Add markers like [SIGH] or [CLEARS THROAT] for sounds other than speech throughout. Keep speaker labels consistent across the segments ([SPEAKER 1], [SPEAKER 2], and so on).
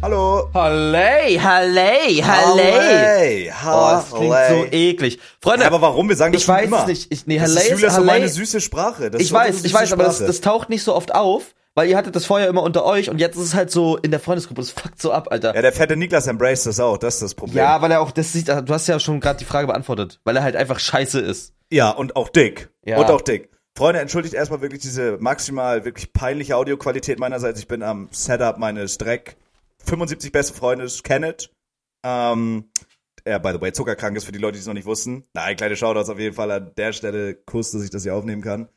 [SPEAKER 1] Hallo.
[SPEAKER 2] Halley, halley, halley.
[SPEAKER 1] Halley.
[SPEAKER 2] Oh, das klingt so eklig. Freunde,
[SPEAKER 1] aber warum? Wir sagen das
[SPEAKER 2] ich
[SPEAKER 1] schon
[SPEAKER 2] weiß
[SPEAKER 1] immer.
[SPEAKER 2] es nicht. Ich, nee,
[SPEAKER 1] Das
[SPEAKER 2] halley
[SPEAKER 1] ist
[SPEAKER 2] ist,
[SPEAKER 1] Julias und
[SPEAKER 2] halley.
[SPEAKER 1] meine süße Sprache. Das
[SPEAKER 2] Ich
[SPEAKER 1] ist unsere
[SPEAKER 2] weiß, ich
[SPEAKER 1] süße
[SPEAKER 2] weiß, aber das,
[SPEAKER 1] Sprache.
[SPEAKER 2] das taucht nicht so oft auf, weil ihr hattet das vorher immer unter euch und jetzt ist es halt so in der Freundesgruppe. Das fuckt so ab, Alter.
[SPEAKER 1] Ja, der fette Niklas embraced das auch, das ist das Problem.
[SPEAKER 2] Ja, weil er auch, das sieht, du hast ja schon gerade die Frage beantwortet, weil er halt einfach scheiße ist.
[SPEAKER 1] Ja, und auch dick.
[SPEAKER 2] Ja.
[SPEAKER 1] Und auch dick. Freunde, entschuldigt erstmal wirklich diese maximal wirklich peinliche Audioqualität meinerseits. Ich bin am Setup meines Dreck 75 beste Freundes, Kenneth. Ähm, er, by the way, zuckerkrank ist für die Leute, die es noch nicht wussten. Nein, kleine Shoutouts auf jeden Fall an der Stelle. Kuss, dass ich das hier aufnehmen kann.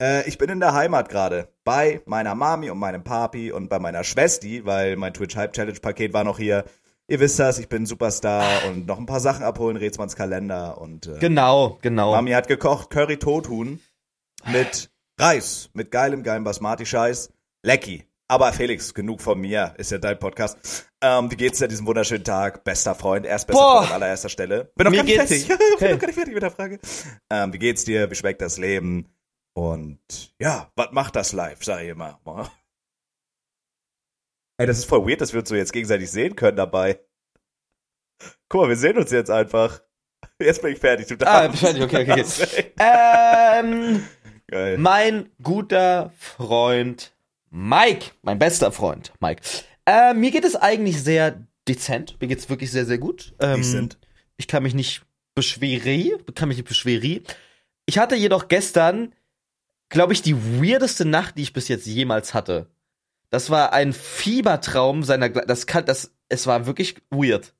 [SPEAKER 1] Äh, ich bin in der Heimat gerade. Bei meiner Mami und meinem Papi und bei meiner Schwesti, weil mein Twitch-Hype-Challenge-Paket war noch hier. Ihr wisst das, ich bin Superstar und noch ein paar Sachen abholen, Rätsmanns Kalender und äh,
[SPEAKER 2] Genau, genau.
[SPEAKER 1] Mami hat gekocht Curry Tothuhn mit Reis, mit geilem, geilem Basmati-Scheiß. Lecky. Aber Felix, genug von mir, ist ja dein Podcast. Ähm, wie geht's dir diesen wunderschönen Tag? Bester Freund, erstbester
[SPEAKER 2] Boah.
[SPEAKER 1] Freund an allererster Stelle. Bin noch
[SPEAKER 2] Mir
[SPEAKER 1] gar nicht
[SPEAKER 2] geht's-
[SPEAKER 1] fertig. [LAUGHS] Bin
[SPEAKER 2] Okay.
[SPEAKER 1] noch gar nicht fertig mit der Frage. Ähm, wie geht's dir? Wie schmeckt das Leben? Und ja, was macht das live, sag ich immer. Ey, das ist voll weird, dass wir uns so jetzt gegenseitig sehen können dabei. Guck mal, wir sehen uns jetzt einfach. Jetzt bin ich fertig. Du
[SPEAKER 2] Ah,
[SPEAKER 1] darfst.
[SPEAKER 2] fertig, okay,
[SPEAKER 1] [LAUGHS]
[SPEAKER 2] okay, okay.
[SPEAKER 1] okay.
[SPEAKER 2] ähm,
[SPEAKER 1] Geil.
[SPEAKER 2] mein guter Freund Mike, mein bester Freund Mike. Äh, mir geht es eigentlich sehr dezent. Mir geht's wirklich sehr, sehr gut. Ähm,
[SPEAKER 1] Decent.
[SPEAKER 2] Ich kann mich nicht beschweren. Kann mich nicht beschweren. Ich hatte jedoch gestern, glaube ich, die weirdeste Nacht, die ich bis jetzt jemals hatte. Das war ein Fiebertraum seiner. Gle- Das kann, das. Es war wirklich weird.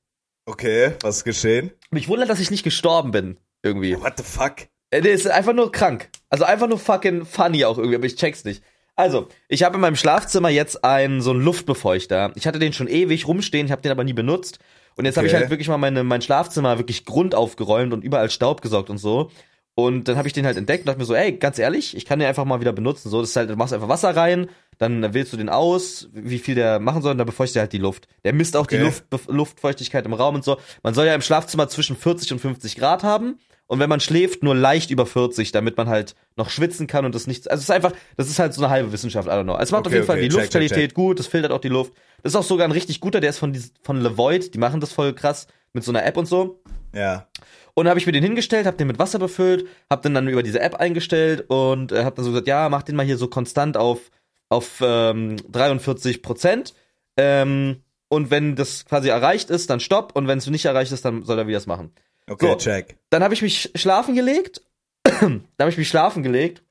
[SPEAKER 1] Okay, was ist geschehen?
[SPEAKER 2] Mich wundert, dass ich nicht gestorben bin. Irgendwie.
[SPEAKER 1] What the fuck?
[SPEAKER 2] Äh, Nee, ist einfach nur krank. Also einfach nur fucking funny auch irgendwie, aber ich check's nicht. Also, ich habe in meinem Schlafzimmer jetzt einen so einen Luftbefeuchter. Ich hatte den schon ewig rumstehen, ich habe den aber nie benutzt. Und jetzt habe ich
[SPEAKER 1] Okay.
[SPEAKER 2] halt wirklich mal meine, mein Schlafzimmer wirklich grundaufgeräumt und überall Staub gesaugt und so. Und dann habe ich den halt entdeckt und dachte mir so, ey, ganz ehrlich, ich kann den einfach mal wieder benutzen. So, das ist halt, du machst einfach Wasser rein, dann wählst du den aus, wie viel der machen soll, und dann befeuchtet er halt die Luft. Der misst auch die
[SPEAKER 1] Okay.
[SPEAKER 2] Luft, Bef- Luftfeuchtigkeit im Raum und so. Man soll ja im Schlafzimmer zwischen 40 und 50 Grad haben. Und wenn man schläft, nur leicht über 40, damit man halt noch schwitzen kann und das nicht. Also es ist einfach, das ist halt so eine halbe Wissenschaft, I don't know. Es macht auf
[SPEAKER 1] Okay,
[SPEAKER 2] jeden Fall
[SPEAKER 1] okay,
[SPEAKER 2] die
[SPEAKER 1] check, check,
[SPEAKER 2] Luftqualität
[SPEAKER 1] check.
[SPEAKER 2] gut, es filtert auch die Luft. Das ist auch sogar ein richtig guter, der ist von, dies- von Levoid, die machen das voll krass mit so einer App und so.
[SPEAKER 1] Ja.
[SPEAKER 2] Und dann habe ich mir den hingestellt, habe den mit Wasser befüllt, habe den dann über diese App eingestellt und äh, habe dann so gesagt, ja, mach den mal hier so konstant auf, auf ähm, 43 Prozent. Ähm, und wenn das quasi erreicht ist, dann stopp. Und wenn es nicht erreicht ist, dann soll er wieder das machen.
[SPEAKER 1] Okay,
[SPEAKER 2] So.
[SPEAKER 1] check.
[SPEAKER 2] Dann habe ich mich schlafen gelegt. [CLEARS THROAT] dann habe ich mich schlafen gelegt.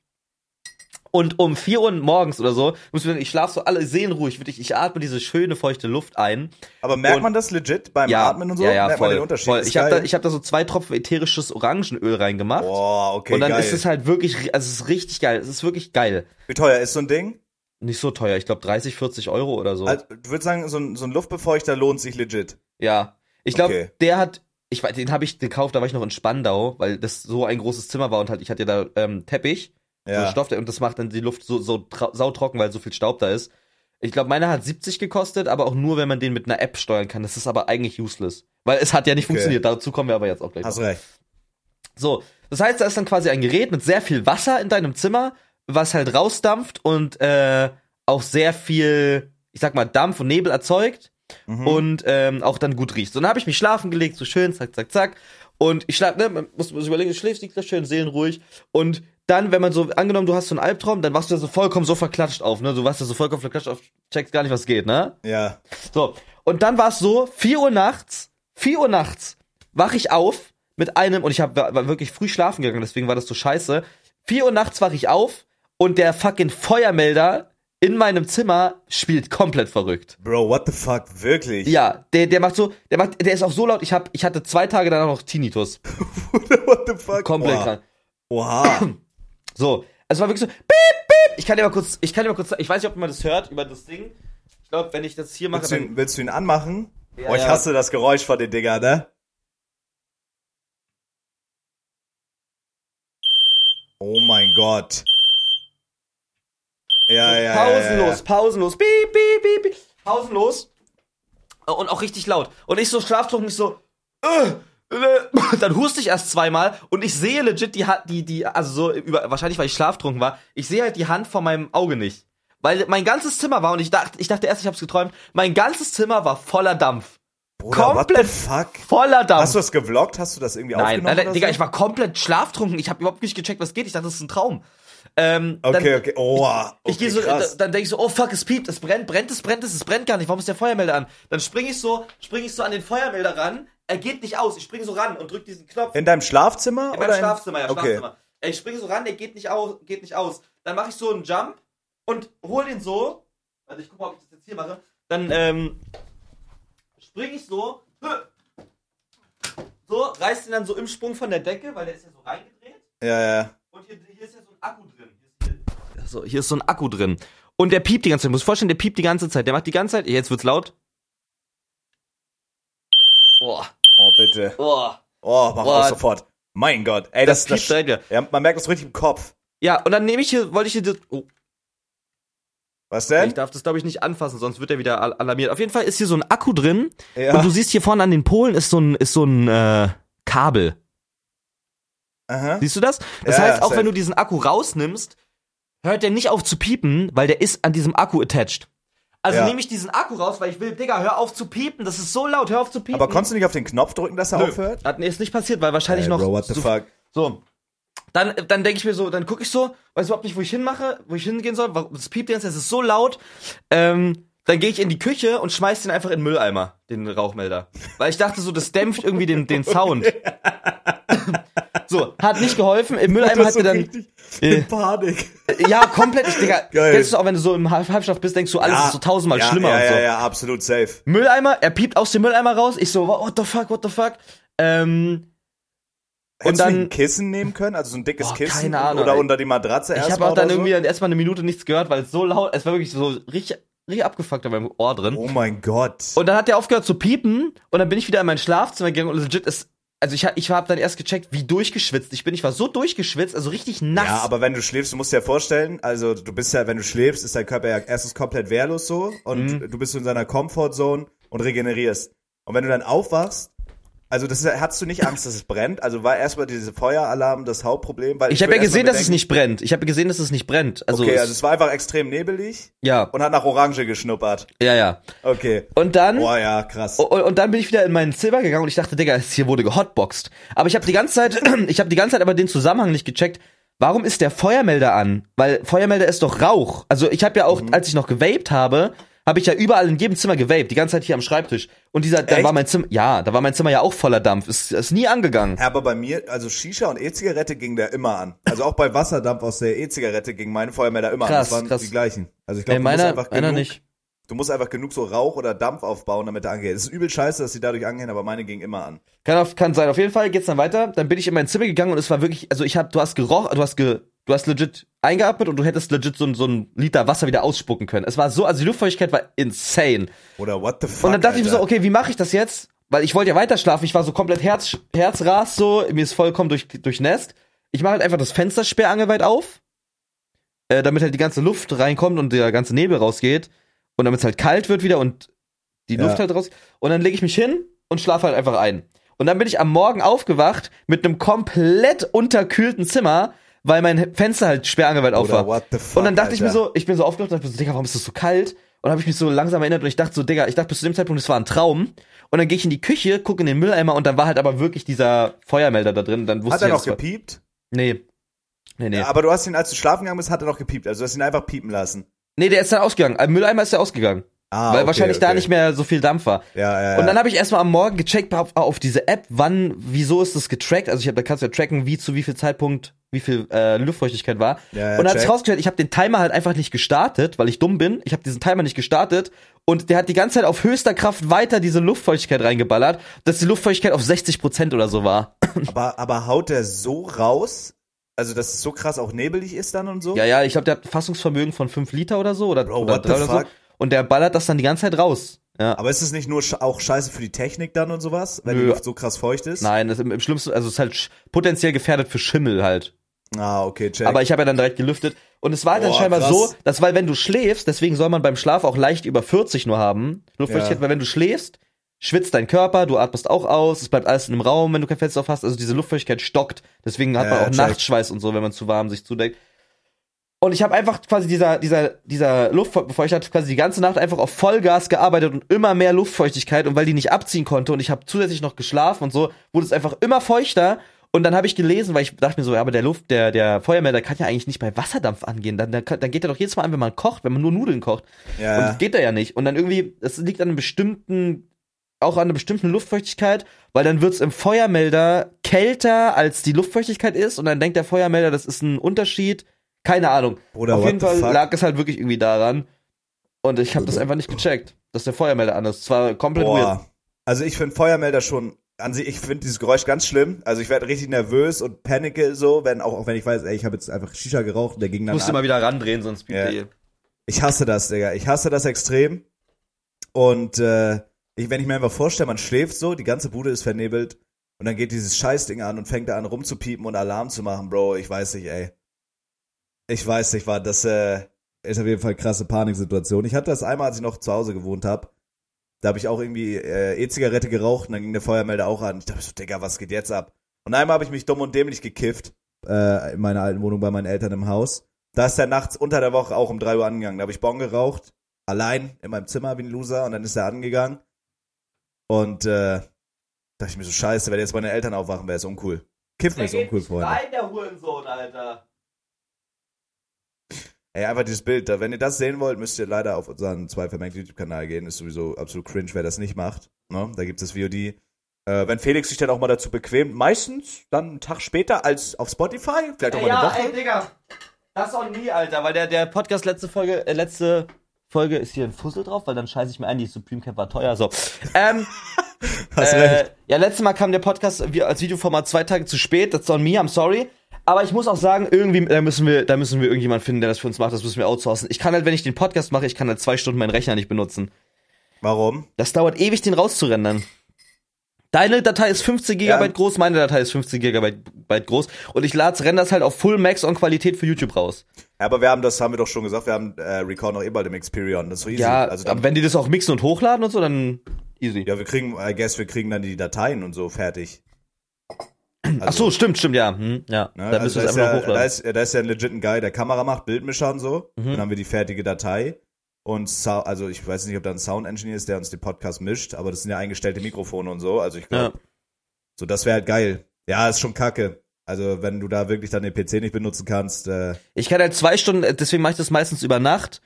[SPEAKER 2] Und um 4 Uhr morgens oder so, muss ich, sagen, ich schlafe so alle seelenruhig, wirklich, ich atme diese schöne feuchte Luft ein.
[SPEAKER 1] Aber merkt
[SPEAKER 2] Und-
[SPEAKER 1] man das legit beim Atmen und so?
[SPEAKER 2] Ja, ja,
[SPEAKER 1] merkt
[SPEAKER 2] voll,
[SPEAKER 1] man den Unterschied?
[SPEAKER 2] voll.
[SPEAKER 1] Ist
[SPEAKER 2] Ich habe
[SPEAKER 1] geil.
[SPEAKER 2] da, ich hab da so zwei Tropfen ätherisches Orangenöl reingemacht.
[SPEAKER 1] Boah, okay,
[SPEAKER 2] und dann
[SPEAKER 1] geil.
[SPEAKER 2] ist es halt wirklich, ri- also es ist richtig geil. Es ist wirklich geil.
[SPEAKER 1] Wie teuer ist so ein Ding?
[SPEAKER 2] Nicht so teuer, ich glaube 30, 40 Euro oder so.
[SPEAKER 1] Also, du würdest sagen, so ein, so ein Luftbefeuchter lohnt sich legit.
[SPEAKER 2] ja. Ich glaube,
[SPEAKER 1] Okay.
[SPEAKER 2] der hat, ich weiß, den habe ich gekauft, da war ich noch in Spandau, weil das so ein großes Zimmer war und halt, ich hatte ja da ähm, Teppich, so
[SPEAKER 1] Ja.
[SPEAKER 2] Stoff, der- und das macht dann die Luft so, so trau- sautrocken, weil so viel Staub da ist. Ich glaube, meiner hat 70 gekostet, aber auch nur, wenn man den mit einer App steuern kann. Das ist aber eigentlich useless. Weil es hat ja nicht
[SPEAKER 1] Okay.
[SPEAKER 2] funktioniert. Dazu kommen wir aber jetzt auch gleich. noch.
[SPEAKER 1] Hast recht.
[SPEAKER 2] So, das heißt, da ist dann quasi ein Gerät mit sehr viel Wasser in deinem Zimmer, was halt rausdampft und äh, auch sehr viel, ich sag mal, Dampf und Nebel erzeugt
[SPEAKER 1] Mhm.
[SPEAKER 2] und ähm, auch dann gut riecht. So, dann habe ich mich schlafen gelegt, so schön, zack, zack, zack. Und ich schlaf, ne, man muss, muss überlegen, du schläfst liegt da schön, seelenruhig. Und dann, wenn man so, angenommen, du hast so einen Albtraum, dann wachst du da so vollkommen so verklatscht auf, ne? Du wachst da so vollkommen verklatscht auf, checkst gar nicht, was geht, ne?
[SPEAKER 1] ja.
[SPEAKER 2] So, und dann war es so, 4 Uhr nachts, 4 Uhr nachts wache ich auf mit einem, und ich hab, war, war wirklich früh schlafen gegangen, deswegen war das so scheiße. 4 Uhr nachts wache ich auf und der fucking Feuermelder in meinem Zimmer spielt komplett verrückt.
[SPEAKER 1] Bro, what the fuck? Wirklich?
[SPEAKER 2] Ja, der, der macht so, der macht, der ist auch so laut, ich hab, ich hatte zwei Tage danach noch Tinnitus.
[SPEAKER 1] [LAUGHS] what the fuck?
[SPEAKER 2] Komplett
[SPEAKER 1] Oha.
[SPEAKER 2] krank.
[SPEAKER 1] Oha.
[SPEAKER 2] So, es war wirklich so, beep, beep. Ich kann dir mal kurz, ich kann dir mal kurz, ich weiß nicht, ob man das hört über das Ding. Ich glaube, wenn ich das hier mache,
[SPEAKER 1] willst, du
[SPEAKER 2] dann,
[SPEAKER 1] ihn, willst du ihn anmachen?
[SPEAKER 2] Ja,
[SPEAKER 1] oh, ich
[SPEAKER 2] ja.
[SPEAKER 1] hasse das Geräusch von den Dinger, ne? Oh mein Gott. Ja, ja, ja, ja. ja.
[SPEAKER 2] pausenlos, pausenlos, piep, piep, piep, piep, pausenlos Äh, und auch richtig laut. Und ich so schlaftrunken, ich so, äh, äh, [LAUGHS] dann huste ich erst zweimal und ich sehe legit die Hand, die, die, also so über, wahrscheinlich weil ich schlaftrunken war, ich sehe halt die Hand vor meinem Auge nicht. Weil mein ganzes Zimmer war, und ich dachte, ich dachte erst, ich hab's geträumt, mein ganzes Zimmer war voller Dampf.
[SPEAKER 1] Bruder,
[SPEAKER 2] komplett
[SPEAKER 1] What the fuck?
[SPEAKER 2] Voller Dampf.
[SPEAKER 1] Hast du das gevloggt? Hast du das irgendwie
[SPEAKER 2] Nein,
[SPEAKER 1] aufgenommen?
[SPEAKER 2] nein,
[SPEAKER 1] oder
[SPEAKER 2] Digga,
[SPEAKER 1] so?
[SPEAKER 2] ich war komplett schlaftrunken. Ich habe überhaupt nicht gecheckt, was geht. Ich dachte, das ist ein Traum. Ähm, dann,
[SPEAKER 1] Okay, okay. Oh, okay,
[SPEAKER 2] Ich gehe so,
[SPEAKER 1] krass.
[SPEAKER 2] dann denke ich so, oh fuck, es piept, es brennt, brennt, es brennt, es, es brennt gar nicht. Warum ist der Feuermelder an? Dann springe ich so, springe ich so an den Feuermelder ran. Er geht nicht aus. Ich springe so ran und drück diesen Knopf.
[SPEAKER 1] In deinem Schlafzimmer?
[SPEAKER 2] In
[SPEAKER 1] oder
[SPEAKER 2] meinem Schlafzimmer, ja,
[SPEAKER 1] okay.
[SPEAKER 2] Schlafzimmer. Ich springe so ran, der geht nicht aus, geht nicht aus. Dann mache ich so einen Jump und hol den so. Also ich gucke mal, ob ich das jetzt hier mache. Dann ähm, springe ich so. hö. So, reiß den dann so im Sprung von der Decke, weil der ist ja so reingedreht.
[SPEAKER 1] Ja, ja.
[SPEAKER 2] Und hier, hier ist ja so ein Akku drin. Hier ist, hier, also, hier ist so ein Akku drin. Und der piept die ganze Zeit. Ich muss vorstellen, der piept die ganze Zeit. Der macht die ganze Zeit. Jetzt wird's laut. Boah,
[SPEAKER 1] Oh, bitte.
[SPEAKER 2] boah.
[SPEAKER 1] Oh, mach
[SPEAKER 2] Boah.
[SPEAKER 1] aus sofort. Mein Gott. Ey, das,
[SPEAKER 2] piept
[SPEAKER 1] ist das.
[SPEAKER 2] direkt wieder.
[SPEAKER 1] Ja, man merkt das richtig im Kopf.
[SPEAKER 2] Ja, und dann nehme ich hier, wollte ich hier. das- Oh,
[SPEAKER 1] Was
[SPEAKER 2] Ja,
[SPEAKER 1] denn?
[SPEAKER 2] Ich darf das, glaube ich, nicht anfassen, sonst wird er wieder al- alarmiert. Auf jeden Fall ist hier so ein Akku drin
[SPEAKER 1] ja.
[SPEAKER 2] und du siehst hier vorne an den Polen ist so ein, ist so ein äh, Kabel.
[SPEAKER 1] Aha.
[SPEAKER 2] Siehst du das? Das
[SPEAKER 1] Ja,
[SPEAKER 2] heißt,
[SPEAKER 1] ja,
[SPEAKER 2] auch
[SPEAKER 1] safe.
[SPEAKER 2] wenn du diesen Akku rausnimmst, hört der nicht auf zu piepen, weil der ist an diesem Akku attached. Also
[SPEAKER 1] Ja.
[SPEAKER 2] nehme ich diesen Akku raus, weil ich will, Digga, hör auf zu piepen, das ist so laut, hör auf zu piepen.
[SPEAKER 1] Aber konntest du nicht auf den Knopf drücken, dass er
[SPEAKER 2] Nö.
[SPEAKER 1] aufhört?
[SPEAKER 2] Hat nee, ist nicht passiert, weil wahrscheinlich
[SPEAKER 1] Ey,
[SPEAKER 2] noch
[SPEAKER 1] Bro, what the
[SPEAKER 2] so
[SPEAKER 1] fuck?
[SPEAKER 2] So. Dann, äh, dann denke ich mir so, dann gucke ich so, weiß überhaupt nicht, wo ich hinmache, wo ich hingehen soll. warum- Es piept jetzt, es ist so laut. Ähm, dann gehe ich in die Küche und schmeiß den einfach in den Mülleimer, den Rauchmelder. Weil ich dachte so, das dämpft irgendwie den, den Sound. so, hat nicht geholfen. Im Mülleimer hat
[SPEAKER 1] so
[SPEAKER 2] mir dann.
[SPEAKER 1] richtig
[SPEAKER 2] Äh.
[SPEAKER 1] in Panik.
[SPEAKER 2] Ja, komplett. Ich, Digga,
[SPEAKER 1] [LAUGHS] Geil.
[SPEAKER 2] kennst du auch, wenn du so im Halb- Halbschlaf bist, denkst du, alles
[SPEAKER 1] Ja,
[SPEAKER 2] ist so tausendmal
[SPEAKER 1] ja,
[SPEAKER 2] schlimmer
[SPEAKER 1] ja,
[SPEAKER 2] und so.
[SPEAKER 1] Ja, ja, absolut safe.
[SPEAKER 2] Mülleimer, er piept aus dem Mülleimer raus. Ich so, what the fuck, what the fuck. Ähm,
[SPEAKER 1] Hättest du
[SPEAKER 2] dann-
[SPEAKER 1] nicht ein Kissen nehmen können? Also so ein dickes
[SPEAKER 2] Boah,
[SPEAKER 1] Kissen?
[SPEAKER 2] keine Ahnung,
[SPEAKER 1] Oder
[SPEAKER 2] ey.
[SPEAKER 1] unter die Matratze
[SPEAKER 2] Ich
[SPEAKER 1] erstmal
[SPEAKER 2] habe auch dann
[SPEAKER 1] oder
[SPEAKER 2] irgendwie dann erstmal eine Minute nichts gehört, weil es so laut, es war wirklich so richtig, richtig abgefuckt an meinem Ohr drin.
[SPEAKER 1] So? Oh mein Gott.
[SPEAKER 2] Und dann hat der aufgehört zu piepen und dann bin ich wieder in mein Schlafzimmer gegangen und legit ist, also ich, ha- ich habe dann erst gecheckt, wie durchgeschwitzt ich bin. Ich war so durchgeschwitzt, also richtig nass.
[SPEAKER 1] Ja, aber wenn du schläfst, du musst dir ja vorstellen, also du bist ja, wenn du schläfst, ist dein Körper ja erstens komplett wehrlos so und
[SPEAKER 2] Mhm.
[SPEAKER 1] du bist so in seiner Comfortzone und regenerierst. Und wenn du dann aufwachst, also das ist, hattest du nicht Angst, dass es brennt? Also war erstmal dieser Feueralarm das Hauptproblem, weil
[SPEAKER 2] ich habe
[SPEAKER 1] würd erst
[SPEAKER 2] ja
[SPEAKER 1] mal
[SPEAKER 2] gesehen, dass es
[SPEAKER 1] bedenken-
[SPEAKER 2] nicht brennt. Ich habe gesehen, dass es nicht brennt. Also,
[SPEAKER 1] Okay,
[SPEAKER 2] es-
[SPEAKER 1] also es war einfach extrem nebelig
[SPEAKER 2] ja,
[SPEAKER 1] und hat nach Orange geschnuppert.
[SPEAKER 2] ja, ja.
[SPEAKER 1] Okay.
[SPEAKER 2] Und dann
[SPEAKER 1] Boah, ja, krass.
[SPEAKER 2] Und, und dann bin ich wieder in meinen Zimmer gegangen und ich dachte, Digga, es hier wurde gehotboxt. Aber ich habe die ganze Zeit, [CLEARS THROAT] ich habe die ganze Zeit aber den Zusammenhang nicht gecheckt. Warum ist der Feuermelder an? Weil Feuermelder ist doch Rauch. Also ich habe ja
[SPEAKER 1] Mhm.
[SPEAKER 2] auch, als ich noch gewaped habe, habe ich ja überall in jedem Zimmer gewaped, die ganze Zeit hier am Schreibtisch. Und dieser, da
[SPEAKER 1] Echt?
[SPEAKER 2] war mein Zimmer, ja, da war mein Zimmer ja auch voller Dampf. Ist, ist nie angegangen.
[SPEAKER 1] Aber bei mir, also Shisha und E-Zigarette ging der immer an. Also auch bei Wasserdampf aus der E-Zigarette ging meine Feuermelder immer an.
[SPEAKER 2] Krass,
[SPEAKER 1] Das waren
[SPEAKER 2] krass.
[SPEAKER 1] die gleichen. Also ich
[SPEAKER 2] Ey,
[SPEAKER 1] glaube, du musst
[SPEAKER 2] meiner,
[SPEAKER 1] einfach
[SPEAKER 2] meiner
[SPEAKER 1] genug
[SPEAKER 2] nicht.
[SPEAKER 1] Du musst einfach genug so Rauch oder Dampf aufbauen, damit er angeht. Es ist übel scheiße, dass sie dadurch angehen, aber meine ging immer an.
[SPEAKER 2] Kann, auf, kann sein. Auf jeden Fall geht's dann weiter. Dann bin ich in mein Zimmer gegangen und es war wirklich, also ich hab, du hast gerochen, du hast ge, du hast legit eingeatmet und du hättest legit so, ein- so ein Liter Wasser wieder ausspucken können. Es war so, also die Luftfeuchtigkeit war insane.
[SPEAKER 1] Oder what the fuck?
[SPEAKER 2] und dann dachte ich mir
[SPEAKER 1] Alter.
[SPEAKER 2] so, okay, wie mache ich das jetzt? Weil ich wollte ja weiter schlafen, ich war so komplett Herz, Herzras so, mir ist vollkommen durch, durchnässt. Ich mache halt einfach das Fenster sperrangelweit auf, äh, damit halt die ganze Luft reinkommt und der ganze Nebel rausgeht und damit es halt kalt wird wieder und die
[SPEAKER 1] Ja.
[SPEAKER 2] Luft halt raus. Und dann lege ich mich hin und schlafe halt einfach ein. Und dann bin ich am Morgen aufgewacht mit einem komplett unterkühlten Zimmer, weil mein Fenster halt sperrangelweit auf
[SPEAKER 1] Oder
[SPEAKER 2] war.
[SPEAKER 1] what the fuck,
[SPEAKER 2] Und dann dachte ich mir
[SPEAKER 1] Alter.
[SPEAKER 2] so, ich bin so aufgewacht und dachte mir so, Digga, warum ist das so kalt? Und habe ich mich so langsam erinnert und ich dachte so, Digga, ich dachte bis zu dem Zeitpunkt, es war ein Traum. Und dann gehe ich in die Küche, gucke in den Mülleimer und dann war halt aber wirklich dieser Feuermelder da drin. Dann wusste
[SPEAKER 1] Hat er
[SPEAKER 2] ich
[SPEAKER 1] noch
[SPEAKER 2] das war-
[SPEAKER 1] gepiept?
[SPEAKER 2] Nee. Nee, nee.
[SPEAKER 1] Ja, aber du hast ihn, als du schlafen gegangen bist, hat er noch gepiept. Also du hast ihn einfach piepen lassen.
[SPEAKER 2] nee, der ist dann ausgegangen. Im Mülleimer ist der ausgegangen.
[SPEAKER 1] Ah,
[SPEAKER 2] weil
[SPEAKER 1] okay,
[SPEAKER 2] wahrscheinlich da
[SPEAKER 1] okay.
[SPEAKER 2] nicht mehr so viel Dampf war.
[SPEAKER 1] Ja, ja, ja.
[SPEAKER 2] Und dann habe ich erstmal am Morgen gecheckt auf, auf diese App, wann, wieso ist das getrackt? Also ich hab, da kannst du ja tracken, wie zu wie viel Zeitpunkt, wie viel äh, Luftfeuchtigkeit war.
[SPEAKER 1] Ja, ja,
[SPEAKER 2] und dann hat
[SPEAKER 1] Äh, check.
[SPEAKER 2] rausgestellt, ich habe den Timer halt einfach nicht gestartet, weil ich dumm bin. Ich habe diesen Timer nicht gestartet und der hat die ganze Zeit auf höchster Kraft weiter diese Luftfeuchtigkeit reingeballert, dass die Luftfeuchtigkeit auf 60% oder so war.
[SPEAKER 1] aber, aber haut der so raus, also dass es so krass auch nebelig ist dann und so?
[SPEAKER 2] Ja, ja, ich glaube, der hat ein Fassungsvermögen von 5 Liter oder so oder,
[SPEAKER 1] Bro,
[SPEAKER 2] oder
[SPEAKER 1] what the
[SPEAKER 2] 3 oder so.
[SPEAKER 1] fuck?
[SPEAKER 2] Und der ballert das dann die ganze Zeit raus. Ja.
[SPEAKER 1] Aber ist es nicht nur sch auch scheiße für die Technik dann und sowas, wenn die
[SPEAKER 2] Nö.
[SPEAKER 1] Luft so krass feucht ist?
[SPEAKER 2] Nein, das im, im schlimmsten, also es ist halt sch- potenziell gefährdet für Schimmel halt.
[SPEAKER 1] Ah, okay, check.
[SPEAKER 2] Aber ich habe ja dann direkt gelüftet. Und es war halt dann
[SPEAKER 1] Boah,
[SPEAKER 2] scheinbar
[SPEAKER 1] krass.
[SPEAKER 2] so, dass weil wenn du schläfst, deswegen soll man beim Schlaf auch leicht über 40 nur haben. Luftfeuchtigkeit,
[SPEAKER 1] Ja.
[SPEAKER 2] weil wenn du schläfst, schwitzt dein Körper, du atmest auch aus, es bleibt alles in einem Raum, wenn du kein Fenster auf hast. Also diese Luftfeuchtigkeit stockt. Deswegen hat
[SPEAKER 1] Ja,
[SPEAKER 2] man auch
[SPEAKER 1] check.
[SPEAKER 2] Nachtschweiß und so, wenn man zu warm sich zudeckt. Und ich habe einfach quasi dieser, dieser, dieser Luftbefeuchter hat quasi die ganze Nacht einfach auf Vollgas gearbeitet und immer mehr Luftfeuchtigkeit. Und weil die nicht abziehen konnte und ich habe zusätzlich noch geschlafen und so, wurde es einfach immer feuchter. Und dann habe ich gelesen, weil ich dachte mir so, ja, aber der Luft, der, der Feuermeer, der kann ja eigentlich nicht bei Wasserdampf angehen. Dann, dann, kann- dann geht er doch jedes Mal an, wenn man kocht, wenn man nur Nudeln kocht.
[SPEAKER 1] Ja.
[SPEAKER 2] Und das geht da ja nicht. Und dann irgendwie, das liegt an einem bestimmten, auch an einer bestimmten Luftfeuchtigkeit, weil dann wird's im Feuermelder kälter, als die Luftfeuchtigkeit ist. Und dann denkt der Feuermelder, das ist ein Unterschied. Keine Ahnung.
[SPEAKER 1] Bruder,
[SPEAKER 2] Auf
[SPEAKER 1] what
[SPEAKER 2] jeden
[SPEAKER 1] the
[SPEAKER 2] Fall
[SPEAKER 1] fuck? Also.
[SPEAKER 2] lag es halt wirklich irgendwie daran. Und ich habe das einfach nicht gecheckt, dass der Feuermelder anders. Es war komplett weird.
[SPEAKER 1] Boah. Also ich finde Feuermelder schon an sich, ich finde dieses Geräusch ganz schlimm. Also ich werde richtig nervös und panike so, wenn auch, auch wenn ich weiß, ey, ich habe jetzt einfach Shisha geraucht und der ging
[SPEAKER 2] Ich
[SPEAKER 1] dann
[SPEAKER 2] musste
[SPEAKER 1] an.
[SPEAKER 2] mal wieder randrehen, sonst piept
[SPEAKER 1] Ja.
[SPEAKER 2] er eh.
[SPEAKER 1] Ich hasse das, Digga. Ich hasse das extrem. Und äh, ich, wenn ich mir einfach vorstelle, man schläft so, die ganze Bude ist vernebelt und dann geht dieses Scheißding an und fängt da an rumzupiepen und Alarm zu machen, Bro. Ich weiß nicht, ey. Ich weiß nicht, war das äh, ist auf jeden Fall krasse Paniksituation. Ich hatte das einmal, als ich noch zu Hause gewohnt habe. Da habe ich auch irgendwie äh, E-Zigarette geraucht und dann ging der Feuermelder auch an. Ich dachte so, Digga, was geht jetzt ab? Und einmal habe ich mich dumm und dämlich gekifft äh, in meiner alten Wohnung bei meinen Eltern im Haus. Da ist er nachts unter der Woche auch um 3 Uhr angegangen. Da habe ich Bon geraucht, allein in meinem Zimmer wie ein Loser und dann ist er angegangen. Und äh, dachte ich mir so, scheiße, wenn jetzt meine Eltern aufwachen, wäre es uncool. Kiffen ist uncool, Freunde.
[SPEAKER 2] der Hurensohn, Alter.
[SPEAKER 1] Ey, einfach dieses Bild. da- Wenn ihr das sehen wollt, müsst ihr leider auf unseren Zweifelmerkt YouTube-Kanal gehen. Ist sowieso absolut cringe, wer das nicht macht. Ne? Da gibt es VOD. Äh, wenn Felix sich dann auch mal dazu bequemt, meistens dann einen Tag später als auf Spotify, vielleicht auch Halt mal eine Woche.
[SPEAKER 2] Ah Digga. Das on nie, Alter, weil der, der Podcast letzte Folge, äh, letzte Folge ist hier ein Fussel drauf, weil dann scheiße ich mir ein, die Supreme Cap war teuer. So. Ähm,
[SPEAKER 1] [LAUGHS] Hast
[SPEAKER 2] äh,
[SPEAKER 1] recht.
[SPEAKER 2] ja, letztes Mal kam der Podcast wie- als Videoformat zwei Tage zu spät. That's on me, I'm sorry. Aber ich muss auch sagen, irgendwie, da müssen wir, da müssen wir irgendjemand finden, der das für uns macht. Das müssen wir outsourcen. Ich kann halt, wenn ich den Podcast mache, ich kann halt zwei Stunden meinen Rechner nicht benutzen.
[SPEAKER 1] Warum?
[SPEAKER 2] Das dauert ewig, den rauszurendern. Deine Datei ist 15 GB
[SPEAKER 1] Ja.
[SPEAKER 2] groß, meine Datei ist 15 GB groß und ich lade renders halt auf Full Max und Qualität für YouTube raus.
[SPEAKER 1] Ja, aber wir haben das, haben wir doch schon gesagt, wir haben äh, Record noch eh bald im Experion. Das ist so easy.
[SPEAKER 2] Ja,
[SPEAKER 1] also
[SPEAKER 2] aber
[SPEAKER 1] dann,
[SPEAKER 2] wenn die das auch mixen und hochladen und so, dann easy.
[SPEAKER 1] ja, wir kriegen, I guess, wir kriegen dann die Dateien und so fertig.
[SPEAKER 2] Ach so, stimmt, stimmt, ja. Hm, ja,
[SPEAKER 1] also Ne?
[SPEAKER 2] da
[SPEAKER 1] also da,
[SPEAKER 2] müssen wir
[SPEAKER 1] ist
[SPEAKER 2] es einfach
[SPEAKER 1] ja,
[SPEAKER 2] noch
[SPEAKER 1] da,
[SPEAKER 2] hochladen. Mhm.
[SPEAKER 1] ist, da ist ja ein legiten Guy, der Kamera macht, Bildmischer und so. Dann haben wir die fertige Datei. Und Sou- also ich weiß nicht, ob da ein Sound Engineer ist, der uns den Podcast mischt, aber das sind ja eingestellte Mikrofone und so. Also ich glaube,
[SPEAKER 2] Ja.
[SPEAKER 1] so das wäre halt geil. Ja, ist schon kacke. Also wenn du da wirklich dann den PC nicht benutzen kannst. Äh, ja,
[SPEAKER 2] Ich kann halt zwei Stunden, äh, deswegen mache ich das meistens über Nacht.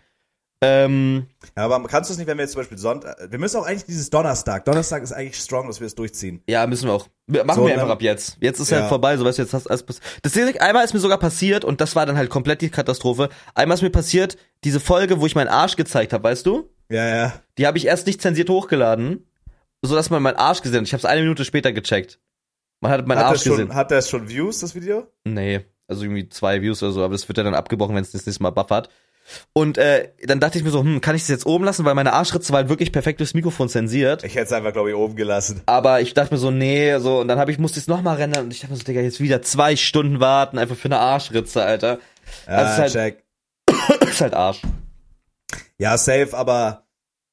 [SPEAKER 2] Ähm,
[SPEAKER 1] aber kannst du es nicht, wenn wir jetzt zum Beispiel Sonntag. Wir müssen auch eigentlich dieses Donnerstag. Donnerstag ist eigentlich strong, dass wir es durchziehen.
[SPEAKER 2] ja, müssen wir auch. Wir- Machen
[SPEAKER 1] So,
[SPEAKER 2] wir einfach
[SPEAKER 1] dann-
[SPEAKER 2] ab jetzt. Jetzt ist
[SPEAKER 1] Ja.
[SPEAKER 2] ja halt vorbei, so weißt du, jetzt hast alles passiert. Das Ding- einmal ist mir sogar passiert und das war dann halt komplett die Katastrophe. Einmal ist mir passiert, diese Folge, wo ich meinen Arsch gezeigt habe, weißt du?
[SPEAKER 1] Ja, ja.
[SPEAKER 2] Die habe ich erst nicht zensiert hochgeladen, sodass man meinen Arsch gesehen hat. Ich habe es eine Minute später gecheckt. Man hat meinen
[SPEAKER 1] Hat
[SPEAKER 2] Arsch
[SPEAKER 1] das, schon,
[SPEAKER 2] gesehen.
[SPEAKER 1] hat das schon Views, das Video?
[SPEAKER 2] Nee, also irgendwie zwei Views oder so, aber das wird ja dann abgebrochen, wenn es das nächste Mal buffert. Und äh, dann dachte ich mir so, hm, kann ich das jetzt oben lassen, weil meine Arschritze war halt wirklich perfekt durchs Mikrofon zensiert.
[SPEAKER 1] Ich hätte es einfach, glaube ich, oben gelassen.
[SPEAKER 2] Aber ich dachte mir so, nee, so, und dann habe ich, musste ich es nochmal rendern und ich dachte mir so, Digga, jetzt wieder zwei Stunden warten, einfach für eine Arschritze, Alter.
[SPEAKER 1] Ja,
[SPEAKER 2] Also es ist halt-
[SPEAKER 1] Ah, check.
[SPEAKER 2] ist halt Arsch.
[SPEAKER 1] Ja, safe, aber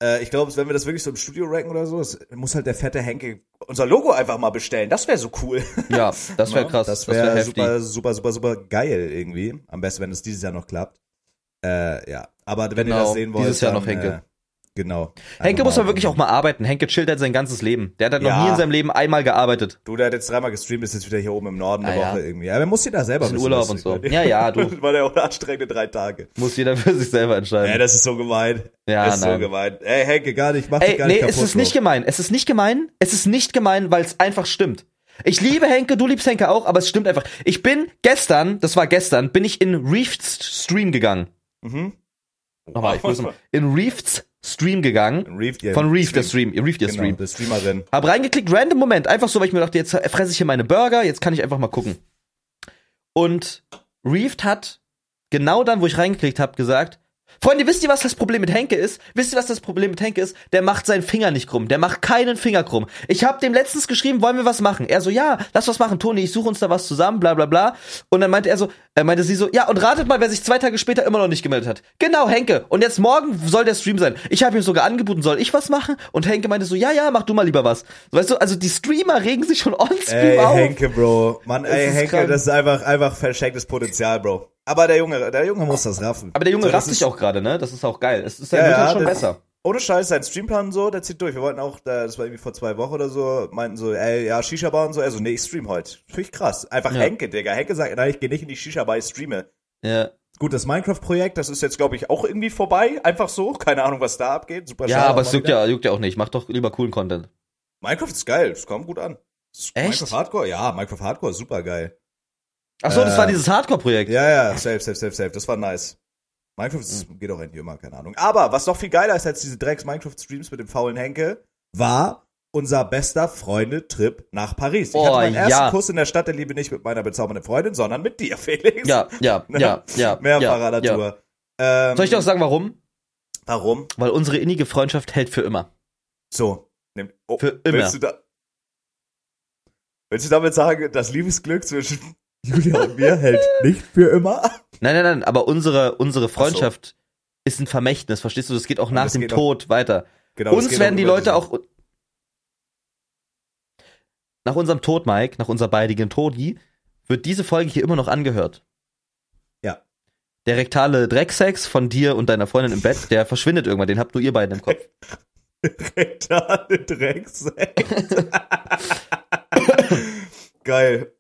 [SPEAKER 1] äh, ich glaube, wenn wir das wirklich so im Studio ranken oder so, es muss halt der fette Henke unser Logo einfach mal bestellen. Das wäre so cool.
[SPEAKER 2] Ja, das wäre
[SPEAKER 1] Ne?
[SPEAKER 2] krass,
[SPEAKER 1] Das
[SPEAKER 2] das
[SPEAKER 1] wäre
[SPEAKER 2] wäre wär heftig.
[SPEAKER 1] super, super, super, super geil irgendwie. Am besten, wenn es dieses Jahr noch klappt. Äh, ja, aber wenn ihr
[SPEAKER 2] Genau,
[SPEAKER 1] das sehen wollt,
[SPEAKER 2] dieses Jahr
[SPEAKER 1] dann,
[SPEAKER 2] noch Henke.
[SPEAKER 1] Äh, genau.
[SPEAKER 2] Henke
[SPEAKER 1] Einfach
[SPEAKER 2] muss
[SPEAKER 1] auf-
[SPEAKER 2] man wirklich auch mal arbeiten. Henke chillt halt sein ganzes Leben. Der hat halt
[SPEAKER 1] Ja.
[SPEAKER 2] noch nie in seinem Leben einmal gearbeitet.
[SPEAKER 1] Du, der hat jetzt dreimal gestreamt, ist jetzt wieder hier oben im Norden eine
[SPEAKER 2] Ah,
[SPEAKER 1] Woche
[SPEAKER 2] ja.
[SPEAKER 1] irgendwie. Aber er muss sich da selber
[SPEAKER 2] Bisschen
[SPEAKER 1] wissen,
[SPEAKER 2] Urlaub
[SPEAKER 1] was
[SPEAKER 2] und
[SPEAKER 1] zu
[SPEAKER 2] so.
[SPEAKER 1] übernehmen.
[SPEAKER 2] Ja, ja, du.
[SPEAKER 1] Das [LAUGHS] war der auch anstrengende drei Tage.
[SPEAKER 2] Muss jeder für sich selber entscheiden.
[SPEAKER 1] Ja, das ist so gemein.
[SPEAKER 2] Ja,
[SPEAKER 1] das ist so
[SPEAKER 2] nein.
[SPEAKER 1] gemein. Ey, Henke, gar nicht, mach dich
[SPEAKER 2] Ey,
[SPEAKER 1] gar
[SPEAKER 2] nee,
[SPEAKER 1] nicht kaputt.
[SPEAKER 2] es ist
[SPEAKER 1] Bro.
[SPEAKER 2] nicht gemein. Es ist nicht gemein. Es ist nicht gemein, weil es einfach stimmt. Ich liebe Henke, du liebst Henke auch, aber es stimmt einfach. Ich bin gestern, das war gestern, bin ich in Reefs Stream gegangen.
[SPEAKER 1] Mhm.
[SPEAKER 2] Nochmal, ich muss
[SPEAKER 1] [LAUGHS]
[SPEAKER 2] mal. [LAUGHS] In Reefs Stream gegangen.
[SPEAKER 1] Reef, ja,
[SPEAKER 2] Von Reef, der Stream. Reef, der
[SPEAKER 1] Genau,
[SPEAKER 2] Stream.
[SPEAKER 1] der Streamerin.
[SPEAKER 2] Hab reingeklickt, random Moment, einfach so, weil ich mir dachte, jetzt fresse ich hier meine Burger, jetzt kann ich einfach mal gucken. Und Reefed hat genau dann, wo ich reingeklickt habe, gesagt, Freunde, wisst ihr, was das Problem mit Henke ist? Wisst ihr, was das Problem mit Henke ist? Der macht seinen Finger nicht krumm. Der macht keinen Finger krumm. Ich habe dem letztens geschrieben, wollen wir was machen? Er so, ja, lass was machen, Toni, ich suche uns da was zusammen, bla bla bla. Und dann meinte er so, äh, meinte sie so, ja, und ratet mal, wer sich zwei Tage später immer noch nicht gemeldet hat. Genau, Henke. Und jetzt morgen soll der Stream sein. Ich habe ihm sogar angeboten, soll ich was machen? Und Henke meinte so, ja, ja, mach du mal lieber was. So, Weißt du, also die Streamer regen sich schon on-stream
[SPEAKER 1] Ey,
[SPEAKER 2] auf.
[SPEAKER 1] Henke, Bro. Mann, ey,
[SPEAKER 2] ist
[SPEAKER 1] Henke,
[SPEAKER 2] krank.
[SPEAKER 1] das ist einfach, einfach verschenktes Potenzial, Bro. Aber der Junge, der Junge muss das raffen.
[SPEAKER 2] Aber der Junge
[SPEAKER 1] So, das
[SPEAKER 2] rafft
[SPEAKER 1] ist-
[SPEAKER 2] sich auch gerade, ne? Das ist auch geil. Es ist
[SPEAKER 1] Ja,
[SPEAKER 2] ja,
[SPEAKER 1] ja,
[SPEAKER 2] schon
[SPEAKER 1] das-
[SPEAKER 2] besser.
[SPEAKER 1] Ohne Scheiß, sein Streamplan und so, der zieht durch. Wir wollten auch, da- das war irgendwie vor zwei Wochen oder so, meinten so, ey, ja, Shisha-Bar und so. Also, nee, ich stream heute. Finde ich krass. Einfach
[SPEAKER 2] Ja.
[SPEAKER 1] Henke, Digga. Henke sagt, nein, ich gehe nicht in die Shisha-Bar, ich streame.
[SPEAKER 2] Ja,
[SPEAKER 1] Gut, das Minecraft-Projekt, das ist jetzt, glaube ich, auch irgendwie vorbei. Einfach so. Keine Ahnung, was da abgeht. Super
[SPEAKER 2] ja
[SPEAKER 1] schade,
[SPEAKER 2] aber es
[SPEAKER 1] mal
[SPEAKER 2] juckt
[SPEAKER 1] wieder.
[SPEAKER 2] ja, juckt ja auch nicht. Mach doch lieber coolen Content.
[SPEAKER 1] Minecraft ist geil. Es kommt gut an. Es-
[SPEAKER 2] Echt?
[SPEAKER 1] Minecraft Hardcore? Ja, Minecraft Hardcore ist super geil.
[SPEAKER 2] Ach so, das
[SPEAKER 1] Äh,
[SPEAKER 2] war dieses Hardcore-Projekt.
[SPEAKER 1] Ja, ja, safe, safe, safe, safe. Das war nice. Minecraft ist,
[SPEAKER 2] Mhm.
[SPEAKER 1] geht auch endlich immer, keine Ahnung. Aber was noch viel geiler ist als diese Drecks-Minecraft-Streams mit dem faulen Henke, war unser bester Freunde-Trip nach Paris. ich
[SPEAKER 2] Oh,
[SPEAKER 1] hatte meinen ersten
[SPEAKER 2] ja.
[SPEAKER 1] Kuss in der Stadt der Liebe nicht mit meiner bezaubernden Freundin, sondern mit dir, [LAUGHS] Felix.
[SPEAKER 2] Ja, ja,
[SPEAKER 1] [LAUGHS] Ne?
[SPEAKER 2] ja, ja.
[SPEAKER 1] Mehrfach
[SPEAKER 2] ja,
[SPEAKER 1] an der
[SPEAKER 2] ja.
[SPEAKER 1] Tour. Ähm,
[SPEAKER 2] Soll ich dir auch sagen, warum?
[SPEAKER 1] Warum?
[SPEAKER 2] Weil unsere innige Freundschaft hält für immer.
[SPEAKER 1] So. Nimm, oh,
[SPEAKER 2] Für immer.
[SPEAKER 1] Willst du, da, willst du damit sagen, das Liebesglück zwischen [LAUGHS] Julia und mir hält nicht für immer?
[SPEAKER 2] Nein, nein, nein, aber unsere, unsere Freundschaft ist ein Vermächtnis, verstehst du? Das geht auch nach
[SPEAKER 1] das
[SPEAKER 2] dem
[SPEAKER 1] geht auch-
[SPEAKER 2] Tod weiter.
[SPEAKER 1] Genau, das
[SPEAKER 2] Uns
[SPEAKER 1] geht
[SPEAKER 2] werden die
[SPEAKER 1] über
[SPEAKER 2] Leute
[SPEAKER 1] diese-
[SPEAKER 2] auch. Nach unserem Tod, Mike, nach unserer beidigen Todi, wird diese Folge hier immer noch angehört.
[SPEAKER 1] Ja.
[SPEAKER 2] Der rektale Drecksex von dir und deiner Freundin im Bett, der verschwindet irgendwann, den habt nur ihr beiden im Kopf.
[SPEAKER 1] rektale
[SPEAKER 2] [LAUGHS]
[SPEAKER 1] Drecksäcke. Geil.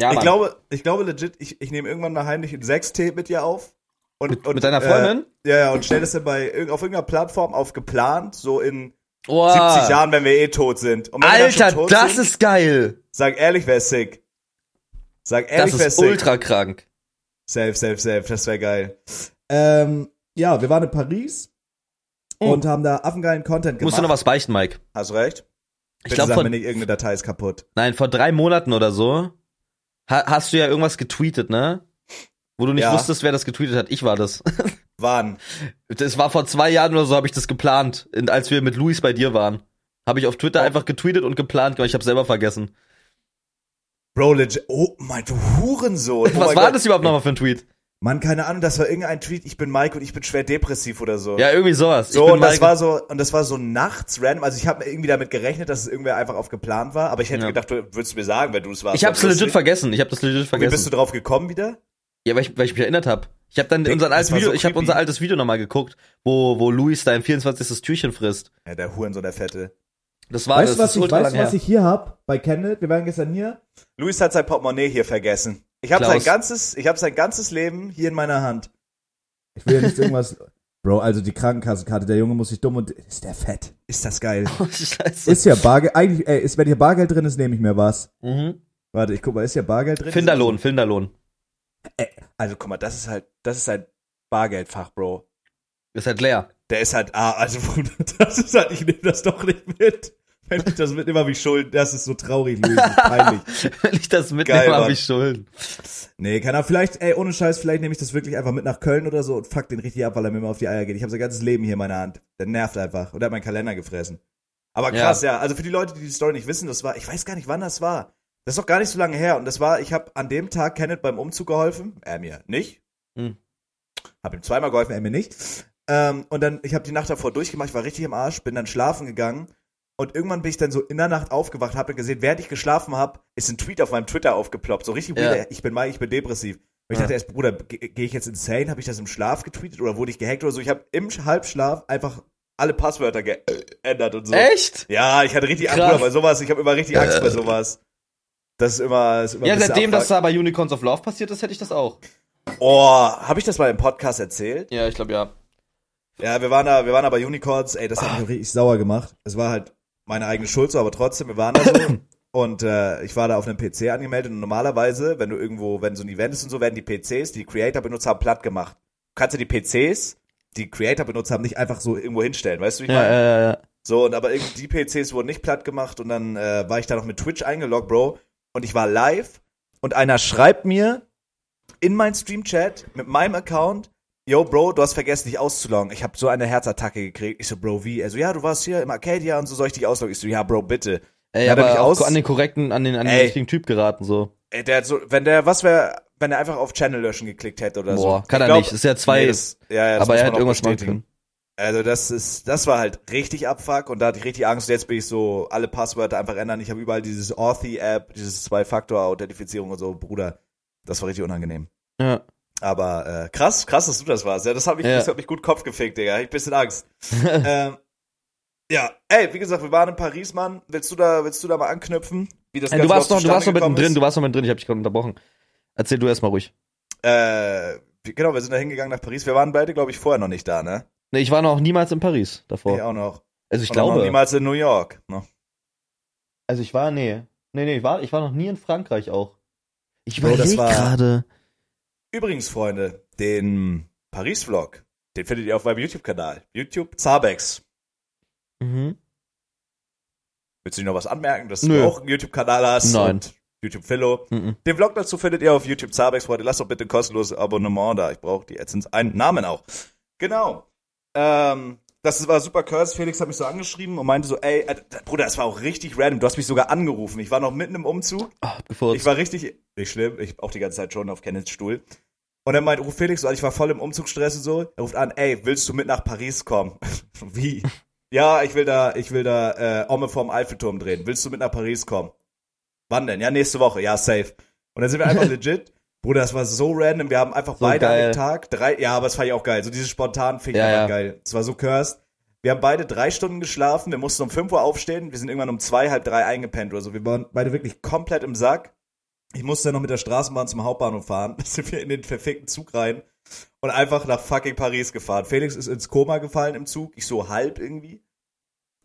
[SPEAKER 2] Ja,
[SPEAKER 1] ich
[SPEAKER 2] Mann.
[SPEAKER 1] glaube, ich glaube legit, ich, ich nehme irgendwann mal heimlich einen Sextape mit dir auf. Und,
[SPEAKER 2] mit,
[SPEAKER 1] und,
[SPEAKER 2] mit deiner Freundin?
[SPEAKER 1] Äh, ja, ja, und stell das dann bei, irg- auf irgendeiner Plattform auf geplant, so in
[SPEAKER 2] oh,
[SPEAKER 1] 70 Jahren, wenn wir eh tot sind. Und wenn wir dann schon
[SPEAKER 2] Alter,
[SPEAKER 1] tot
[SPEAKER 2] das
[SPEAKER 1] sind,
[SPEAKER 2] ist geil.
[SPEAKER 1] Sag ehrlich, wär sick. Sag ehrlich,
[SPEAKER 2] Das
[SPEAKER 1] wär
[SPEAKER 2] ist
[SPEAKER 1] sick.
[SPEAKER 2] ultra krank.
[SPEAKER 1] Safe, safe, safe, das wäre geil. Ähm, ja, wir waren in Paris
[SPEAKER 2] Mhm.
[SPEAKER 1] und haben da affengeilen Content gemacht.
[SPEAKER 2] Musst du noch was beichten, Mike?
[SPEAKER 1] Hast recht.
[SPEAKER 2] Ich
[SPEAKER 1] Bitte
[SPEAKER 2] glaube,
[SPEAKER 1] sag
[SPEAKER 2] von,
[SPEAKER 1] mir nicht, irgendeine Datei ist kaputt.
[SPEAKER 2] Nein, vor drei Monaten oder so ha hast du ja irgendwas getweetet, ne? Wo du nicht
[SPEAKER 1] Ja.
[SPEAKER 2] wusstest, wer das getweetet hat. Ich war das.
[SPEAKER 1] Wann?
[SPEAKER 2] Das war vor zwei Jahren oder so, habe ich das geplant, in- als wir mit Luis bei dir waren. Habe ich auf Twitter
[SPEAKER 1] Oh.
[SPEAKER 2] einfach getweetet und geplant, aber ich habe selber vergessen.
[SPEAKER 1] Bro, legit. Oh, mein, du Hurensohn. Oh
[SPEAKER 2] Was
[SPEAKER 1] mein
[SPEAKER 2] war
[SPEAKER 1] Gott.
[SPEAKER 2] das überhaupt nochmal für ein Tweet?
[SPEAKER 1] Mann, keine Ahnung, das war irgendein Tweet. Ich bin Mike und ich bin schwer depressiv oder so.
[SPEAKER 2] Ja, irgendwie sowas. Ich
[SPEAKER 1] So,
[SPEAKER 2] bin
[SPEAKER 1] und das
[SPEAKER 2] Mike-
[SPEAKER 1] war so, und das war so nachts random. Also ich habe irgendwie damit gerechnet, dass es irgendwer einfach auf geplant war, aber ich hätte
[SPEAKER 2] Ja.
[SPEAKER 1] gedacht, du würdest mir sagen, wenn du es warst.
[SPEAKER 2] ich hab's
[SPEAKER 1] Lustig.
[SPEAKER 2] legit vergessen. Ich habe das legit
[SPEAKER 1] Wie
[SPEAKER 2] vergessen.
[SPEAKER 1] bist du drauf gekommen wieder?
[SPEAKER 2] Ja, weil ich, weil ich mich erinnert hab. Ich habe dann
[SPEAKER 1] Dick,
[SPEAKER 2] unser altes
[SPEAKER 1] das war
[SPEAKER 2] Video,
[SPEAKER 1] so
[SPEAKER 2] ich habe
[SPEAKER 1] creepy.
[SPEAKER 2] unser altes Video nochmal geguckt, wo wo Luis dein 24. Türchen frisst.
[SPEAKER 1] Ja, der Hurensohn, der Fette.
[SPEAKER 2] Das war das ist ultra lang her.
[SPEAKER 1] ich hier hab bei Kenneth? Wir waren gestern hier. Luis hat sein Portemonnaie hier vergessen. Ich habe
[SPEAKER 2] Klaus.
[SPEAKER 1] sein ganzes, ich habe sein ganzes Leben hier in meiner Hand.
[SPEAKER 3] Ich will ja nicht irgendwas. Bro, also die Krankenkassenkarte, der Junge muss sich dumm und. Ist der fett?
[SPEAKER 1] Ist das geil?
[SPEAKER 2] Oh, [LAUGHS] Scheiße.
[SPEAKER 3] Ist ja Bargeld. Eigentlich, ey, ist, wenn hier Bargeld drin ist, nehme ich mir was.
[SPEAKER 2] mhm.
[SPEAKER 3] Warte, ich guck mal, ist hier Bargeld drin?
[SPEAKER 2] Finderlohn, Finderlohn.
[SPEAKER 1] Also guck mal, das ist halt, das ist ein Bargeldfach, Bro.
[SPEAKER 2] Ist halt leer. [LAUGHS]
[SPEAKER 1] Der ist halt, ah, also [LAUGHS] das ist halt, ich nehme das doch nicht mit. Wenn ich das mitnehme, habe ich Schulden. Das ist so traurig, Luis, das ist peinlich.
[SPEAKER 2] Wenn ich das mitnehme,
[SPEAKER 1] Geil, Mann.
[SPEAKER 2] habe ich Schulden.
[SPEAKER 1] Nee, keine Ahnung, vielleicht, ey, ohne Scheiß, vielleicht nehme ich das wirklich einfach mit nach Köln oder so und fuck den richtig ab, weil er mir immer auf die Eier geht. Ich habe sein ganzes Leben hier in meiner Hand. Der nervt einfach. Und er hat meinen Kalender gefressen. Aber
[SPEAKER 2] Ja.
[SPEAKER 1] krass, ja. Also für die Leute, die die Story nicht wissen, das war, ich weiß gar nicht, wann das war. Das ist doch gar nicht so lange her. Und das war, ich habe an dem Tag Kenneth beim Umzug geholfen. Er mir nicht.
[SPEAKER 2] Hm.
[SPEAKER 1] Hab ihm zweimal geholfen, er mir nicht. Ähm, und dann, ich habe die Nacht davor durchgemacht, ich war richtig im Arsch, bin dann schlafen gegangen. Und irgendwann bin ich dann so in der Nacht aufgewacht, habe gesehen, während ich geschlafen habe, ist ein Tweet auf meinem Twitter aufgeploppt. So richtig,
[SPEAKER 2] Ja.
[SPEAKER 1] weird, ich bin mal, ich bin depressiv. Und ich
[SPEAKER 2] Ja.
[SPEAKER 1] dachte erst, Bruder, ge- gehe ich jetzt insane? Habe ich das im Schlaf getweetet oder wurde ich gehackt oder so? Ich habe im Halbschlaf einfach alle Passwörter geändert und so.
[SPEAKER 2] Echt?
[SPEAKER 1] Ja, ich hatte richtig Angst,
[SPEAKER 2] Krass. Äh.
[SPEAKER 1] Bruder, bei sowas. Ich habe immer richtig Angst bei sowas. Das ist immer, ist immer
[SPEAKER 2] Ja,
[SPEAKER 1] ein bisschen
[SPEAKER 2] seitdem das
[SPEAKER 1] abfuck.
[SPEAKER 2] da bei Unicorns of Love passiert ist, hätte ich das auch.
[SPEAKER 1] Oh, habe ich das mal im Podcast erzählt?
[SPEAKER 2] Ja, ich glaube ja.
[SPEAKER 1] Ja, wir waren da, wir waren da bei Unicorns, ey, das hat mich richtig sauer gemacht. Es war halt meine eigene Schuld so, aber trotzdem, wir waren da so. Und äh, ich war da auf einem PC angemeldet und normalerweise, wenn du irgendwo, wenn so ein Event ist und so, werden die PCs, die Creator-Benutzer haben platt gemacht. Du kannst ja die PCs, die Creator-Benutzer haben, nicht einfach so irgendwo hinstellen, weißt du, wie ich
[SPEAKER 2] Ja,
[SPEAKER 1] meine?
[SPEAKER 2] ja, ja.
[SPEAKER 1] So, und aber irgendwie die PCs wurden nicht platt gemacht und dann äh, war ich da noch mit Twitch eingeloggt, Bro. Und ich war live und einer schreibt mir in mein Stream-Chat mit meinem Account, yo, Bro, du hast vergessen, dich auszuloggen. Ich habe so eine Herzattacke gekriegt. Ich so, Bro, wie? Er so, ja, du warst hier im Arcadia und so, soll ich dich ausloggen? Ich so, ja, Bro, bitte.
[SPEAKER 2] Ey,
[SPEAKER 1] Hat er mich
[SPEAKER 2] aber auch
[SPEAKER 1] aus-
[SPEAKER 2] an den korrekten, an den, an den
[SPEAKER 1] Ey.
[SPEAKER 2] richtigen Typ geraten, so.
[SPEAKER 1] Ey, der hat so, wenn der, was wäre, wenn er einfach auf Channel löschen geklickt hätte oder so.
[SPEAKER 2] Boah, kann
[SPEAKER 1] Ich
[SPEAKER 2] er
[SPEAKER 1] glaub-
[SPEAKER 2] nicht. Ist ja zwei,
[SPEAKER 1] Nee, das- ja, ja, das
[SPEAKER 2] aber
[SPEAKER 1] muss
[SPEAKER 2] er
[SPEAKER 1] man
[SPEAKER 2] hätte
[SPEAKER 1] auch
[SPEAKER 2] irgendwas machen
[SPEAKER 1] bestätigen.
[SPEAKER 2] können.
[SPEAKER 1] Also das ist, das war halt richtig Abfuck und da hatte ich richtig Angst. Jetzt bin ich so, alle Passwörter einfach ändern. Ich habe überall dieses [LAUGHS] Authy-App, dieses Zwei-Faktor-Authentifizierung und so, Bruder. Das war richtig unangenehm.
[SPEAKER 2] Ja.
[SPEAKER 1] Aber äh, krass, krass, dass du das warst. Ja, das hat mich,
[SPEAKER 2] Ja.
[SPEAKER 1] das hat mich gut Kopf gefickt, Digga. Ich hab ein bisschen
[SPEAKER 2] [LAUGHS]
[SPEAKER 1] Angst. ähm, ja, ey, wie gesagt, wir waren in Paris, Mann. Willst du da, willst du da mal anknüpfen? Wie das
[SPEAKER 2] Äh, du
[SPEAKER 1] Ganze
[SPEAKER 2] warst
[SPEAKER 1] überhaupt
[SPEAKER 2] noch, du warst noch
[SPEAKER 1] zustande gekommen
[SPEAKER 2] mittendrin,
[SPEAKER 1] ist?
[SPEAKER 2] du warst noch mittendrin, ich habe dich gerade unterbrochen. Erzähl du erstmal ruhig.
[SPEAKER 1] Äh, wie- genau, wir sind da hingegangen nach Paris. Wir waren beide, glaube ich, vorher noch nicht da, ne?
[SPEAKER 2] Nee, ich war noch niemals in Paris davor.
[SPEAKER 1] Ich auch noch.
[SPEAKER 2] Also ich
[SPEAKER 1] Und auch Noch
[SPEAKER 2] glaube,
[SPEAKER 1] niemals in New York. Ne?
[SPEAKER 2] also ich war nee, nee, nee, ich war ich war noch nie in Frankreich auch. Ich
[SPEAKER 1] Bro, das
[SPEAKER 2] überlege
[SPEAKER 1] war-
[SPEAKER 2] gerade.
[SPEAKER 1] Übrigens, Freunde, den Paris-Vlog, den findet ihr auf meinem YouTube-Kanal. YouTube Zabex.
[SPEAKER 2] Mhm.
[SPEAKER 1] Willst du dir noch was anmerken, dass
[SPEAKER 2] Nö.
[SPEAKER 1] du auch einen YouTube-Kanal hast?
[SPEAKER 2] Nein.
[SPEAKER 1] Und YouTube Philo.
[SPEAKER 2] Mhm.
[SPEAKER 1] Den Vlog dazu findet ihr auf YouTube Zabex, Freunde. Lasst doch bitte ein kostenloses Abonnement da. Ich brauche die AdSense einen Namen auch. Genau. Ähm, das war super curse. Felix hat mich so angeschrieben und meinte so, ey, äh, Bruder, das war auch richtig random. Du hast mich sogar angerufen. Ich war noch mitten im Umzug.
[SPEAKER 2] Ah, hab gefurzt.
[SPEAKER 1] Ich war richtig, nicht schlimm, ich auch die ganze Zeit schon auf Kenneths Stuhl. Und dann meint, ruft Felix so an, ich war voll im Umzugsstress und so. Er ruft an, ey, willst du mit nach Paris kommen? [LAUGHS] Wie? Ja, ich will da, ich will da äh, Omme vorm Eiffelturm drehen. Willst du mit nach Paris kommen? Wann denn? Ja, nächste Woche. Ja, safe. Und dann sind wir einfach legit. Bruder, das war so random. Wir haben einfach beide an
[SPEAKER 2] geil.
[SPEAKER 1] dem Tag drei, ja, aber das fand ich auch geil. So diese spontanen Finger
[SPEAKER 2] Ja,
[SPEAKER 1] waren
[SPEAKER 2] ja.
[SPEAKER 1] geil. Es war so cursed. Wir haben beide drei Stunden geschlafen. Wir mussten um 5 Uhr aufstehen. Wir sind irgendwann um zwei, halb drei eingepennt oder so. Wir waren beide wirklich komplett im Sack. Ich musste dann noch mit der Straßenbahn zum Hauptbahnhof fahren. [LAUGHS] Dann sind wir in den verfickten Zug rein und einfach nach fucking Paris gefahren. Felix ist ins Koma gefallen im Zug. Ich so halb irgendwie.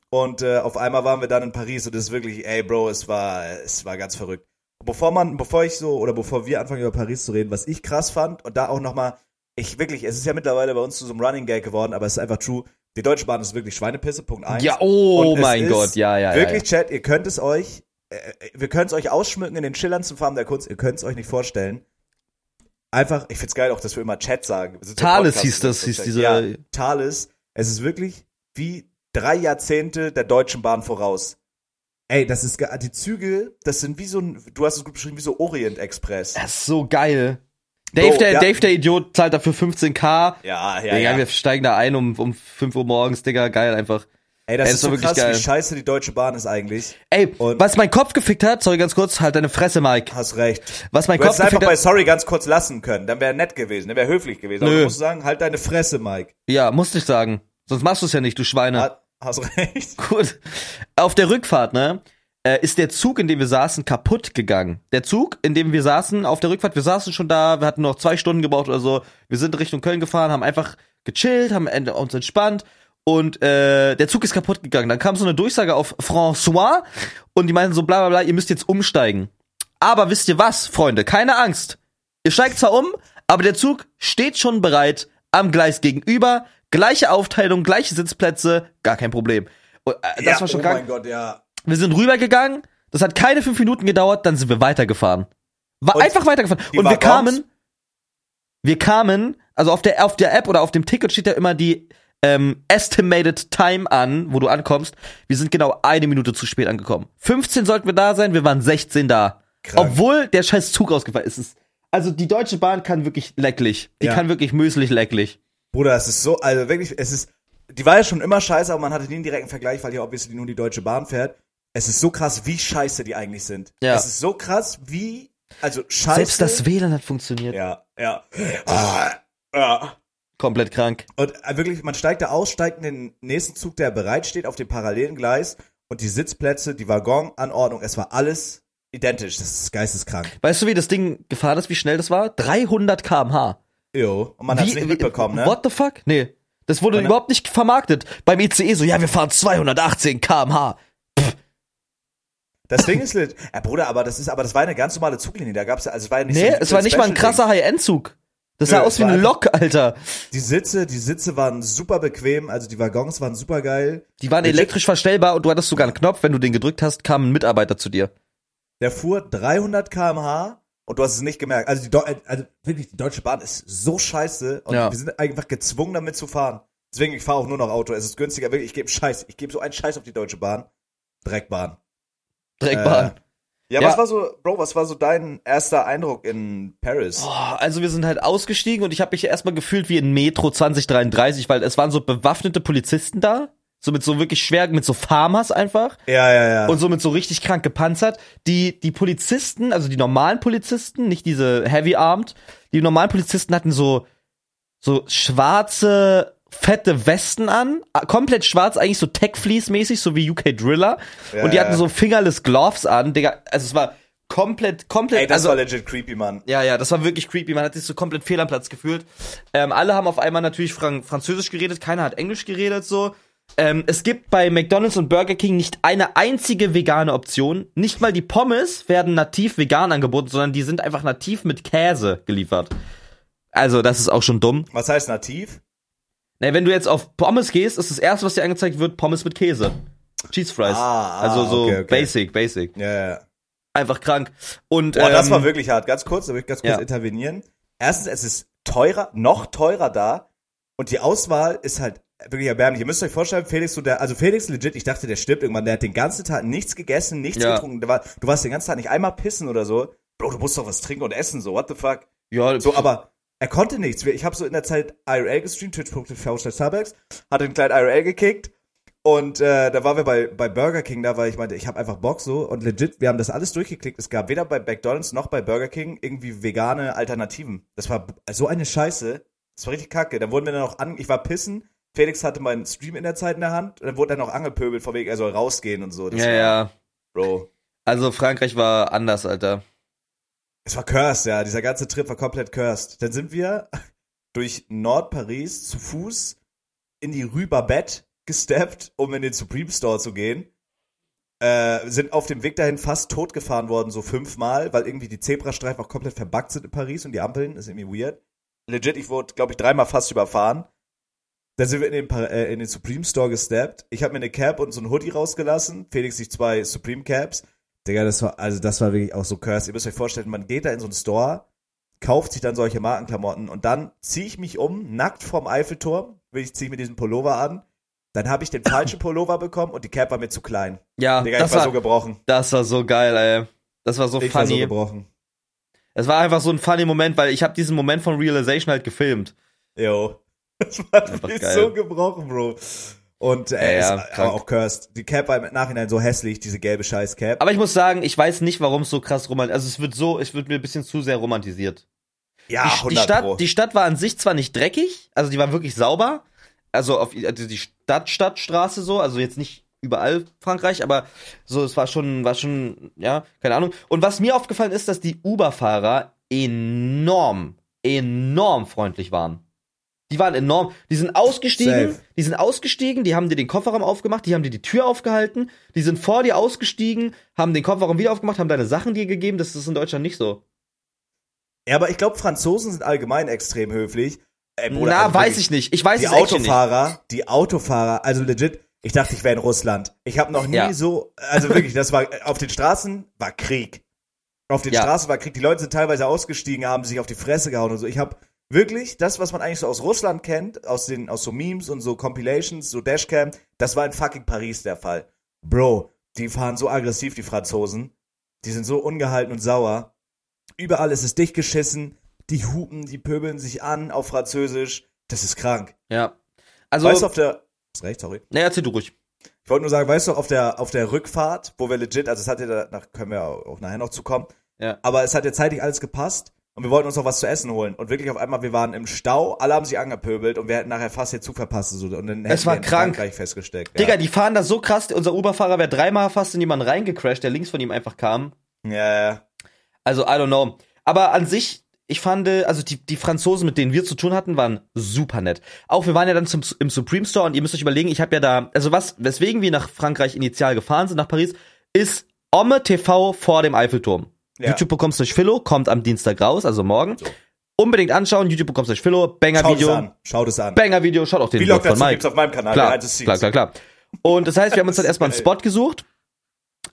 [SPEAKER 1] Und äh, auf einmal waren wir dann in Paris und das ist wirklich, ey Bro, es war, es war ganz verrückt. Bevor man, bevor ich so, oder bevor wir anfangen über Paris zu reden, was ich krass fand und da auch nochmal, ich wirklich, es ist ja mittlerweile bei uns zu so einem Running Gag geworden, aber es ist einfach true. Die Deutsche Bahn ist wirklich Schweinepisse, Punkt eins.
[SPEAKER 2] ja, oh
[SPEAKER 1] Und es
[SPEAKER 2] mein
[SPEAKER 1] ist
[SPEAKER 2] Gott, ja, ja,
[SPEAKER 1] Wirklich, Chat, ihr könnt es euch, äh, wir können es euch ausschmücken in den schillerndsten Farben der Kunst, ihr könnt es euch nicht vorstellen. Einfach, ich find's geil auch, dass wir immer Chat sagen. Wir sind ja
[SPEAKER 2] Thales
[SPEAKER 1] Podcast-
[SPEAKER 2] hieß das, hieß diese-
[SPEAKER 1] Ja, Thales. Es ist wirklich wie drei Jahrzehnte der Deutschen Bahn voraus. Ey, das ist, ge- die Züge, das sind wie so ein, du hast es gut beschrieben, wie so Orient Express.
[SPEAKER 2] ja. Das ist so geil. Dave,
[SPEAKER 1] Bro,
[SPEAKER 2] der,
[SPEAKER 1] ja.
[SPEAKER 2] Dave, der Idiot, zahlt dafür 15k.
[SPEAKER 1] Ja,
[SPEAKER 2] Ja, Digga, wir steigen da ein um, um 5 Uhr morgens, Digga, geil einfach.
[SPEAKER 1] Ey, das
[SPEAKER 2] Ey, das
[SPEAKER 1] ist
[SPEAKER 2] war
[SPEAKER 1] so
[SPEAKER 2] wirklich
[SPEAKER 1] krass,
[SPEAKER 2] geil.
[SPEAKER 1] wie scheiße die Deutsche Bahn ist eigentlich.
[SPEAKER 2] Ey,
[SPEAKER 1] Und-
[SPEAKER 2] was mein Kopf gefickt hat, sorry ganz kurz, halt deine Fresse, Mike.
[SPEAKER 1] Hast recht.
[SPEAKER 2] Was mein
[SPEAKER 1] Du
[SPEAKER 2] Kopf
[SPEAKER 1] hättest einfach
[SPEAKER 2] gefickt
[SPEAKER 1] bei
[SPEAKER 2] hat,
[SPEAKER 1] Sorry ganz kurz lassen können. Dann wäre nett gewesen, dann wäre höflich gewesen. Aber
[SPEAKER 2] Nö.
[SPEAKER 1] du musst sagen, halt deine Fresse, Mike.
[SPEAKER 2] ja, musste ich sagen. Sonst machst du es ja nicht, du Schweine.
[SPEAKER 1] Ha- Hast recht.
[SPEAKER 2] Gut. Auf der Rückfahrt, ne, äh, ist der Zug, in dem wir saßen, kaputt gegangen. Der Zug, in dem wir saßen, auf der Rückfahrt, wir saßen schon da, wir hatten noch zwei Stunden gebraucht oder so. Wir sind Richtung Köln gefahren, haben einfach gechillt, haben en- uns entspannt. Und äh, der Zug ist kaputt gegangen. Dann kam so eine Durchsage auf François und die meinten so bla bla bla, ihr müsst jetzt umsteigen. Aber wisst ihr was, Freunde, keine Angst. Ihr steigt zwar um, aber der Zug steht schon bereit am Gleis gegenüber. Gleiche Aufteilung, gleiche Sitzplätze, gar kein Problem. Und, äh, das
[SPEAKER 1] Ja,
[SPEAKER 2] war schon
[SPEAKER 1] oh
[SPEAKER 2] krank.
[SPEAKER 1] mein Gott, ja.
[SPEAKER 2] Wir sind rübergegangen, das hat keine fünf Minuten gedauert, dann sind wir weitergefahren. War
[SPEAKER 1] Und
[SPEAKER 2] einfach weitergefahren.
[SPEAKER 1] die
[SPEAKER 2] Und wir
[SPEAKER 1] Waggons?
[SPEAKER 2] kamen, wir kamen, also auf der, auf der App oder auf dem Ticket steht ja immer die ähm, Estimated Time an, wo du ankommst. Wir sind genau eine Minute zu spät angekommen. 15 sollten wir da sein, wir waren 16 da.
[SPEAKER 1] Krank.
[SPEAKER 2] Obwohl der scheiß Zug ausgefallen ist. Es ist- Also die Deutsche Bahn kann wirklich lecklich. Die
[SPEAKER 1] Ja.
[SPEAKER 2] kann wirklich müßlich lecklich.
[SPEAKER 1] Bruder, es ist so, also wirklich, es ist, die war ja schon immer scheiße, aber man hatte nie einen direkten Vergleich, weil ja obviously nur die Deutsche Bahn fährt. Es ist so krass, wie scheiße die eigentlich sind.
[SPEAKER 2] Ja.
[SPEAKER 1] Es ist so krass, wie, also scheiße.
[SPEAKER 2] Selbst das WLAN hat funktioniert.
[SPEAKER 1] Ja, ja. Ah, ja.
[SPEAKER 2] Komplett krank.
[SPEAKER 1] Und äh, wirklich, man steigt da aus, steigt in den nächsten Zug, der bereitsteht, auf dem parallelen Gleis und die Sitzplätze, die Waggonanordnung, es war alles identisch. Das ist geisteskrank.
[SPEAKER 2] Weißt du, wie das Ding gefahren ist, wie schnell das war? 300 km/h.
[SPEAKER 1] Jo. Und man hat es nicht mitbekommen, ne?
[SPEAKER 2] What the fuck? Nee. Das wurde
[SPEAKER 1] Und-
[SPEAKER 2] überhaupt nicht vermarktet. Beim ICE so, ja, wir fahren 218 km/h.
[SPEAKER 1] Das Ding ist lit. Ja, Bruder, aber das ist, aber das war eine ganz normale Zuglinie. Da gab's ja, also es war ja nicht
[SPEAKER 2] Nee,
[SPEAKER 1] so
[SPEAKER 2] es war nicht mal ein
[SPEAKER 1] Special-Ding.
[SPEAKER 2] krasser High-End-Zug. Das
[SPEAKER 1] Nö,
[SPEAKER 2] sah aus
[SPEAKER 1] es
[SPEAKER 2] wie
[SPEAKER 1] war
[SPEAKER 2] eine
[SPEAKER 1] einfach-
[SPEAKER 2] Lok, Alter.
[SPEAKER 1] Die Sitze, die Sitze waren super bequem, also die Waggons waren super geil.
[SPEAKER 2] Die waren
[SPEAKER 1] Legit.
[SPEAKER 2] elektrisch verstellbar und du hattest sogar einen Knopf. Wenn du den gedrückt hast, kam ein Mitarbeiter zu dir.
[SPEAKER 1] Der fuhr 300 km/h und du hast es nicht gemerkt. Also, die Deu also wirklich, die Deutsche Bahn ist so scheiße und
[SPEAKER 2] Ja.
[SPEAKER 1] wir sind einfach gezwungen, damit zu fahren. Deswegen, ich fahre auch nur noch Auto. Es ist günstiger, wirklich. Ich gebe Scheiß. Ich gebe so einen Scheiß auf die Deutsche Bahn. Dreckbahn.
[SPEAKER 2] Dreckbahn.
[SPEAKER 1] Äh. Ja,
[SPEAKER 2] Ja.
[SPEAKER 1] was war so, Bro, was war so dein erster Eindruck in Paris?
[SPEAKER 2] Boah, also wir sind halt ausgestiegen und ich habe mich erstmal gefühlt wie in Metro 2033, weil es waren so bewaffnete Polizisten da. so mit so wirklich schwer, mit so Farmers einfach
[SPEAKER 1] Ja, ja, ja.
[SPEAKER 2] und somit so richtig krank gepanzert. Die, die Polizisten, also die normalen Polizisten, nicht diese Heavy Armed, die normalen Polizisten hatten so, so schwarze, fette Westen an, a- komplett schwarz, eigentlich so Tech Fleece mäßig, so wie UK Driller.
[SPEAKER 1] Ja,
[SPEAKER 2] und die
[SPEAKER 1] ja.
[SPEAKER 2] hatten so Fingerless Gloves an, Digga. Also es war komplett, komplett,
[SPEAKER 1] Ey, das
[SPEAKER 2] also
[SPEAKER 1] war legit creepy, Mann.
[SPEAKER 2] ja, ja, das war wirklich creepy. Man hat sich so komplett fehl am Platz gefühlt. Ähm, alle haben auf einmal natürlich Fran Französisch geredet, keiner hat Englisch geredet, so. Ähm, es gibt bei McDonalds und Burger King nicht eine einzige vegane Option. Nicht mal die Pommes werden nativ vegan angeboten, sondern die sind einfach nativ mit Käse geliefert. Also, das ist auch schon dumm.
[SPEAKER 1] Was heißt nativ?
[SPEAKER 2] Na, wenn du jetzt auf Pommes gehst, ist das erste, was dir angezeigt wird, Pommes mit Käse. Cheese Fries.
[SPEAKER 1] Ah, ah,
[SPEAKER 2] also so
[SPEAKER 1] okay, okay.
[SPEAKER 2] basic, basic.
[SPEAKER 1] Ja, ja, ja.
[SPEAKER 2] Einfach krank. Und
[SPEAKER 1] Boah, das
[SPEAKER 2] ähm,
[SPEAKER 1] war wirklich hart. Ganz kurz, da will ich ganz kurz
[SPEAKER 2] ja.
[SPEAKER 1] intervenieren. Erstens, es ist teurer, noch teurer da. Und die Auswahl ist halt wirklich erbärmlich. Ihr müsst euch vorstellen, Felix, so der, also Felix legit, ich dachte, der stirbt irgendwann. Der hat den ganzen Tag nichts gegessen, nichts
[SPEAKER 2] Ja.
[SPEAKER 1] getrunken. Der war, du warst den ganzen Tag nicht einmal pissen oder so. Bro, du musst doch was trinken und essen, so, what the fuck?
[SPEAKER 2] ja,
[SPEAKER 1] So, aber er konnte nichts. Wir- Ich habe so in der Zeit IRL gestreamt, twitch.tv slash Starbucks, hatte einen kleinen IRL gekickt und äh, da waren wir bei, bei Burger King da, weil ich meinte, ich habe einfach Bock so und legit, wir haben das alles durchgeklickt. Es gab weder bei McDonalds noch bei Burger King irgendwie vegane Alternativen. Das war b- so eine Scheiße. Das war richtig kacke. Dann wurden wir dann noch an, ich war pissen, Felix hatte meinen Stream in der Zeit in der Hand und dann wurde er noch angepöbelt, von wegen, er soll rausgehen und so. Das
[SPEAKER 2] ja,
[SPEAKER 1] war,
[SPEAKER 2] ja.
[SPEAKER 1] Bro.
[SPEAKER 2] Also Frankreich war anders, Alter.
[SPEAKER 1] Es war cursed, ja. Dieser ganze Trip war komplett cursed. Dann sind wir durch Nordparis zu Fuß in die Rüberbett gesteppt, um in den Supreme Store zu gehen. Äh, sind auf dem Weg dahin fast totgefahren worden, so fünfmal, weil irgendwie die Zebrastreifen auch komplett verbuggt sind in Paris und die Ampeln. Das ist irgendwie weird. Legit, ich wurde, glaube ich, dreimal fast überfahren. Dann sind wir in den, Pa- äh, in den Supreme Store gesteppt. Ich habe mir eine Cap und so ein Hoodie rausgelassen. Felix sich zwei Supreme Caps. Digga, das war, also das war wirklich auch so cursed. Ihr müsst euch vorstellen, man geht da in so einen Store, kauft sich dann solche Markenklamotten und dann ziehe ich mich um, nackt vorm Eiffelturm, will ich ziehe mir diesen Pullover an. Dann habe ich den
[SPEAKER 2] [LAUGHS]
[SPEAKER 1] falschen Pullover bekommen und die Cap war mir zu klein.
[SPEAKER 2] Ja,
[SPEAKER 1] Digga,
[SPEAKER 2] das,
[SPEAKER 1] ich war
[SPEAKER 2] war,
[SPEAKER 1] so gebrochen.
[SPEAKER 2] das war so geil, ey. Das war so
[SPEAKER 1] Ich war so
[SPEAKER 2] funny.
[SPEAKER 1] gebrochen.
[SPEAKER 2] es war einfach so ein funny Moment, weil ich habe diesen Moment von Realization halt gefilmt.
[SPEAKER 1] [LAUGHS] Jo. Das war
[SPEAKER 2] Einfach
[SPEAKER 1] mir
[SPEAKER 2] geil.
[SPEAKER 1] so gebrochen, Bro. Und äh,
[SPEAKER 2] Ja, ja,
[SPEAKER 1] ist
[SPEAKER 2] krank.
[SPEAKER 1] aber auch cursed. Die Cap war im Nachhinein so hässlich, diese gelbe Scheiß-Cap.
[SPEAKER 2] Aber ich muss sagen, ich weiß nicht, warum es so krass romantisiert. Also es wird so, es wird mir ein bisschen zu sehr romantisiert.
[SPEAKER 1] Ja,
[SPEAKER 2] die,
[SPEAKER 1] 100
[SPEAKER 2] die,
[SPEAKER 1] Pro.
[SPEAKER 2] Stadt, die Stadt war an sich zwar nicht dreckig, also die war wirklich sauber. Also auf also die Stadt, Stadtstraße so, also jetzt nicht überall Frankreich, aber so, es war schon, war schon, ja, keine Ahnung. Und was mir aufgefallen ist, dass die Uber-Fahrer enorm, enorm freundlich waren. Die waren enorm. Die sind ausgestiegen.
[SPEAKER 1] Safe.
[SPEAKER 2] Die sind ausgestiegen. Die haben dir den Kofferraum aufgemacht. Die haben dir die Tür aufgehalten. Die sind vor dir ausgestiegen, haben den Kofferraum wieder aufgemacht, haben deine Sachen dir gegeben. Das ist in Deutschland nicht so.
[SPEAKER 1] ja, aber ich glaube, Franzosen sind allgemein extrem höflich. Ey, Bruder,
[SPEAKER 2] Na,
[SPEAKER 1] also
[SPEAKER 2] weiß
[SPEAKER 1] wirklich,
[SPEAKER 2] ich nicht. Ich weiß
[SPEAKER 1] die
[SPEAKER 2] es echt nicht.
[SPEAKER 1] Autofahrer, die Autofahrer, also legit, ich dachte, ich wäre in Russland. Ich habe noch nie
[SPEAKER 2] Ja.
[SPEAKER 1] so, also wirklich, das war, auf den Straßen war Krieg. Auf den
[SPEAKER 2] Ja.
[SPEAKER 1] Straßen war Krieg. Die Leute sind teilweise ausgestiegen, haben sich auf die Fresse gehauen und so. Ich habe wirklich das, was man eigentlich so aus Russland kennt, aus den, aus so Memes und so Compilations, so Dashcam, das war in fucking Paris der Fall. Bro, die fahren so aggressiv, die Franzosen. Die sind so ungehalten und sauer. Überall ist es dicht geschissen. Die hupen, die pöbeln sich an auf Französisch. Das ist krank.
[SPEAKER 2] Ja. Also,
[SPEAKER 1] Weißt du, auf der. Ist recht, sorry.
[SPEAKER 2] naja, erzähl du ruhig.
[SPEAKER 1] Ich wollte nur sagen, weißt du, auf der, auf der Rückfahrt, wo wir legit, also es hat ja danach, können wir auch nachher noch zukommen,
[SPEAKER 2] Ja.
[SPEAKER 1] aber es hat ja zeitlich alles gepasst und wir wollten uns noch was zu essen holen. Und wirklich auf einmal, wir waren im Stau, alle haben sich angepöbelt und wir hätten nachher fast den Zug verpasst. So, und dann hätten
[SPEAKER 2] war
[SPEAKER 1] wir in
[SPEAKER 2] krank.
[SPEAKER 1] Frankreich festgesteckt.
[SPEAKER 2] Digga, die fahren da so krass. Unser Uber-Fahrer wäre dreimal fast in jemanden reingecrashed, der links von ihm einfach kam.
[SPEAKER 1] Ja, ja, ja.
[SPEAKER 2] Also, I don't know. Aber an sich, ich fand, äh, also die, die Franzosen, mit denen wir zu tun hatten, waren super nett. Auch wir waren ja dann zum, im Supreme Store und ihr müsst euch überlegen, ich habe ja da, also was, weswegen wir nach Frankreich initial gefahren sind, nach Paris, ist Omme TV vor dem Eiffelturm.
[SPEAKER 1] Ja.
[SPEAKER 2] YouTube bekommst durch Philo, kommt am Dienstag raus, also morgen. Unbedingt anschauen, YouTube bekommst durch Philo,
[SPEAKER 1] Schaut es
[SPEAKER 2] Banger-Video.
[SPEAKER 1] an. Schaut es an.
[SPEAKER 2] Banger-Video, schaut auch den
[SPEAKER 1] Vlog
[SPEAKER 2] Vlog um von
[SPEAKER 1] dazu
[SPEAKER 2] Mike
[SPEAKER 1] gibt's auf meinem Kanal.
[SPEAKER 2] klar,
[SPEAKER 1] behind the scenes.
[SPEAKER 2] klar, klar, klar. Und das heißt, wir haben uns dann
[SPEAKER 1] Das ist
[SPEAKER 2] erstmal einen
[SPEAKER 1] geil.
[SPEAKER 2] Spot gesucht,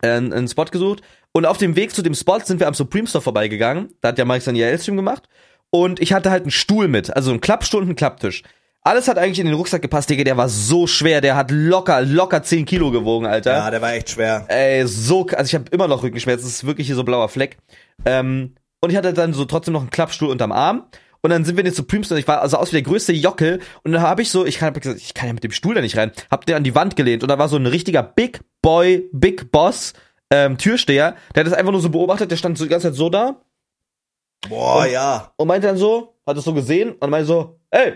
[SPEAKER 2] äh, einen Spot gesucht und auf dem Weg zu dem Spot sind wir am Supreme Store vorbeigegangen. Da hat ja Mike seinen IRL-Stream gemacht und ich hatte halt einen Stuhl mit, also einen Klappstuhl und einen Klapptisch. Alles hat eigentlich in den Rucksack gepasst, Digga, der war so schwer, der hat locker, locker 10 Kilo gewogen, Alter.
[SPEAKER 1] Ja, der war echt schwer.
[SPEAKER 2] Ey, so, also ich habe immer noch Rückenschmerzen, es ist wirklich hier so blauer Fleck. Ähm, und ich hatte dann so trotzdem noch einen Klappstuhl unterm Arm. Und dann sind wir in den Supremes und ich war also aus wie der größte Jockel. Und dann habe ich so, ich kann, hab gesagt, ich kann ja mit dem Stuhl da nicht rein. Hab den an die Wand gelehnt und da war so ein richtiger Big Boy, Big Boss ähm, Türsteher. Der hat das einfach nur so beobachtet. Der stand so die ganze Zeit so da
[SPEAKER 1] Boah, ja.
[SPEAKER 2] und meinte dann so, hat es so gesehen und meinte so, ey,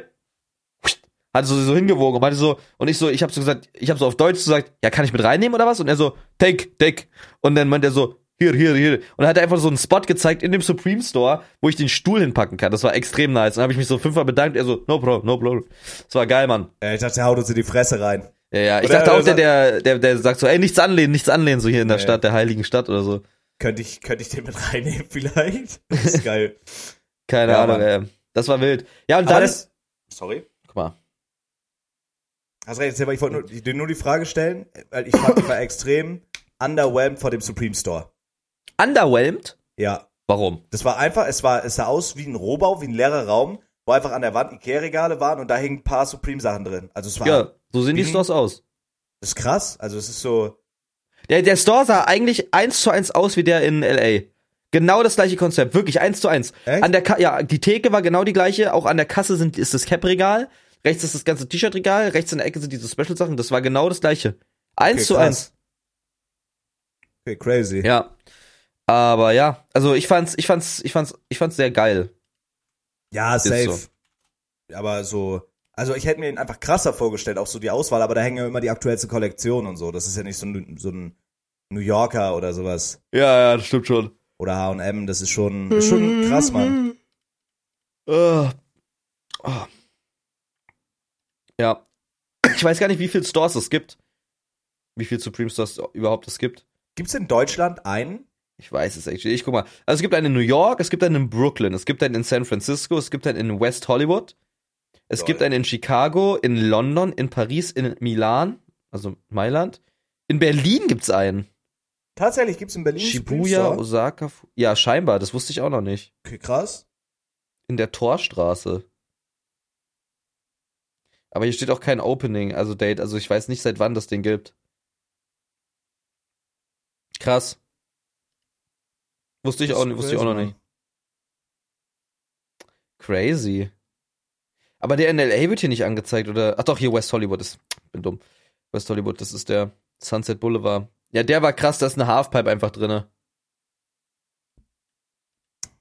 [SPEAKER 2] hat so, so hingewogen und meinte so, und ich so, ich hab so gesagt, ich hab so auf Deutsch gesagt, ja, kann ich mit reinnehmen oder was? Und er so, take, take. Und dann meint er so, hier, hier, hier. Und dann hat er einfach so einen Spot gezeigt in dem Supreme Store, wo ich den Stuhl hinpacken kann. Das war extrem nice. Und dann habe ich mich so fünfmal bedankt. Er so, no problem, no problem. Das war geil, Mann.
[SPEAKER 1] Äh, Ich dachte, er haut uns in die Fresse rein.
[SPEAKER 2] Ja, ja. Ich
[SPEAKER 1] Oder- also
[SPEAKER 2] dachte auch,
[SPEAKER 1] oder-
[SPEAKER 2] der, der, der, der sagt so, ey, nichts anlehnen, nichts anlehnen, so hier in der
[SPEAKER 1] Nee.
[SPEAKER 2] Stadt, der heiligen Stadt oder so.
[SPEAKER 1] Könnte ich, könnte ich den mit reinnehmen [LAUGHS] vielleicht? Das ist geil.
[SPEAKER 2] Keine
[SPEAKER 1] Ja,
[SPEAKER 2] Ahnung,
[SPEAKER 1] Mann.
[SPEAKER 2] ey. Das war wild. Ja, und
[SPEAKER 1] Aber
[SPEAKER 2] dann,
[SPEAKER 1] das, sorry.
[SPEAKER 2] guck mal.
[SPEAKER 1] Hast recht, Silber, ich wollte nur, ich- dir nur die Frage stellen, weil ich fand, ich war extrem underwhelmed vor dem Supreme Store.
[SPEAKER 2] Underwhelmed?
[SPEAKER 1] Ja.
[SPEAKER 2] Warum?
[SPEAKER 1] Das war einfach, es war, es sah aus wie ein Rohbau, wie ein leerer Raum, wo einfach an der Wand Ikea-Regale waren und da hingen ein paar Supreme-Sachen drin. Also es war,
[SPEAKER 2] Ja, so sehen die
[SPEAKER 1] Mhm.
[SPEAKER 2] Stores aus.
[SPEAKER 1] das ist krass. Also es ist so,
[SPEAKER 2] Der, der Store sah eigentlich eins zu eins aus wie der in LA. Genau das gleiche Konzept, wirklich eins zu eins.
[SPEAKER 1] Echt?
[SPEAKER 2] An der Ka ja, die Theke war genau die gleiche, auch an der Kasse sind, ist das Cap-Regal, rechts ist das ganze T-Shirt-Regal, rechts in der Ecke sind diese Special-Sachen, das war genau das gleiche. Eins
[SPEAKER 1] Okay,
[SPEAKER 2] zu
[SPEAKER 1] krass.
[SPEAKER 2] eins.
[SPEAKER 1] okay, crazy.
[SPEAKER 2] Ja. Aber ja, also ich fand's, ich fand's, ich fand's, ich fand's sehr geil.
[SPEAKER 1] Ja, safe.
[SPEAKER 2] so.
[SPEAKER 1] Aber so, also ich hätte mir ihn einfach krasser vorgestellt, auch so die Auswahl, aber da hängen ja immer die aktuellsten Kollektionen und so. Das ist ja nicht so ein, so ein New Yorker oder sowas.
[SPEAKER 2] Ja, ja, das stimmt schon.
[SPEAKER 1] Oder HM, das ist
[SPEAKER 2] Mhm.
[SPEAKER 1] schon, ist schon krass, Mann.
[SPEAKER 2] Äh. Oh. Ja. Ich weiß gar nicht, wie viel Stores es gibt. Wie viel Supreme Stores überhaupt es gibt.
[SPEAKER 1] Gibt's in Deutschland einen?
[SPEAKER 2] Ich weiß es actually. Ich guck mal. Also es gibt einen in New York, es gibt einen in Brooklyn, es gibt einen in San Francisco, es gibt einen in West Hollywood, es
[SPEAKER 1] Lol.
[SPEAKER 2] gibt einen in Chicago, in London, in Paris, in Milan, also Mailand. In Berlin gibt's einen.
[SPEAKER 1] Tatsächlich gibt's in Berlin einen
[SPEAKER 2] Shibuya,
[SPEAKER 1] Supreme Store.
[SPEAKER 2] Osaka. Fu- Ja, scheinbar, das wusste ich auch noch nicht.
[SPEAKER 1] Okay, krass.
[SPEAKER 2] In der Torstraße. Aber hier steht auch kein Opening, also Date. Also ich weiß nicht, seit wann das Ding gibt. Krass. Wusste ich,
[SPEAKER 1] Das
[SPEAKER 2] auch,
[SPEAKER 1] ist
[SPEAKER 2] wusste ich auch
[SPEAKER 1] crazy,
[SPEAKER 2] noch nicht.
[SPEAKER 1] Mann.
[SPEAKER 2] Crazy. Aber der in LA wird hier nicht angezeigt, oder? Ach doch, hier West Hollywood ist. Bin dumm. West Hollywood, das ist der Sunset Boulevard. Ja, der war krass, da ist eine Halfpipe einfach drinne.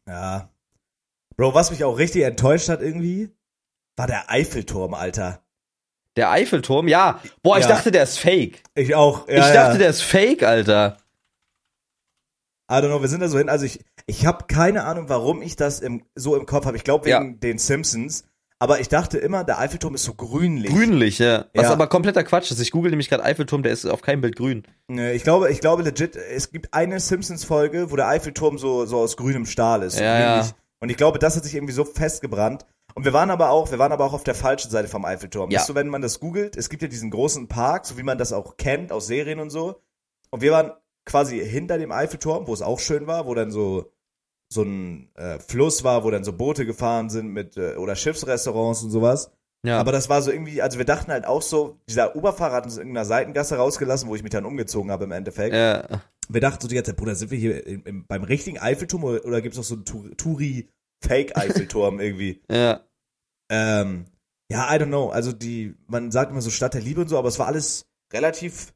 [SPEAKER 1] Ja. Bro, was mich auch richtig enttäuscht hat irgendwie, war der Eiffelturm, Alter.
[SPEAKER 2] Der Eiffelturm, ja. Boah, ich
[SPEAKER 1] Ja.
[SPEAKER 2] dachte, der ist fake.
[SPEAKER 1] Ich auch. Ja,
[SPEAKER 2] ich dachte,
[SPEAKER 1] ja.
[SPEAKER 2] der ist fake, Alter.
[SPEAKER 1] I don't know, wir sind da so hin. Also ich, ich habe keine Ahnung, warum ich das im, so im Kopf habe. Ich glaube wegen den Simpsons. Aber ich dachte immer, der Eiffelturm ist so grünlich.
[SPEAKER 2] Grünlich, ja. Was
[SPEAKER 1] Ja.
[SPEAKER 2] aber kompletter Quatsch ist. Ich google nämlich gerade Eiffelturm, der ist auf keinem Bild grün.
[SPEAKER 1] Nee, Ich glaube, ich glaube legit, es gibt eine Simpsons-Folge, wo der Eiffelturm so, so aus grünem Stahl ist. so
[SPEAKER 2] Ja,
[SPEAKER 1] grünlich.
[SPEAKER 2] ja.
[SPEAKER 1] Und ich glaube, das hat sich irgendwie so festgebrannt. Und wir waren aber auch, wir waren aber auch auf der falschen Seite vom Eiffelturm.
[SPEAKER 2] Ja.
[SPEAKER 1] Weißt du, wenn man das googelt, es gibt ja diesen großen Park, so wie man das auch kennt aus Serien und so. Und wir waren quasi hinter dem Eiffelturm, wo es auch schön war, wo dann so so ein äh, Fluss war, wo dann so Boote gefahren sind mit äh, oder Schiffsrestaurants und sowas.
[SPEAKER 2] Ja.
[SPEAKER 1] Aber das war so irgendwie, also wir dachten halt auch so, dieser Oberfahrer hat uns in irgendeiner Seitengasse rausgelassen, wo ich mich dann umgezogen habe im Endeffekt.
[SPEAKER 2] ja.
[SPEAKER 1] Wir dachten so die ganze Zeit, Bruder, sind wir hier im, im, beim richtigen Eiffelturm oder, oder gibt's noch so einen Tu-
[SPEAKER 2] [LAUGHS]
[SPEAKER 1] Turi-Fake-Eiffelturm irgendwie?
[SPEAKER 2] Ja.
[SPEAKER 1] Ähm, ja, I don't know. Also die, man sagt immer so Stadt der Liebe und so, aber es war alles relativ,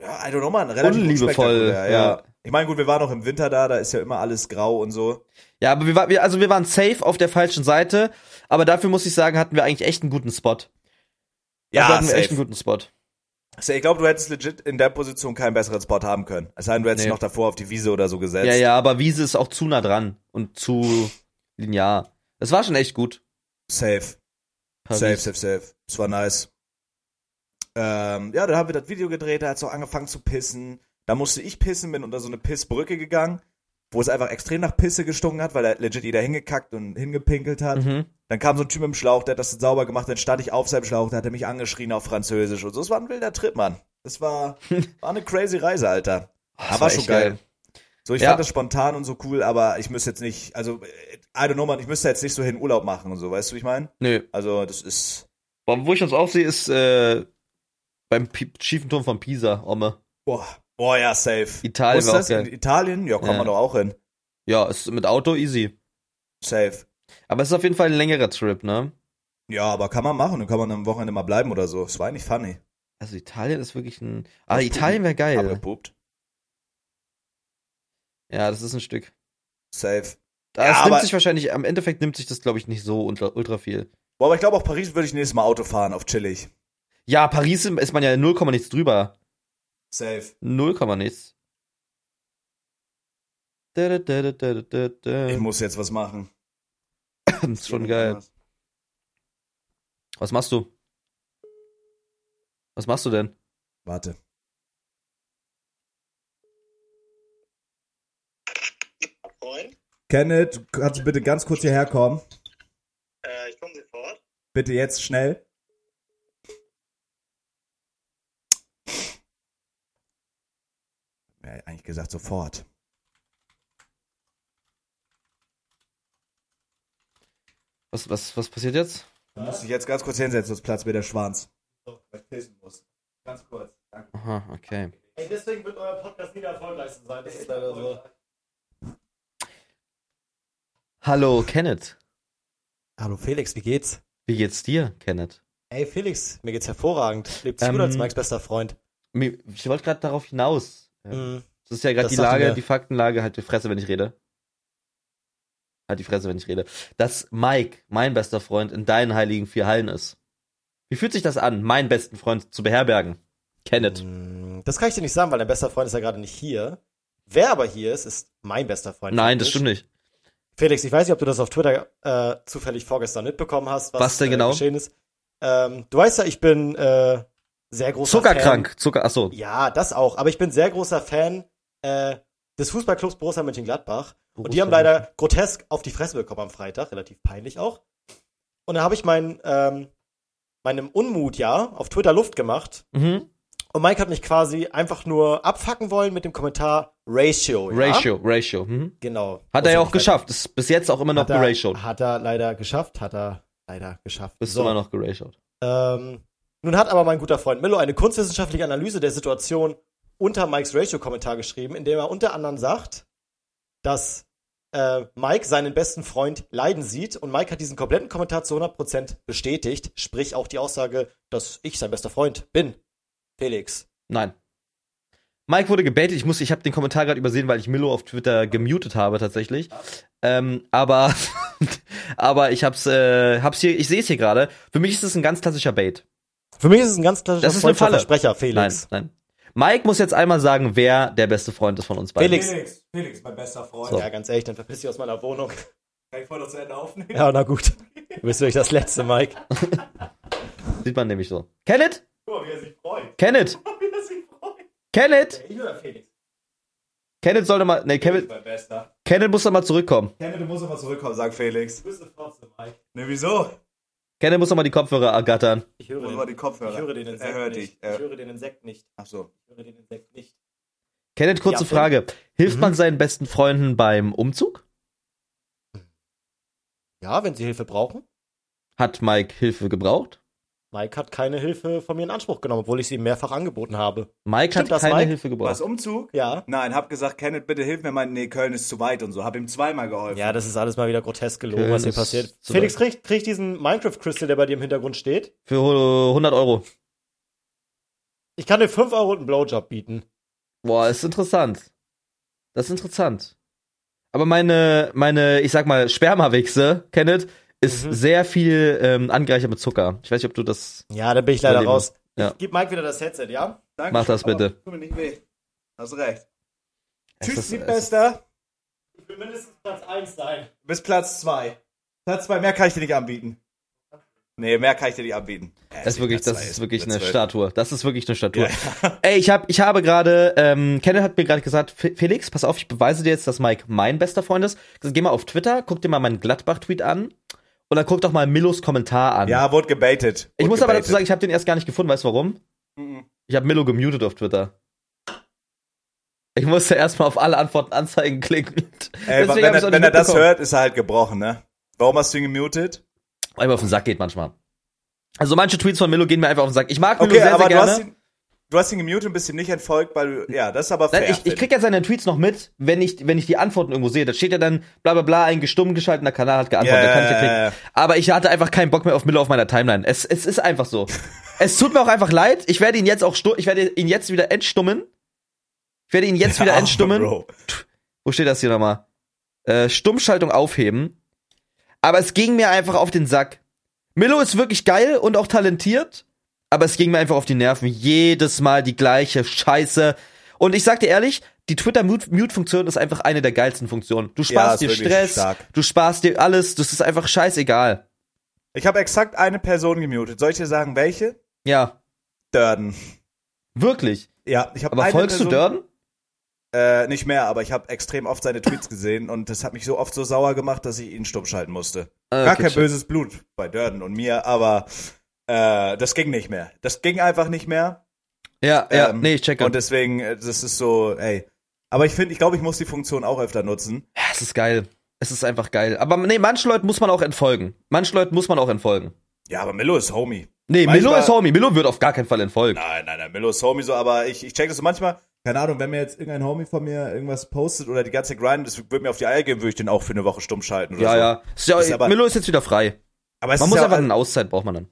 [SPEAKER 1] ja, I don't know, man, relativ
[SPEAKER 2] Unliebevoll,
[SPEAKER 1] unspektakulär,
[SPEAKER 2] ja.
[SPEAKER 1] ja. Ich meine, gut, wir waren noch im Winter da, da ist ja immer alles grau und so.
[SPEAKER 2] Ja, aber wir, war, wir, also wir waren safe auf der falschen Seite. Aber dafür muss ich sagen, hatten wir eigentlich echt einen guten Spot.
[SPEAKER 1] Ja,
[SPEAKER 2] dafür hatten wir
[SPEAKER 1] safe.
[SPEAKER 2] echt einen guten Spot.
[SPEAKER 1] Also ich glaube, du hättest legit in der Position keinen besseren Spot haben können. Es sei denn, du hättest
[SPEAKER 2] Nee.
[SPEAKER 1] noch davor auf die Wiese oder so gesetzt.
[SPEAKER 2] Ja, ja, aber Wiese ist auch zu nah dran und zu linear. Es war schon echt gut.
[SPEAKER 1] Safe,
[SPEAKER 2] Paris.
[SPEAKER 1] safe, safe, safe. Es war nice. Ähm, ja, dann haben wir das Video gedreht, da hat es auch angefangen zu pissen. Da musste ich pissen, bin unter so eine Pissbrücke gegangen, wo es einfach extrem nach Pisse gestunken hat, weil da legit jeder hingekackt und hingepinkelt hat.
[SPEAKER 2] Mhm.
[SPEAKER 1] Dann kam so ein Typ mit dem Schlauch, der hat das sauber gemacht, dann stand ich auf seinem Schlauch, da hat er mich angeschrien auf Französisch und so. Es war ein wilder Trip, Mann. Das
[SPEAKER 2] [LAUGHS]
[SPEAKER 1] war, war eine crazy Reise, Alter.
[SPEAKER 2] Das
[SPEAKER 1] Aber schon
[SPEAKER 2] Ah, echt
[SPEAKER 1] geil. So, ich
[SPEAKER 2] Ja.
[SPEAKER 1] fand das spontan und so cool, aber ich müsste jetzt nicht, also, äh, I don't know, man, ich müsste jetzt nicht so hin Urlaub machen und so, weißt du, wie ich meine?
[SPEAKER 2] Nö.
[SPEAKER 1] Also, das ist,
[SPEAKER 2] Wo wo ich uns aufsehe, ist äh, beim Pi schiefen Turm von Pisa, Omme.
[SPEAKER 1] boah, boah, ja, safe.
[SPEAKER 2] Italien
[SPEAKER 1] Wo ist
[SPEAKER 2] war auch
[SPEAKER 1] das? In
[SPEAKER 2] geil.
[SPEAKER 1] Italien? Ja, kommt
[SPEAKER 2] Ja.
[SPEAKER 1] man doch auch hin.
[SPEAKER 2] Ja, ist mit Auto easy.
[SPEAKER 1] Safe.
[SPEAKER 2] Aber es ist auf jeden Fall ein längerer Trip, ne?
[SPEAKER 1] Ja, aber kann man machen. Dann kann man am Wochenende mal bleiben oder so. Es war nicht funny.
[SPEAKER 2] Also Italien ist wirklich ein. Ah, Italien wäre
[SPEAKER 1] Aber
[SPEAKER 2] geil.
[SPEAKER 1] gebubt.
[SPEAKER 2] Ja, das ist ein Stück.
[SPEAKER 1] Safe.
[SPEAKER 2] Das
[SPEAKER 1] Ja, aber-
[SPEAKER 2] nimmt sich wahrscheinlich, am Endeffekt nimmt sich das, glaube ich, nicht so ultra, ultra viel.
[SPEAKER 1] Boah, aber ich glaube, auch Paris würde ich nächstes Mal Auto fahren, auf chillig.
[SPEAKER 2] Ja, Paris ist man ja 0, nichts drüber.
[SPEAKER 1] Safe.
[SPEAKER 2] 0, nichts. Da, da, da, da, da, da, da.
[SPEAKER 1] Ich muss jetzt was machen.
[SPEAKER 2] [LAUGHS] Das ist schon geil. Was machst du? Was machst du denn?
[SPEAKER 1] Warte.
[SPEAKER 4] Moin,
[SPEAKER 1] Kenneth, kannst du bitte ganz kurz hierher kommen?
[SPEAKER 4] äh, ich komme sofort.
[SPEAKER 1] Bitte jetzt schnell. Ja, eigentlich gesagt sofort.
[SPEAKER 2] Was, was, was passiert jetzt?
[SPEAKER 1] Du musst dich jetzt ganz kurz hinsetzen, sonst platzt mir der Schwanz. Ganz kurz.
[SPEAKER 2] Aha, okay.
[SPEAKER 5] Ey, deswegen wird euer Podcast nie der erfolgreichste sein. Das ist leider so.
[SPEAKER 2] Hallo, Kenneth.
[SPEAKER 5] Hallo Felix, wie geht's?
[SPEAKER 2] Wie geht's dir, Kenneth?
[SPEAKER 5] Ey Felix, mir geht's hervorragend. Lebt's
[SPEAKER 2] Ähm,
[SPEAKER 5] gut als Max bester Freund.
[SPEAKER 2] Mir- Ich wollte gerade darauf hinaus.
[SPEAKER 1] Hm.
[SPEAKER 5] Mhm.
[SPEAKER 2] Das ist ja gerade
[SPEAKER 5] Das
[SPEAKER 2] die
[SPEAKER 5] sagt
[SPEAKER 2] Lage,
[SPEAKER 5] mir-
[SPEAKER 2] die Faktenlage, halt die Fresse, wenn ich rede. Halt die Fresse, wenn ich rede. Dass Mike, mein bester Freund, in deinen heiligen vier Hallen ist. Wie fühlt sich das an, meinen besten Freund zu beherbergen? Kenneth.
[SPEAKER 5] Mhm. Das kann ich dir nicht sagen, weil dein bester Freund ist ja gerade nicht hier. Wer aber hier ist, ist mein bester Freund.
[SPEAKER 2] Nein, das stimmt nicht.
[SPEAKER 5] Felix, ich weiß nicht, ob du das auf Twitter äh, zufällig vorgestern mitbekommen hast, was,
[SPEAKER 2] Was denn genau?
[SPEAKER 5] äh, geschehen ist. Ähm, du weißt ja, ich bin äh, sehr großer Fan.
[SPEAKER 2] Zuckerkrank. Zucker, achso.
[SPEAKER 5] Ja, das auch. Aber ich bin sehr großer Fan äh, des Fußballclubs Borussia Mönchengladbach. Und die haben leider grotesk auf die Fresse bekommen am Freitag, relativ peinlich auch. Und da habe ich meinen, ähm, meinem Unmut ja auf Twitter Luft gemacht.
[SPEAKER 2] Mhm.
[SPEAKER 5] Und Mike hat mich quasi einfach nur abfacken wollen mit dem Kommentar Ratio. Oh Ja?
[SPEAKER 2] Ratio, Ratio. Mhm.
[SPEAKER 5] Genau.
[SPEAKER 2] Hat er ja auch
[SPEAKER 5] Muss nicht
[SPEAKER 2] geschafft. Ist bis jetzt auch immer noch
[SPEAKER 5] weiter- Hat
[SPEAKER 2] geratioed.
[SPEAKER 5] er, hat er leider geschafft, hat er leider geschafft.
[SPEAKER 2] Bist du immer noch geratioed.
[SPEAKER 5] Ähm, nun hat aber mein guter Freund Milo eine kunstwissenschaftliche Analyse der Situation unter Mikes Ratio-Kommentar geschrieben, in dem er unter anderem sagt, dass äh, Mike seinen besten Freund leiden sieht und Mike hat diesen kompletten Kommentar zu 100% bestätigt, sprich auch die Aussage, dass ich sein bester Freund bin. Felix.
[SPEAKER 2] Nein. Mike wurde gebaitet. Ich muss, ich habe den Kommentar gerade übersehen, weil ich Milo auf Twitter gemutet habe tatsächlich. Ähm, aber, [LAUGHS] aber ich hab's, äh, hab's hier, ich sehe es hier gerade. Für mich ist es ein ganz klassischer Bait.
[SPEAKER 5] Für mich ist es ein ganz klassischer
[SPEAKER 2] Das ist eine
[SPEAKER 5] freundschaftlicher
[SPEAKER 2] Falle.
[SPEAKER 5] Versprecher,
[SPEAKER 2] Nein,
[SPEAKER 5] Felix.
[SPEAKER 2] nein. Mike muss jetzt einmal sagen, wer der beste Freund ist von uns beiden.
[SPEAKER 5] Felix.
[SPEAKER 1] Felix, Felix, mein bester Freund.
[SPEAKER 5] Ja, ganz ehrlich, dann verpiss dich aus meiner Wohnung.
[SPEAKER 1] Kann ich vorher noch zu Ende aufnehmen?
[SPEAKER 5] [LAUGHS] Ja, na gut. Du bist wirklich das letzte, Mike.
[SPEAKER 2] Sieht man nämlich so. Kenneth?
[SPEAKER 5] Guck mal, wie er sich freut.
[SPEAKER 2] Kenneth?
[SPEAKER 5] [LAUGHS] Wie er sich freut.
[SPEAKER 2] Kenneth?
[SPEAKER 5] Ich oder Felix?
[SPEAKER 2] Kenneth sollte mal, nee, Kenneth,
[SPEAKER 1] Mein bester.
[SPEAKER 2] Kenneth muss doch mal zurückkommen.
[SPEAKER 1] Kenneth, du musst aber zurückkommen, sagt Felix.
[SPEAKER 5] Grüße trotzdem, Mike.
[SPEAKER 1] Ne, wieso?
[SPEAKER 2] Kenneth muss doch mal die Kopfhörer ergattern.
[SPEAKER 5] Ich höre,
[SPEAKER 1] Hol
[SPEAKER 5] den,
[SPEAKER 1] mal die Kopfhörer.
[SPEAKER 5] ich höre den Insekt
[SPEAKER 1] Er hört
[SPEAKER 5] nicht.
[SPEAKER 1] dich. Er-
[SPEAKER 5] Ich höre den Insekt nicht.
[SPEAKER 1] Ach so.
[SPEAKER 5] Ich höre den Insekt nicht.
[SPEAKER 2] Kenneth, kurze
[SPEAKER 5] Ja,
[SPEAKER 2] Frage. Hilft
[SPEAKER 5] Mhm.
[SPEAKER 2] man seinen besten Freunden beim Umzug?
[SPEAKER 5] Ja, wenn sie Hilfe brauchen.
[SPEAKER 2] Hat Mike Hilfe gebraucht?
[SPEAKER 5] Mike hat keine Hilfe von mir in Anspruch genommen, obwohl ich sie ihm mehrfach angeboten habe.
[SPEAKER 2] Mike
[SPEAKER 5] Stimmt
[SPEAKER 2] hat
[SPEAKER 5] das,
[SPEAKER 2] keine
[SPEAKER 5] Mike?
[SPEAKER 2] Hilfe
[SPEAKER 1] Was,
[SPEAKER 2] gebraucht.
[SPEAKER 1] Umzug?
[SPEAKER 5] Ja.
[SPEAKER 1] Nein, hab gesagt, Kenneth, bitte hilf mir. Meint, nee, Köln ist zu weit und so. Hab ihm zweimal geholfen.
[SPEAKER 5] Ja, das ist alles mal wieder grotesk gelogen,
[SPEAKER 2] Köln
[SPEAKER 5] was hier
[SPEAKER 2] ist
[SPEAKER 5] passiert.
[SPEAKER 2] zu
[SPEAKER 5] Felix,
[SPEAKER 2] weit.
[SPEAKER 5] kriegt krieg ich diesen Minecraft-Crystal, der bei dir im Hintergrund steht?
[SPEAKER 2] Für äh, 100 Euro.
[SPEAKER 5] Ich kann dir 5 Euro und einen Blowjob bieten.
[SPEAKER 2] Boah, ist interessant. Das ist interessant. Aber meine, meine, ich sag mal, Spermawichse, Kenneth, ist
[SPEAKER 5] Mhm.
[SPEAKER 2] sehr viel ähm, angereichert mit Zucker. Ich weiß nicht, ob du das.
[SPEAKER 5] Ja, da bin ich leider
[SPEAKER 2] Überleben.
[SPEAKER 5] raus.
[SPEAKER 2] Ja.
[SPEAKER 5] Gib Mike wieder das Headset, ja?
[SPEAKER 1] Danke.
[SPEAKER 2] Mach das bitte.
[SPEAKER 1] Aber Tut mir nicht weh. Hast recht. Tschüss,
[SPEAKER 2] ist-
[SPEAKER 1] lieb
[SPEAKER 2] es ist-
[SPEAKER 1] Bester.
[SPEAKER 5] Ich will mindestens Platz 1 sein.
[SPEAKER 1] Bis Platz 2. Platz 2, mehr kann ich dir nicht anbieten. Nee, mehr kann ich dir nicht anbieten.
[SPEAKER 2] Das ist wirklich, das ist wirklich eine Statue. Das ist wirklich eine Statue.
[SPEAKER 1] Ja.
[SPEAKER 5] [LAUGHS]
[SPEAKER 2] Ey, ich hab, ich habe gerade, ähm, Kenneth hat mir gerade gesagt, Fe- Felix, pass auf, ich beweise dir jetzt, dass Mike mein bester Freund ist. Gesagt, Geh mal auf Twitter, guck dir mal meinen Gladbach-Tweet an und dann guck doch mal Millos Kommentar an.
[SPEAKER 1] Ja, wurde gebaitet.
[SPEAKER 2] ich
[SPEAKER 1] Wurde
[SPEAKER 2] muss aber
[SPEAKER 1] gebaitet.
[SPEAKER 2] dazu sagen, ich habe den erst gar nicht gefunden. Weißt du warum?
[SPEAKER 1] Mhm.
[SPEAKER 2] Ich habe Milo gemutet auf Twitter. Ich musste erstmal auf alle Antworten anzeigen klicken.
[SPEAKER 1] Ey,
[SPEAKER 2] [LAUGHS]
[SPEAKER 1] wenn
[SPEAKER 2] Deswegen hab ich's auch
[SPEAKER 1] er,
[SPEAKER 2] nicht
[SPEAKER 1] wenn er das
[SPEAKER 2] mitbekommen.
[SPEAKER 1] hört, ist er halt gebrochen, ne? Warum hast du ihn gemutet?
[SPEAKER 2] Weil mir auf den Sack geht manchmal. Also manche Tweets von Milo gehen mir einfach auf den Sack. Ich mag Milo
[SPEAKER 1] Okay,
[SPEAKER 2] sehr,
[SPEAKER 1] aber
[SPEAKER 2] sehr
[SPEAKER 1] du hast
[SPEAKER 2] gerne.
[SPEAKER 1] ihn. Du hast ihn gemutet und bist ihm nicht entfolgt, weil du, ja, das ist aber fair.
[SPEAKER 2] Nein, ich, ich
[SPEAKER 1] finde
[SPEAKER 2] krieg ja seine Tweets noch mit, wenn ich, wenn ich die Antworten irgendwo sehe. Da steht ja dann bla bla bla, ein gestumm geschalteter Kanal hat geantwortet.
[SPEAKER 1] Ja,
[SPEAKER 2] da kann ich ja
[SPEAKER 1] ja,
[SPEAKER 2] klicken.
[SPEAKER 1] ja, ja.
[SPEAKER 2] Aber ich hatte einfach keinen Bock mehr auf Miller auf meiner Timeline. Es, es ist
[SPEAKER 1] [LAUGHS]
[SPEAKER 2] einfach so. es tut mir auch einfach leid. Ich werde ihn jetzt auch stu ich werde ihn jetzt wieder entstummen. Ich werde ihn jetzt wieder
[SPEAKER 1] Ach,
[SPEAKER 2] entstummen.
[SPEAKER 1] Bro.
[SPEAKER 2] Wo steht das hier nochmal? Äh, Stummschaltung aufheben. Aber es ging mir einfach auf den Sack. Milo ist wirklich geil und auch talentiert, aber es ging mir einfach auf die Nerven. Jedes Mal die gleiche Scheiße. Und ich sag dir ehrlich, die Twitter-Mute-Funktion ist einfach eine der geilsten Funktionen. Du sparst
[SPEAKER 1] ist
[SPEAKER 2] dir
[SPEAKER 1] wirklich
[SPEAKER 2] Stress,
[SPEAKER 1] stark.
[SPEAKER 2] du sparst dir alles, das ist einfach scheißegal.
[SPEAKER 1] Ich habe exakt eine Person gemutet. Soll ich dir sagen, welche?
[SPEAKER 2] Ja,
[SPEAKER 1] Durden.
[SPEAKER 2] wirklich.
[SPEAKER 1] Ja, ich habe
[SPEAKER 2] Aber
[SPEAKER 1] eine
[SPEAKER 2] folgst
[SPEAKER 1] Person,
[SPEAKER 2] du Dörden?
[SPEAKER 1] Äh, nicht mehr, aber ich habe extrem oft seine Tweets gesehen und das hat mich so oft so sauer gemacht, dass ich ihn stumm schalten musste.
[SPEAKER 2] Ah,
[SPEAKER 1] Gar
[SPEAKER 2] okay,
[SPEAKER 1] kein
[SPEAKER 2] chill.
[SPEAKER 1] böses Blut bei Durden und mir, aber äh, das ging nicht mehr. Das ging einfach nicht mehr.
[SPEAKER 2] Ja, ja,
[SPEAKER 1] Ähm,
[SPEAKER 2] nee, ich checke.
[SPEAKER 1] Und deswegen, äh, das ist so, ey. Aber ich finde, ich glaube, ich muss die Funktion auch öfter nutzen.
[SPEAKER 2] Ja, es ist geil. Es ist einfach geil. Aber nee, manchen Leuten muss man auch entfolgen. Manchen Leuten muss man auch entfolgen.
[SPEAKER 1] Ja, aber Milo ist Homie.
[SPEAKER 2] Nee,
[SPEAKER 1] Manchmal-
[SPEAKER 2] Milo ist Homie. Milo wird auf gar keinen Fall entfolgen.
[SPEAKER 1] Nein, nein, nein, Milo ist Homie so, aber ich, ich check das so manchmal. Keine Ahnung, wenn mir jetzt irgendein Homie von mir irgendwas postet oder die ganze Grind, das würde mir auf die Eier geben, würde ich den auch für eine Woche stumm schalten oder
[SPEAKER 2] Ja,
[SPEAKER 1] so.
[SPEAKER 2] ja. Ist ja
[SPEAKER 1] Ist aber-
[SPEAKER 2] Milo ist jetzt wieder frei.
[SPEAKER 1] Aber es
[SPEAKER 2] Man
[SPEAKER 1] ist
[SPEAKER 2] muss
[SPEAKER 1] ja,
[SPEAKER 2] einfach eine Auszeit braucht man dann.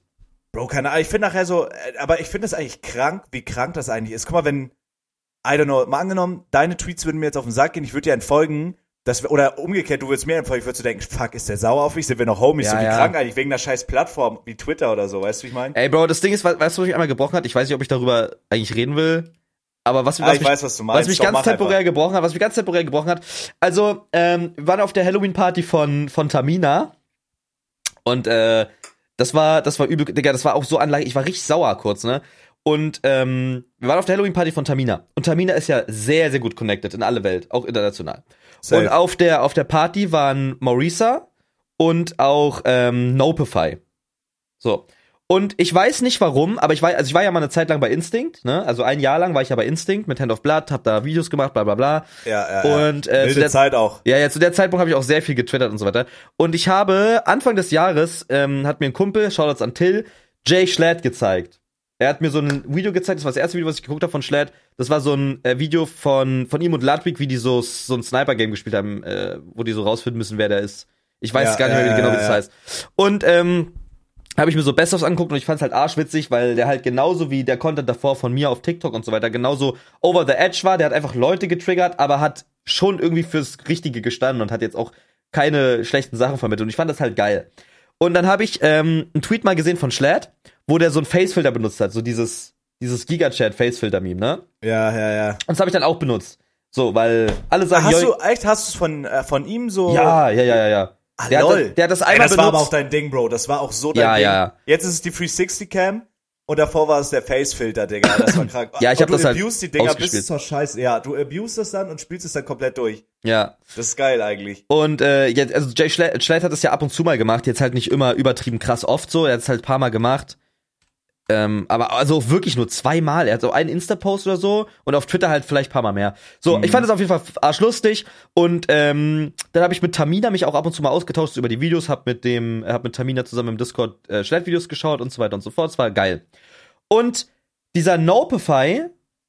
[SPEAKER 1] Bro, keine Ahnung. Ich finde nachher so, äh, aber ich finde das eigentlich krank, wie krank das eigentlich ist. Guck mal, wenn, I don't know, mal angenommen, deine Tweets würden mir jetzt auf den Sack gehen, ich würde dir entfolgen, das, wär- oder umgekehrt, du würdest mir entfolgen, ich würde so denken, fuck, ist der sauer auf mich, sind wir noch Homies,
[SPEAKER 2] Ja,
[SPEAKER 1] so wie
[SPEAKER 2] ja. Äh,
[SPEAKER 1] krank eigentlich, wegen einer scheiß Plattform, wie Twitter oder so, weißt du, wie ich meine?
[SPEAKER 2] Ey, Bro, das Ding ist, we- weißt du, was mich einmal gebrochen hat? Ich weiß nicht, ob ich darüber eigentlich reden will. Aber was, was,
[SPEAKER 1] Ah, ich
[SPEAKER 2] mich,
[SPEAKER 1] weiß, was du meinst.
[SPEAKER 2] was mich
[SPEAKER 1] Doch,
[SPEAKER 2] ganz
[SPEAKER 1] mach
[SPEAKER 2] temporär gebrochen hat, was mich ganz temporär gebrochen hat. Also, ähm, wir waren auf der Halloween-Party von, von Tamina. Und, äh, das war, das war übel, Digga, das war auch so Anlage. Ich war richtig sauer kurz, ne? Und, ähm, wir waren auf der Halloween-Party von Tamina. Und Tamina ist ja sehr, sehr gut connected in alle Welt, auch international.
[SPEAKER 1] Safe.
[SPEAKER 2] Und auf der, auf der Party waren Maurisa und auch ähm, Nopify. So. Und ich weiß nicht warum, aber ich war, also ich war ja mal eine Zeit lang bei Instinct, ne? Also ein Jahr lang war ich ja bei Instinct mit Hand of Blood, hab da Videos gemacht, bla bla bla.
[SPEAKER 1] Ja, ja, ja.
[SPEAKER 2] Und, äh, zu
[SPEAKER 1] Wilde
[SPEAKER 2] der-
[SPEAKER 1] Zeit auch.
[SPEAKER 2] Ja, ja, zu der Zeitpunkt habe ich auch sehr viel getwittert und so weiter. Und ich habe Anfang des Jahres, ähm, hat mir ein Kumpel, Shoutouts an Till, Jay Schlatt gezeigt. Er hat mir so ein Video gezeigt, das war das erste Video, was ich geguckt habe von Schlatt. Das war so ein äh, Video von, von ihm und Ludwig, wie die so, so ein Sniper-Game gespielt haben, äh, wo die so rausfinden müssen, wer der ist. Ich weiß
[SPEAKER 1] Ja,
[SPEAKER 2] gar nicht mehr
[SPEAKER 1] ja,
[SPEAKER 2] genau, wie
[SPEAKER 1] ja,
[SPEAKER 2] das
[SPEAKER 1] ja.
[SPEAKER 2] heißt. Und, ähm, habe ich mir so Best-ofs angeguckt und ich fand's halt arschwitzig, weil der halt genauso wie der Content davor von mir auf TikTok und so weiter genauso over the edge war. Der hat einfach Leute getriggert, aber hat schon irgendwie fürs Richtige gestanden und hat jetzt auch keine schlechten Sachen vermittelt. Und ich fand das halt geil. Und dann habe ich ähm, einen Tweet mal gesehen von Schlatt, wo der so einen Facefilter benutzt hat, so dieses dieses Gigachat Facefilter Meme, ne?
[SPEAKER 1] Ja, ja, ja.
[SPEAKER 2] Und das habe ich dann auch benutzt. So, weil alle sagen,
[SPEAKER 1] Hast
[SPEAKER 2] yo-
[SPEAKER 1] du, echt, hast du es von, äh, von ihm so?
[SPEAKER 2] Ah, ja, ja, ja, ja, ja.
[SPEAKER 1] Ah,
[SPEAKER 2] der,
[SPEAKER 1] lol.
[SPEAKER 2] Hat, das- der hat das
[SPEAKER 1] Ey,
[SPEAKER 2] einmal
[SPEAKER 1] das war aber
[SPEAKER 2] benutzt.
[SPEAKER 1] auch dein Ding, Bro. Das war auch so dein
[SPEAKER 2] Ja,
[SPEAKER 1] Ding.
[SPEAKER 2] ja, ja.
[SPEAKER 1] Jetzt ist es die 360-Cam und davor war es der Face-Filter, Digga. Das war krank.
[SPEAKER 2] Ja, ich
[SPEAKER 1] Und
[SPEAKER 2] hab
[SPEAKER 1] du
[SPEAKER 2] das halt
[SPEAKER 1] abused die Dinger
[SPEAKER 2] ausgespielt.
[SPEAKER 1] bis zur Scheiße. Ja, du abused das dann und spielst es dann komplett durch.
[SPEAKER 2] ja.
[SPEAKER 1] Das ist geil eigentlich.
[SPEAKER 2] Und äh, jetzt, also Jay Schle- Schleit hat das ja ab und zu mal gemacht, jetzt halt nicht immer übertrieben krass oft so, er hat es halt ein paar Mal gemacht. Ähm, aber also auch wirklich nur zweimal. Er hat so einen Insta-Post oder so und auf Twitter halt vielleicht ein paar Mal mehr. So, ich fand es auf jeden Fall f- arschlustig. Und ähm, dann habe ich mit Tamina mich auch ab und zu mal ausgetauscht über die Videos, hab mit dem, hab mit Tamina zusammen im Discord äh, Schleit-Videos geschaut und so weiter und so fort. Es war geil. Und dieser Nopify,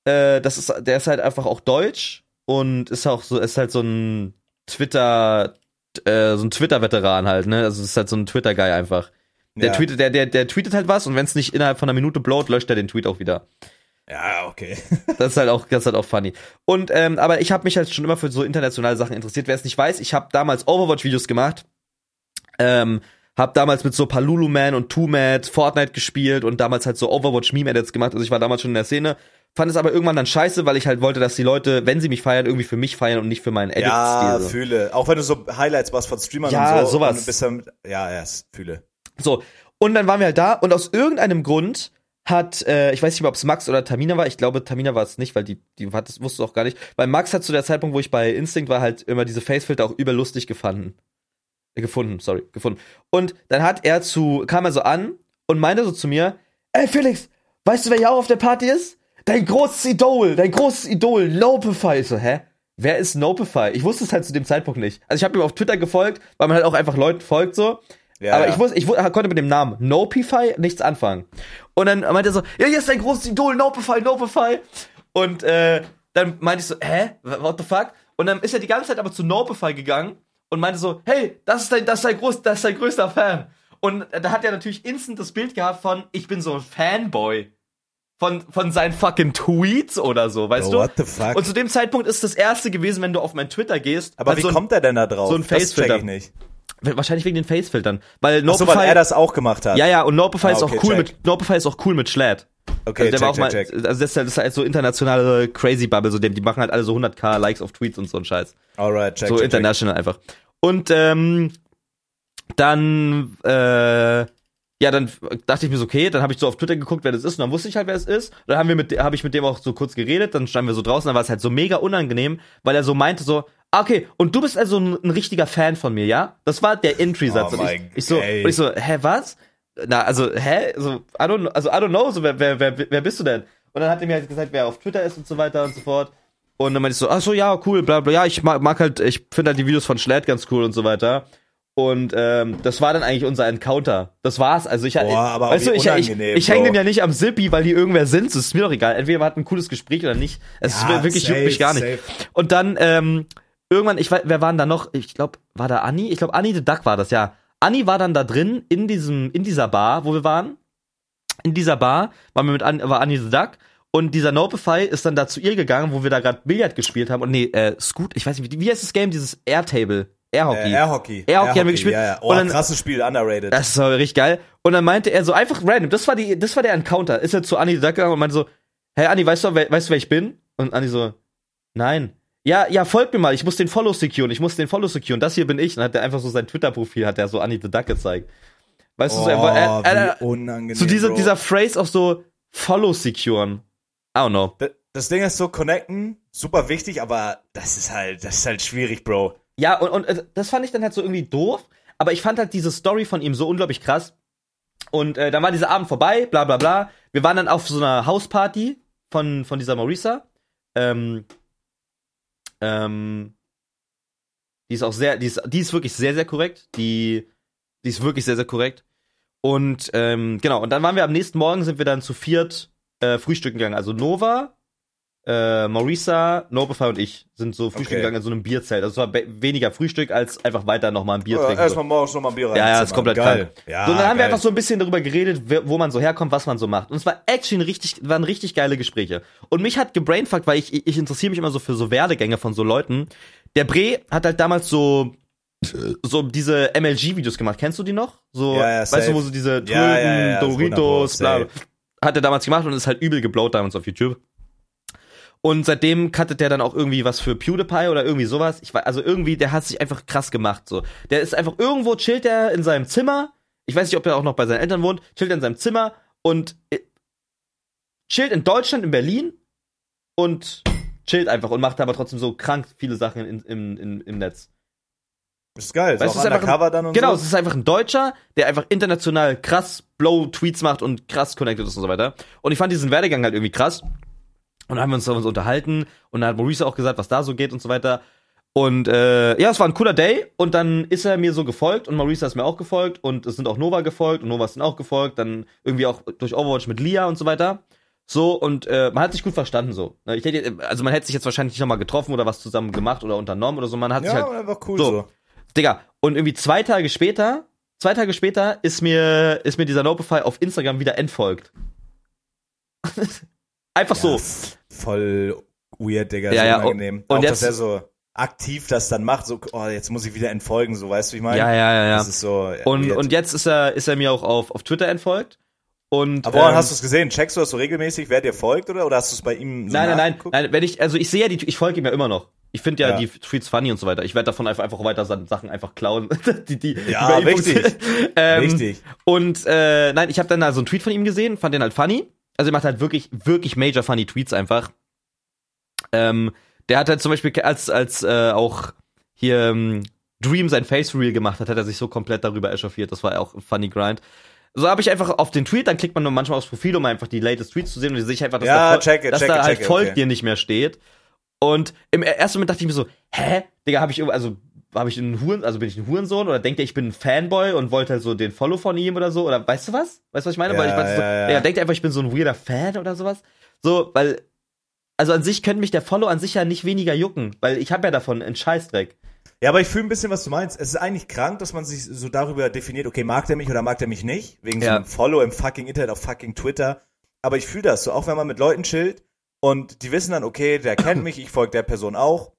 [SPEAKER 2] äh, das ist, der ist halt einfach auch deutsch und ist auch so, ist halt so ein Twitter, äh, so ein Twitter-Veteran halt, ne? Also ist halt so ein Twitter-Guy einfach. Der
[SPEAKER 1] ja.
[SPEAKER 2] tweetet, der, der, der tweetet halt was und wenn es nicht innerhalb von einer Minute blowt, löscht er den Tweet auch wieder.
[SPEAKER 1] Ja, okay.
[SPEAKER 2] Das ist halt auch, das ist halt auch funny. Und ähm, aber ich habe mich halt schon immer für so internationale Sachen interessiert. Wer es nicht weiß, ich habe damals Overwatch-Videos gemacht. Ähm, hab damals mit so Palulu Man und Two Mad Fortnite gespielt und damals halt so Overwatch Meme Edits gemacht. Also ich war damals schon in der Szene, fand es aber irgendwann dann scheiße, weil ich halt wollte, dass die Leute, wenn sie mich feiern, irgendwie für mich feiern und nicht für meinen Edit-Stil.
[SPEAKER 1] ja,
[SPEAKER 2] so.
[SPEAKER 1] fühle. Auch wenn du so Highlights machst von Streamern
[SPEAKER 2] Ja,
[SPEAKER 1] und so.
[SPEAKER 2] sowas.
[SPEAKER 1] Und du bist dann, ja, ja, yes, fühle.
[SPEAKER 2] So, und dann waren wir halt da und aus irgendeinem Grund hat, äh, ich weiß nicht mehr, ob es Max oder Tamina war, ich glaube, Tamina war es nicht, weil die, die hat, das wusste auch gar nicht, weil Max hat zu der Zeitpunkt, wo ich bei Instinct war, halt immer diese Facefilter auch überlustig gefunden. Äh, Gefunden, sorry, gefunden. Und dann hat er zu, kam er so an und meinte so zu mir, ey Felix, weißt du, wer hier auch auf der Party ist? Dein großes Idol, dein großes Idol, Nopify. Ich so, hä? Wer ist Nopify? Ich wusste es halt zu dem Zeitpunkt nicht. Also ich habe ihm auf Twitter gefolgt, weil man halt auch einfach Leuten folgt so.
[SPEAKER 1] Ja,
[SPEAKER 2] aber
[SPEAKER 1] ja.
[SPEAKER 2] ich, wus, ich wu- konnte mit dem Namen Nopify nichts anfangen. Und dann meinte er so, ja, hier ist dein großes Idol, Nopify, Nopify. Und äh, dann meinte ich so, hä, what the fuck? Und dann ist er die ganze Zeit aber zu Nopify gegangen und meinte so, hey, das ist dein, das ist dein, groß, das ist dein größter Fan. Und da hat er natürlich instant das Bild gehabt von, ich bin so ein Fanboy. Von, von seinen fucking Tweets oder so, weißt
[SPEAKER 1] Oh,
[SPEAKER 2] du?
[SPEAKER 1] what the fuck?
[SPEAKER 2] Und zu dem Zeitpunkt ist das erste gewesen, wenn du auf mein Twitter gehst.
[SPEAKER 1] Aber wie
[SPEAKER 2] weil Also so ein-
[SPEAKER 1] kommt er denn da drauf?
[SPEAKER 2] so ein
[SPEAKER 1] das check
[SPEAKER 2] Facefilter.
[SPEAKER 1] ich nicht.
[SPEAKER 2] Wahrscheinlich wegen den Facefiltern. Weil
[SPEAKER 1] Ach so, weil
[SPEAKER 2] Nopify-
[SPEAKER 1] er das auch gemacht hat.
[SPEAKER 2] ja, ja, und Norpify
[SPEAKER 1] Ah,
[SPEAKER 2] ist
[SPEAKER 1] okay,
[SPEAKER 2] auch cool
[SPEAKER 1] check.
[SPEAKER 2] mit Norpify ist auch cool mit Schlatt.
[SPEAKER 1] Okay,
[SPEAKER 2] also der
[SPEAKER 1] check,
[SPEAKER 2] war auch
[SPEAKER 1] check,
[SPEAKER 2] mal,
[SPEAKER 1] check.
[SPEAKER 2] also das ist halt, das ist halt so internationale Crazy Bubble, so die, die machen halt alle so 100k Likes auf Tweets und so ein Scheiß.
[SPEAKER 1] Alright, check,
[SPEAKER 2] so
[SPEAKER 1] check, check.
[SPEAKER 2] international einfach. Und ähm, dann äh, ja, dann dachte ich mir so, okay, dann habe ich so auf Twitter geguckt, wer das ist, und dann wusste ich halt, wer es ist. Und dann haben wir mit, habe ich mit dem auch so kurz geredet, dann standen wir so draußen, dann war es halt so mega unangenehm, weil er so meinte so, ah, okay, und du bist also ein, ein richtiger Fan von mir, ja? Das war der Entry-Satz.
[SPEAKER 1] Oh
[SPEAKER 2] und ich,
[SPEAKER 1] mein
[SPEAKER 2] ich so,
[SPEAKER 1] Gott.
[SPEAKER 2] und ich so, hä, was? Na, also, hä? So, I don't, know- also, I don't know, so, wer, wer, wer, wer bist du denn? Und dann hat er mir halt gesagt, wer auf Twitter ist und so weiter und so fort. Und dann meinte ich so, ach so, ja, cool, bla, bla, ja, ich mag, mag halt, ich finde halt die Videos von Schlatt ganz cool und so weiter. Und ähm, das war dann eigentlich unser Encounter. Das war's. Also ich
[SPEAKER 1] Boah, aber
[SPEAKER 2] weißt
[SPEAKER 1] wie
[SPEAKER 2] du, ich, ich,
[SPEAKER 1] unangenehm,
[SPEAKER 2] ich hänge
[SPEAKER 1] Bro.
[SPEAKER 2] dem ja nicht am Sippi, weil die irgendwer sind. Es ist mir doch egal. Entweder man hat ein cooles Gespräch oder nicht. Es
[SPEAKER 1] Ja,
[SPEAKER 2] ist wirklich
[SPEAKER 1] safe,
[SPEAKER 2] juckt mich gar nicht.
[SPEAKER 1] safe.
[SPEAKER 2] Und dann ähm, irgendwann, ich weiß, wer waren da noch? Ich glaube, war da Anni? Ich glaube, Anni the Duck war das. Ja, Anni war dann da drin in diesem in dieser Bar, wo wir waren. In dieser Bar waren wir mit An war Anni the Duck. Und dieser Nopify ist dann da zu ihr gegangen, wo wir da gerade Billard gespielt haben. Und nee, äh, Scoot, ich weiß nicht, wie, wie heißt das Game? Dieses Airtable, Airhockey.
[SPEAKER 1] Äh, Air Hockey.
[SPEAKER 2] Air Hockey haben wir gespielt.
[SPEAKER 1] Ja, ja. Oh,
[SPEAKER 2] Und dann-
[SPEAKER 1] krasses Spiel, underrated.
[SPEAKER 2] Das ist aber richtig geil. Und dann meinte er so einfach random, das war, die, das war der Encounter. Ist er zu Anni da gegangen und meinte so, hey Anni, weißt du, wer, weißt du, wer ich bin? Und Anni so, nein. Ja, ja, folgt mir mal, ich muss den Follow securen, ich muss den Follow securen, das hier bin ich. Und hat er einfach so sein Twitter-Profil, hat er so Anni the Duck gezeigt. Weißt du, so einfach,
[SPEAKER 1] oh,
[SPEAKER 2] äh, äh,
[SPEAKER 1] wie unangenehm.
[SPEAKER 2] so diese,
[SPEAKER 1] Bro.
[SPEAKER 2] dieser Phrase auch so, Follow securen. I don't know.
[SPEAKER 1] D- Das Ding ist so, connecten, super wichtig, aber das ist halt, das ist halt schwierig, Bro.
[SPEAKER 2] Ja, und, und äh, das fand ich dann halt so irgendwie doof, aber ich fand halt diese Story von ihm so unglaublich krass. Und äh, dann war dieser Abend vorbei, bla bla bla. Wir waren dann auf so einer Hausparty von, von dieser Marisa. Ähm, ähm, die ist auch sehr, die ist, die ist wirklich sehr, sehr korrekt. Die, die ist wirklich sehr, sehr korrekt. Und ähm, genau, und dann waren wir am nächsten Morgen, sind wir dann zu viert äh, frühstücken gegangen. Also Nova, äh, Marisa, Nobefy und ich sind so frühstücken
[SPEAKER 1] Okay.
[SPEAKER 2] gegangen in so einem Bierzelt. Also es war be- weniger Frühstück als einfach weiter nochmal ein Bier
[SPEAKER 1] Oder
[SPEAKER 2] trinken.
[SPEAKER 1] Erstmal morgens nochmal Bier rein.
[SPEAKER 2] Ja, ja, ist komplett
[SPEAKER 1] geil.
[SPEAKER 2] geil.
[SPEAKER 1] Ja,
[SPEAKER 2] so, und dann haben wir
[SPEAKER 1] geil.
[SPEAKER 2] einfach so ein bisschen darüber geredet, wer- wo man so herkommt, was man so macht. Und es war actually ein richtig, waren richtig geile Gespräche. Und mich hat gebrainfuckt, weil ich, ich- ich interessiere mich immer so für so Werdegänge von so Leuten. Der Bre hat halt damals so, so diese MLG-Videos gemacht. Kennst du die noch? So,
[SPEAKER 1] Ja, ja,
[SPEAKER 2] weißt
[SPEAKER 1] safe.
[SPEAKER 2] du, wo so diese Tulpen,
[SPEAKER 1] Ja, ja, ja, das
[SPEAKER 2] Doritos,
[SPEAKER 1] wunderbar,
[SPEAKER 2] bla, bla. Hat er damals gemacht und ist halt übel geblowt damals auf YouTube. Und seitdem cuttet der dann auch irgendwie was für PewDiePie oder irgendwie sowas. Ich weiß, also irgendwie, der hat sich einfach krass gemacht, so. Der ist einfach irgendwo, chillt der in seinem Zimmer. Ich weiß nicht, ob er auch noch bei seinen Eltern wohnt. Chillt er in seinem Zimmer und äh, chillt in Deutschland, in Berlin und chillt einfach und macht aber trotzdem so krank viele Sachen in, in, in, im Netz.
[SPEAKER 1] Ist geil.
[SPEAKER 2] Weißt
[SPEAKER 1] Weißt,
[SPEAKER 2] du,
[SPEAKER 1] auch
[SPEAKER 2] ist einfach
[SPEAKER 1] undercover dann und
[SPEAKER 2] Genau,
[SPEAKER 1] so.
[SPEAKER 2] es ist einfach ein Deutscher, der einfach international krass Blow-Tweets macht und krass connected ist und so weiter. Und ich fand diesen Werdegang halt irgendwie krass. Und dann haben wir uns, haben wir uns unterhalten und dann hat Maurice auch gesagt, was da so geht und so weiter. Und äh, ja, es war ein cooler Day und dann ist er mir so gefolgt und Maurice ist mir auch gefolgt und es sind auch Nova gefolgt und Nova ist dann auch gefolgt, dann irgendwie auch durch Overwatch mit Lia und so weiter. So, und äh, man hat sich gut verstanden so. Ich hätte, also man hätte sich jetzt wahrscheinlich nicht nochmal getroffen oder was zusammen gemacht oder unternommen oder so, man hat sich
[SPEAKER 1] Ja,
[SPEAKER 2] halt
[SPEAKER 1] und einfach cool
[SPEAKER 2] so.
[SPEAKER 1] so.
[SPEAKER 2] Digga, und irgendwie zwei Tage später, zwei Tage später ist mir, ist mir dieser Nopify auf Instagram wieder entfolgt. [LAUGHS] Einfach
[SPEAKER 1] Ja,
[SPEAKER 2] so.
[SPEAKER 1] f- Voll weird, Digga.
[SPEAKER 2] Ja,
[SPEAKER 1] so
[SPEAKER 2] ja,
[SPEAKER 1] unangenehm.
[SPEAKER 2] und
[SPEAKER 1] auch,
[SPEAKER 2] jetzt-
[SPEAKER 1] dass er so aktiv das dann macht, so, oh, jetzt muss ich wieder entfolgen, so, weißt du, wie ich meine?
[SPEAKER 2] Ja, ja, ja, ja.
[SPEAKER 1] Das ist so. ja,
[SPEAKER 2] Und,
[SPEAKER 1] weird.
[SPEAKER 2] und jetzt ist er, ist er mir auch auf, auf Twitter entfolgt. Und,
[SPEAKER 1] aber woran
[SPEAKER 2] ähm,
[SPEAKER 1] hast du es gesehen? Checkst du das so regelmäßig, wer dir folgt oder, oder hast du es bei ihm so
[SPEAKER 2] Nein, nein, nein,
[SPEAKER 1] nachgeguckt?
[SPEAKER 2] nein, wenn ich, also ich sehe ja die, ich folge ihm ja immer noch. Ich finde ja,
[SPEAKER 1] Ja.
[SPEAKER 2] die Tweets funny und so weiter. Ich werde davon einfach, einfach weiter san- Sachen einfach klauen. [LAUGHS] die, die,
[SPEAKER 1] Ja,
[SPEAKER 2] die bei ihm
[SPEAKER 1] richtig.
[SPEAKER 2] funktionieren. [LAUGHS] ähm,
[SPEAKER 1] Richtig.
[SPEAKER 2] Und äh, nein, ich habe dann da so einen Tweet von ihm gesehen, fand den halt funny. Also er macht halt wirklich, wirklich major funny Tweets einfach. Ähm, der hat halt zum Beispiel, als, als äh, auch hier ähm, Dream sein Face Reel gemacht hat, hat er sich so komplett darüber echauffiert. Das war auch ein funny grind. So habe ich einfach auf den Tweet, dann klickt man nur manchmal aufs Profil, um einfach die latest Tweets zu sehen und dann sehe ich einfach, dass
[SPEAKER 1] Ja,
[SPEAKER 2] da,
[SPEAKER 1] check it,
[SPEAKER 2] dass
[SPEAKER 1] check
[SPEAKER 2] da
[SPEAKER 1] it,
[SPEAKER 2] halt
[SPEAKER 1] check it,
[SPEAKER 2] folgt
[SPEAKER 1] okay.
[SPEAKER 2] dir nicht mehr steht. Und im ersten Moment dachte ich mir so, hä? Digga, habe ich irgendwie, also habe ich einen Huren, also bin ich ein Hurensohn oder denkt er, ich bin ein Fanboy und wollte halt so den Follow von ihm oder so? Oder weißt du was? Weißt du, was ich meine?
[SPEAKER 1] Ja,
[SPEAKER 2] weil ich weiß so,
[SPEAKER 1] ja, ja.
[SPEAKER 2] Digga, denkt er einfach, ich bin so ein weirder Fan oder sowas? So, weil, also an sich könnte mich der Follow an sich ja nicht weniger jucken, weil ich habe ja davon einen Scheißdreck.
[SPEAKER 1] Ja, aber ich fühle ein bisschen, was du meinst. Es ist eigentlich krank, dass man sich so darüber definiert, okay, mag der mich oder mag der mich nicht, wegen so
[SPEAKER 2] Ja.
[SPEAKER 1] einem Follow im fucking Internet auf fucking Twitter. Aber ich fühle das so, auch wenn man mit Leuten chillt und die wissen dann, okay, der kennt mich, ich folge der Person auch.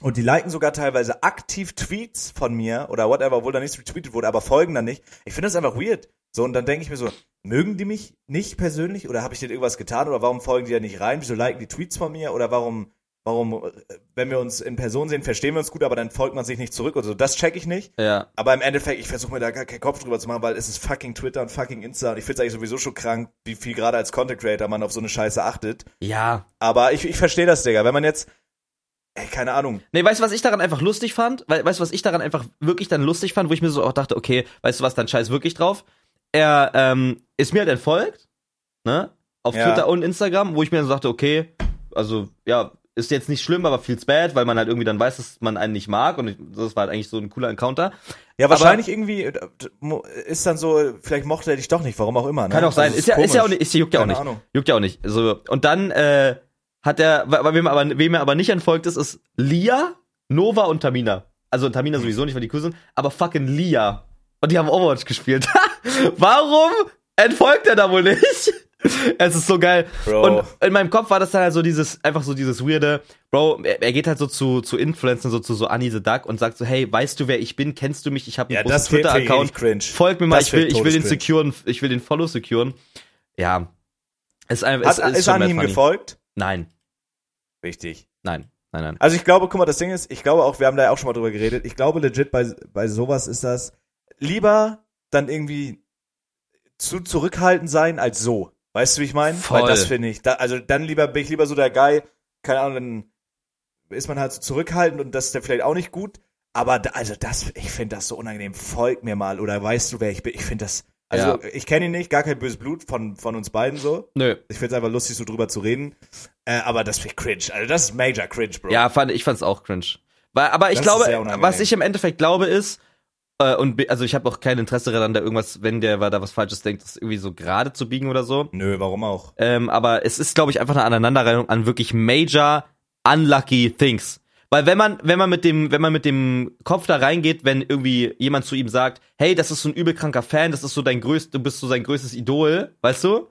[SPEAKER 1] Und die liken sogar teilweise aktiv Tweets von mir oder whatever, obwohl da nichts retweetet wurde, aber folgen dann nicht. Ich finde das einfach weird. So, und dann denke ich mir so, mögen die mich nicht persönlich oder habe ich denen irgendwas getan oder warum folgen die da nicht rein? Wieso liken die Tweets von mir oder warum, warum, äh, wenn wir uns in Person sehen, verstehen wir uns gut, aber dann folgt man sich nicht zurück und so. Das check ich nicht.
[SPEAKER 2] Ja.
[SPEAKER 1] Aber im Endeffekt, ich versuche mir da gar keinen Kopf drüber zu machen, weil es ist fucking Twitter und fucking Insta und ich finde es eigentlich sowieso schon krank, wie viel gerade als Content Creator man auf so eine Scheiße achtet.
[SPEAKER 2] Ja,
[SPEAKER 1] Aber ich, ich verstehe das, Digga. Wenn man jetzt, ey, keine Ahnung,
[SPEAKER 2] Nee, weißt du, was ich daran einfach lustig fand? Weil, weißt du, was ich daran einfach wirklich dann lustig fand, wo ich mir so auch dachte, okay, weißt du was, dann scheiß wirklich drauf. Er ähm, ist mir halt entfolgt, ne? Auf
[SPEAKER 1] Ja.
[SPEAKER 2] Twitter und Instagram, wo ich mir dann so dachte, okay, also ja, ist jetzt nicht schlimm, aber feels bad, weil man halt irgendwie dann weiß, dass man einen nicht mag und ich, das war halt eigentlich so ein cooler Encounter.
[SPEAKER 1] Ja,
[SPEAKER 2] Aber-
[SPEAKER 1] wahrscheinlich irgendwie äh, d- mo- ist dann so, vielleicht mochte er dich doch nicht, warum auch immer. Ne?
[SPEAKER 2] Kann auch sein,
[SPEAKER 1] Also,
[SPEAKER 2] ist, ja, ist ja auch
[SPEAKER 1] komisch.
[SPEAKER 2] nicht, ist, juckt ja auch
[SPEAKER 1] Keine
[SPEAKER 2] nicht.
[SPEAKER 1] Ahnung.
[SPEAKER 2] Juckt ja auch nicht. So, und dann äh, hat er, wa- wa- wem, er aber, wem er aber nicht entfolgt ist, ist Lia, Nova und Tamina. Also Tamina sowieso nicht, weil die cool sind, aber fucking Lia. Und die haben Overwatch gespielt. [LAUGHS] Warum entfolgt er da wohl nicht? [LAUGHS] es ist so geil.
[SPEAKER 1] Bro.
[SPEAKER 2] Und in meinem Kopf war das dann halt so dieses, einfach so dieses weirde, Bro, er, er geht halt so zu, zu Influencern, so zu so Annie the Duck und sagt so, hey, weißt du, wer ich bin? Kennst du mich? Ich habe einen
[SPEAKER 1] Ja,
[SPEAKER 2] großen
[SPEAKER 1] das fehlt
[SPEAKER 2] Twitter-Account.
[SPEAKER 1] richtig eh cringe.
[SPEAKER 2] Folgt mir mal,
[SPEAKER 1] Das
[SPEAKER 2] ich will,
[SPEAKER 1] fehlt
[SPEAKER 2] ich will den
[SPEAKER 1] todescringe.
[SPEAKER 2] securen, ich will den Follow securen. Ja. Ist einfach,
[SPEAKER 1] Hat,
[SPEAKER 2] ist,
[SPEAKER 1] ist,
[SPEAKER 2] ist,
[SPEAKER 1] ist
[SPEAKER 2] schon
[SPEAKER 1] Anni ihm
[SPEAKER 2] mad funny.
[SPEAKER 1] gefolgt?
[SPEAKER 2] Nein,
[SPEAKER 1] Wichtig.
[SPEAKER 2] nein, nein, nein.
[SPEAKER 1] Also ich glaube, guck mal, das Ding ist, ich glaube auch, wir haben da ja auch schon mal drüber geredet, ich glaube legit bei, bei sowas ist das lieber dann irgendwie zu zurückhaltend sein als so. Weißt du, wie ich meine? Weil
[SPEAKER 2] Voll.
[SPEAKER 1] das finde ich. Da, also dann lieber bin ich lieber so der Guy, keine Ahnung, dann ist man halt so zurückhaltend und das ist dann vielleicht auch nicht gut. Aber da, also das, ich finde das so unangenehm. Folg mir mal oder weißt du, wer ich bin. Ich finde das. Also ich kenne ihn nicht, gar kein böses Blut von, von uns beiden so.
[SPEAKER 2] Nö.
[SPEAKER 1] Ich finde es einfach lustig, so drüber zu reden. Äh, aber das finde ich cringe. Also das ist major cringe, Bro.
[SPEAKER 2] Ja, fand, ich fand's auch cringe. Weil, aber ich
[SPEAKER 1] Das ist
[SPEAKER 2] glaube,
[SPEAKER 1] sehr unangenehm.
[SPEAKER 2] was ich im Endeffekt glaube ist, äh, und be- also ich habe auch kein Interesse daran, da irgendwas, wenn der da was Falsches denkt, das irgendwie so gerade zu biegen oder so.
[SPEAKER 1] Nö, warum auch?
[SPEAKER 2] Ähm, aber es ist, glaube ich, einfach eine Aneinanderreihung an wirklich major unlucky things. Weil wenn man, wenn man mit dem, wenn man mit dem Kopf da reingeht, wenn irgendwie jemand zu ihm sagt, hey, das ist so ein übelkranker Fan, das ist so dein größt, du bist so sein größtes Idol, weißt du?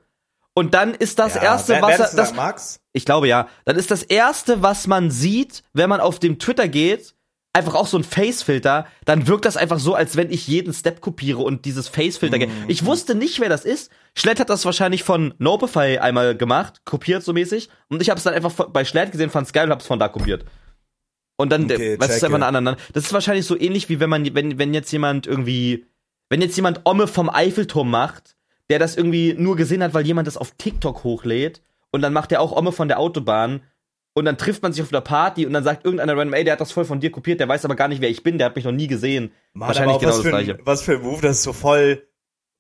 [SPEAKER 2] Und dann ist das erste,
[SPEAKER 1] wer,
[SPEAKER 2] was
[SPEAKER 1] wer
[SPEAKER 2] er,
[SPEAKER 1] das,
[SPEAKER 2] das,
[SPEAKER 1] das Max?
[SPEAKER 2] ich glaube ja, dann ist das erste, was man sieht, wenn man auf dem Twitter geht, einfach auch so ein Face-Filter, dann wirkt das einfach so, als wenn ich jeden Step kopiere und dieses Face-Filter. ge- Ich wusste nicht, wer das ist. Schlett hat das wahrscheinlich von Nopify einmal gemacht, kopiert so mäßig. Und ich habe es dann einfach von, bei Schlett gesehen, fand's geil und hab's von da kopiert. Und dann,
[SPEAKER 1] Okay,
[SPEAKER 2] okay, was ist
[SPEAKER 1] checke.
[SPEAKER 2] einfach eine andere. ne? Das ist wahrscheinlich so ähnlich wie wenn man, wenn, wenn jetzt jemand irgendwie, wenn jetzt jemand Omme vom Eiffelturm macht, der das irgendwie nur gesehen hat, weil jemand das auf TikTok hochlädt und dann macht der auch Omme von der Autobahn und dann trifft man sich auf einer Party und dann sagt irgendeiner random, ey, der hat das voll von dir kopiert, der weiß aber gar nicht, wer ich bin, der hat mich noch nie gesehen.
[SPEAKER 1] Mann, aber
[SPEAKER 2] Wahrscheinlich
[SPEAKER 1] auch
[SPEAKER 2] genau
[SPEAKER 1] was
[SPEAKER 2] das
[SPEAKER 1] für
[SPEAKER 2] gleiche.
[SPEAKER 1] Ein, was für ein Move, das ist so voll,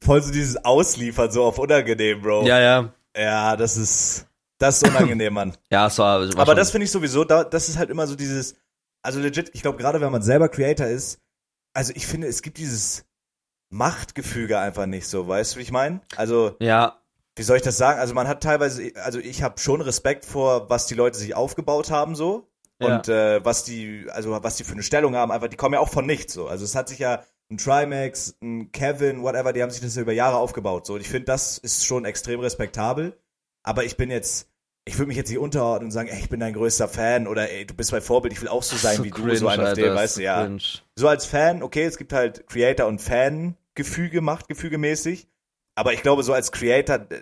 [SPEAKER 1] voll so dieses Ausliefern, so auf unangenehm, Bro.
[SPEAKER 2] Ja, ja.
[SPEAKER 1] ja das ist, das ist unangenehm,
[SPEAKER 2] [LAUGHS]
[SPEAKER 1] Mann.
[SPEAKER 2] Ja, es war, war
[SPEAKER 1] Aber
[SPEAKER 2] schon-
[SPEAKER 1] das finde ich sowieso, da, das ist halt immer so dieses, also legit, ich glaube, gerade wenn man selber Creator ist, also ich finde, es gibt dieses Machtgefüge einfach nicht so, weißt du, wie ich meine? Also,
[SPEAKER 2] Ja,
[SPEAKER 1] wie soll ich das sagen? Also man hat teilweise, also ich habe schon Respekt vor, was die Leute sich aufgebaut haben so
[SPEAKER 2] Ja.
[SPEAKER 1] und äh, was die, also was die für eine Stellung haben. Einfach, die kommen ja auch von nichts so. Also es hat sich ja ein Trimax, ein Kevin, whatever, die haben sich das ja über Jahre aufgebaut so. Und ich finde, das ist schon extrem respektabel. Aber ich bin jetzt, ich würde mich jetzt nicht unterordnen und sagen, ey, ich bin dein größter Fan oder ey, du bist mein Vorbild, ich will auch so sein wie du, so einer auf
[SPEAKER 2] Alter,
[SPEAKER 1] dem,
[SPEAKER 2] ist
[SPEAKER 1] weißt du, ja
[SPEAKER 2] cringe.
[SPEAKER 1] so als Fan, okay, es gibt halt Creator und Fan-Gefüge, Machtgefüge mäßig. Aber ich glaube, so als Creator äh,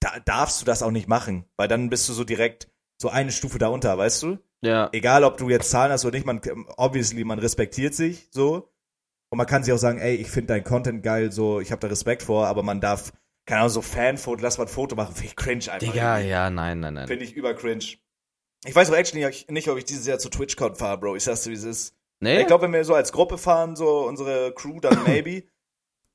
[SPEAKER 1] da, darfst du das auch nicht machen, weil dann bist du so direkt so eine Stufe darunter, weißt du?
[SPEAKER 2] Ja.
[SPEAKER 1] Egal, ob du jetzt Zahlen hast oder nicht, man, obviously, man respektiert sich so. Und man kann sich auch sagen, ey, ich finde dein Content geil, so, ich habe da Respekt vor, aber man darf, keine Ahnung, so Fanfoto, lass mal ein Foto machen, finde ich cringe einfach.
[SPEAKER 2] Digga,
[SPEAKER 1] irgendwie.
[SPEAKER 2] ja, nein, nein, nein.
[SPEAKER 1] Finde ich über cringe. Ich weiß auch actually nicht, ob ich dieses Jahr zu TwitchCon fahre, Bro. Ich sag's dir, wie es ist.
[SPEAKER 2] Nee?
[SPEAKER 1] Ich glaube, wenn wir so als Gruppe fahren, so unsere Crew,
[SPEAKER 2] [COUGHS]
[SPEAKER 1] dann maybe.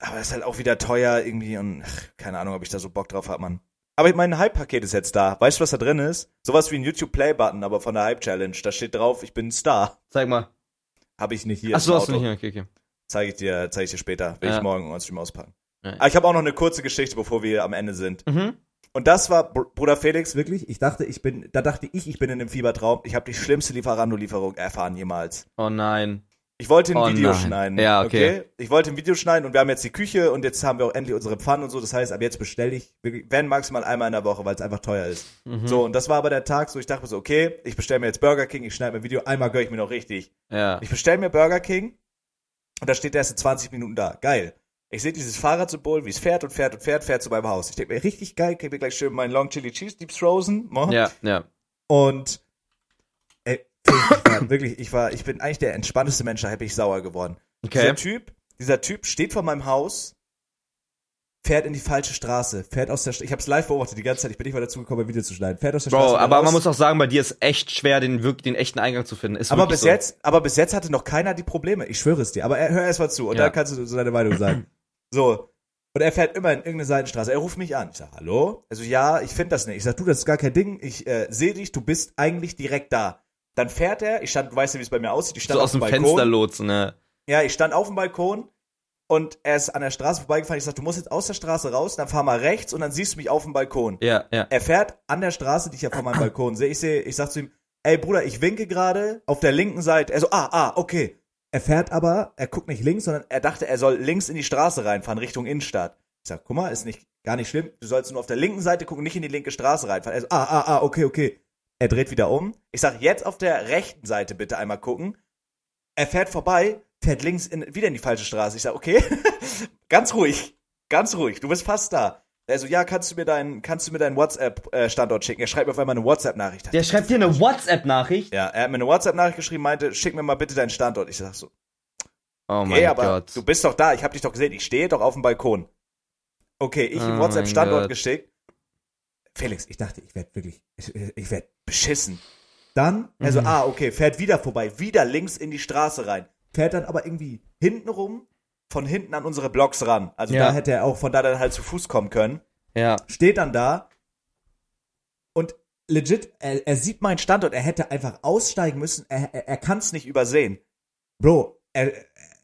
[SPEAKER 1] Aber das ist halt auch wieder teuer irgendwie und ach, keine Ahnung, ob ich da so Bock drauf hab, Mann. Aber mein Hype-Paket ist jetzt da. Weißt du, was da drin ist? Sowas wie ein YouTube-Play-Button, aber von der Hype-Challenge. Da steht drauf, ich bin ein Star.
[SPEAKER 2] Zeig mal.
[SPEAKER 1] Habe ich nicht hier.
[SPEAKER 2] Achso,
[SPEAKER 1] im
[SPEAKER 2] hast du
[SPEAKER 1] Auto.
[SPEAKER 2] nicht. Okay, okay.
[SPEAKER 1] Zeige ich dir, zeige ich dir später. Will
[SPEAKER 2] Ja.
[SPEAKER 1] ich morgen on Stream auspacken.
[SPEAKER 2] Ja.
[SPEAKER 1] Aber ich habe auch noch eine kurze Geschichte, bevor wir am Ende sind.
[SPEAKER 2] Mhm.
[SPEAKER 1] Und das war Br Bruder Felix wirklich. Ich dachte, ich bin, da dachte ich, ich bin in einem Fiebertraum. Ich habe die schlimmste Lieferando-Lieferung erfahren jemals.
[SPEAKER 2] Oh nein.
[SPEAKER 1] Ich wollte ein
[SPEAKER 2] Oh
[SPEAKER 1] Video
[SPEAKER 2] nein.
[SPEAKER 1] schneiden.
[SPEAKER 2] Ja, okay.
[SPEAKER 1] Ich wollte ein Video schneiden und wir haben jetzt die Küche und jetzt haben wir auch endlich unsere Pfannen und so. Das heißt, ab jetzt bestelle ich, wirklich, wenn maximal einmal in der Woche, weil es einfach teuer ist.
[SPEAKER 2] Mhm.
[SPEAKER 1] So, und das war aber der Tag, so ich dachte mir so, okay, ich bestelle mir jetzt Burger King, ich schneide mir ein Video, einmal gönn ich mir noch richtig.
[SPEAKER 2] Ja.
[SPEAKER 1] Ich bestelle mir Burger King und da steht der erste 20 Minuten da. Geil. Ich sehe dieses Fahrradsymbol, wie es fährt und fährt und fährt, fährt zu meinem Haus. Ich denke mir, richtig geil, krieg mir gleich schön meinen Long Chili Cheese, Deep Frozen. Mo.
[SPEAKER 2] Ja, ja.
[SPEAKER 1] Und ey, ich
[SPEAKER 2] [COUGHS]
[SPEAKER 1] war wirklich, ich war, ich bin eigentlich der entspannteste Mensch, da hab ich sauer geworden.
[SPEAKER 2] Okay.
[SPEAKER 1] Dieser Typ, dieser Typ steht vor meinem Haus, fährt in die falsche Straße, fährt aus der St Ich hab's live beobachtet die ganze Zeit, ich bin nicht mal dazu gekommen, ein Video zu schneiden. Fährt aus der Straße.
[SPEAKER 2] Bro,
[SPEAKER 1] raus.
[SPEAKER 2] aber man muss auch sagen, bei dir ist echt schwer, den, wirk- den echten Eingang zu finden. Ist
[SPEAKER 1] aber
[SPEAKER 2] wirklich
[SPEAKER 1] bis
[SPEAKER 2] so.
[SPEAKER 1] jetzt, aber bis jetzt hatte noch keiner die Probleme. Ich schwöre es dir. Aber er, hör erst mal zu und
[SPEAKER 2] Ja.
[SPEAKER 1] dann kannst du so deine Meinung
[SPEAKER 2] [CLEARS THROAT]
[SPEAKER 1] sagen. So. Und er fährt immer in irgendeine Seitenstraße. Er ruft mich an. Ich sag, hallo? Also ja, ich finde das nicht. Ich sag, du, das ist gar kein Ding. Ich äh, sehe dich, du bist eigentlich direkt da. Dann fährt er, ich stand, du weißt ja, wie es bei mir aussieht, ich stand
[SPEAKER 2] So
[SPEAKER 1] auf
[SPEAKER 2] aus
[SPEAKER 1] dem
[SPEAKER 2] dem
[SPEAKER 1] Balkon.
[SPEAKER 2] Fenster lotsen, ne?
[SPEAKER 1] Ja, ich stand auf dem Balkon und er ist an der Straße vorbeigefahren. Ich sag, du musst jetzt aus der Straße raus, dann fahr mal rechts und dann siehst du mich auf dem Balkon.
[SPEAKER 2] Ja, ja.
[SPEAKER 1] Er fährt an der Straße, die ich ja
[SPEAKER 2] [CLEARS THROAT]
[SPEAKER 1] von meinem Balkon sehe. Ich sehe, ich sag zu ihm, ey Bruder, ich winke gerade auf der linken Seite. Er so, ah, ah, okay. Er fährt aber, er guckt nicht links, sondern er dachte, er soll links in die Straße reinfahren, Richtung Innenstadt. Ich sag, guck mal, ist nicht, gar nicht schlimm. Du sollst nur auf der linken Seite gucken, nicht in die linke Straße reinfahren. Er so, ah, ah, ah, okay, okay. Er dreht wieder um. Ich sag, jetzt auf der rechten Seite bitte einmal gucken. Er fährt vorbei, fährt links in, wieder in die falsche Straße. Ich sag, okay, [LAUGHS] ganz ruhig, ganz ruhig, du bist fast da. Also ja, kannst du mir deinen, kannst du mir deinen WhatsApp-Standort schicken? Er schreibt mir auf einmal eine WhatsApp-Nachricht.
[SPEAKER 2] Der schreibt dir eine WhatsApp-Nachricht.
[SPEAKER 1] Ja, er hat mir eine WhatsApp-Nachricht geschrieben, meinte, schick mir mal bitte deinen Standort. Ich sag so,
[SPEAKER 2] Oh mein
[SPEAKER 1] hey, aber
[SPEAKER 2] Gott.
[SPEAKER 1] du bist doch da, ich hab dich doch gesehen, ich stehe doch auf dem Balkon. Okay, ich
[SPEAKER 2] Oh
[SPEAKER 1] im
[SPEAKER 2] mein
[SPEAKER 1] WhatsApp-Standort
[SPEAKER 2] Gott.
[SPEAKER 1] geschickt. Felix, ich dachte, ich werd wirklich, ich, ich werd beschissen. Dann,
[SPEAKER 2] Mhm.
[SPEAKER 1] also, ah, okay, fährt wieder vorbei, wieder links in die Straße rein. Fährt dann aber irgendwie hinten rum, von hinten an unsere Blocks ran. Also
[SPEAKER 2] Ja.
[SPEAKER 1] da hätte er auch von da dann halt zu Fuß kommen können
[SPEAKER 2] ja.
[SPEAKER 1] steht dann da und legit, er, er sieht meinen Standort, er hätte einfach aussteigen müssen, er, er, er kann es nicht übersehen. Bro, er,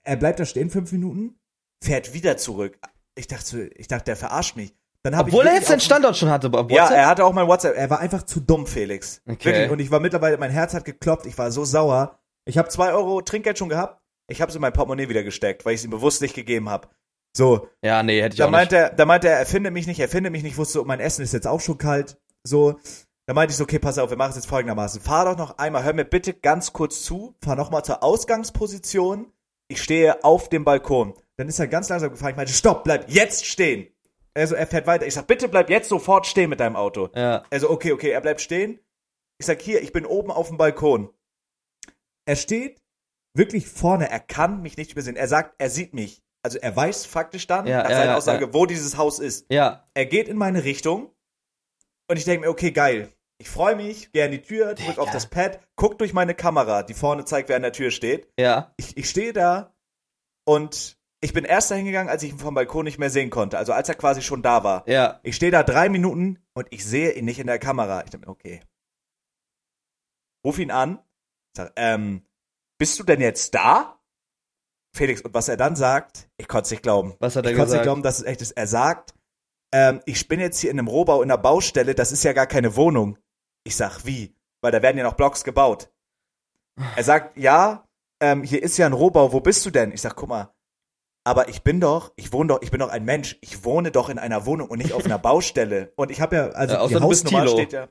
[SPEAKER 1] er bleibt da stehen fünf Minuten, fährt wieder zurück. Ich dachte, so- ich dachte, der verarscht mich. Dann hab
[SPEAKER 2] Obwohl
[SPEAKER 1] ich
[SPEAKER 2] er jetzt
[SPEAKER 1] wirklich
[SPEAKER 2] den Standort schon hatte, aber
[SPEAKER 1] auf- Ja,
[SPEAKER 2] WhatsApp.
[SPEAKER 1] er hatte auch mein WhatsApp. Er war einfach zu dumm, Felix.
[SPEAKER 2] Okay.
[SPEAKER 1] Wirklich. Und ich war mittlerweile, mein Herz hat geklopft, ich war so sauer. Ich habe zwei Euro Trinkgeld schon gehabt. Ich habe es in mein Portemonnaie wieder gesteckt, weil ich es ihm bewusst nicht gegeben habe. So,
[SPEAKER 2] ja, nee, hätte ich
[SPEAKER 1] da
[SPEAKER 2] auch nicht.
[SPEAKER 1] meinte, er, da meinte er, er findet mich nicht, er findet mich nicht, wusste, oh, mein Essen ist jetzt auch schon kalt. So, da meinte ich so, okay, pass auf, wir machen es jetzt folgendermaßen. Fahr doch noch einmal, hör mir bitte ganz kurz zu, fahr nochmal zur Ausgangsposition. Ich stehe auf dem Balkon. Dann ist er ganz langsam gefahren. Ich meinte, stopp, bleib jetzt stehen. Also er fährt weiter. Ich sag, bitte bleib jetzt sofort stehen mit deinem Auto.
[SPEAKER 2] Ja.
[SPEAKER 1] Also, okay, okay, er bleibt stehen. Ich sag, hier, ich bin oben auf dem Balkon. Er steht wirklich vorne, er kann mich nicht übersehen. Er sagt, er sieht mich. Also er weiß faktisch dann,
[SPEAKER 2] Ja,
[SPEAKER 1] nach
[SPEAKER 2] ja,
[SPEAKER 1] seiner
[SPEAKER 2] ja,
[SPEAKER 1] Aussage,
[SPEAKER 2] ja.
[SPEAKER 1] wo dieses Haus ist.
[SPEAKER 2] Ja.
[SPEAKER 1] Er geht in meine Richtung und ich denke mir, okay, geil. Ich freue mich, gehe an die Tür, drück auf das Pad, guck durch meine Kamera, die vorne zeigt, wer an der Tür steht.
[SPEAKER 2] Ja.
[SPEAKER 1] Ich, ich stehe da und ich bin erst dahin gegangen, als ich ihn vom Balkon nicht mehr sehen konnte. Also als er quasi schon da war.
[SPEAKER 2] Ja.
[SPEAKER 1] Ich stehe da drei Minuten und ich sehe ihn nicht in der Kamera. Ich denke mir, okay. Ruf ihn an. Sag, ähm, bist du denn jetzt da? Felix, und was er dann sagt, ich konnte es nicht glauben.
[SPEAKER 2] Was hat er
[SPEAKER 1] Ich konnte es nicht
[SPEAKER 2] gesagt?
[SPEAKER 1] glauben, dass es echt ist. Er sagt, ähm, ich bin jetzt hier in einem Rohbau, in einer Baustelle, das ist ja gar keine Wohnung. Ich sag, wie? Weil da werden ja noch Blocks gebaut. Er sagt, ja, ähm, hier ist ja ein Rohbau, wo bist du denn? Ich sag, guck mal, aber ich bin doch, ich wohne doch, ich bin doch ein Mensch. Ich wohne doch in einer Wohnung und nicht auf
[SPEAKER 2] [LAUGHS]
[SPEAKER 1] einer Baustelle. Und ich habe ja, also
[SPEAKER 2] Ja, außer
[SPEAKER 1] die
[SPEAKER 2] du bist
[SPEAKER 1] Hausnummer
[SPEAKER 2] Thilo.
[SPEAKER 1] steht ja.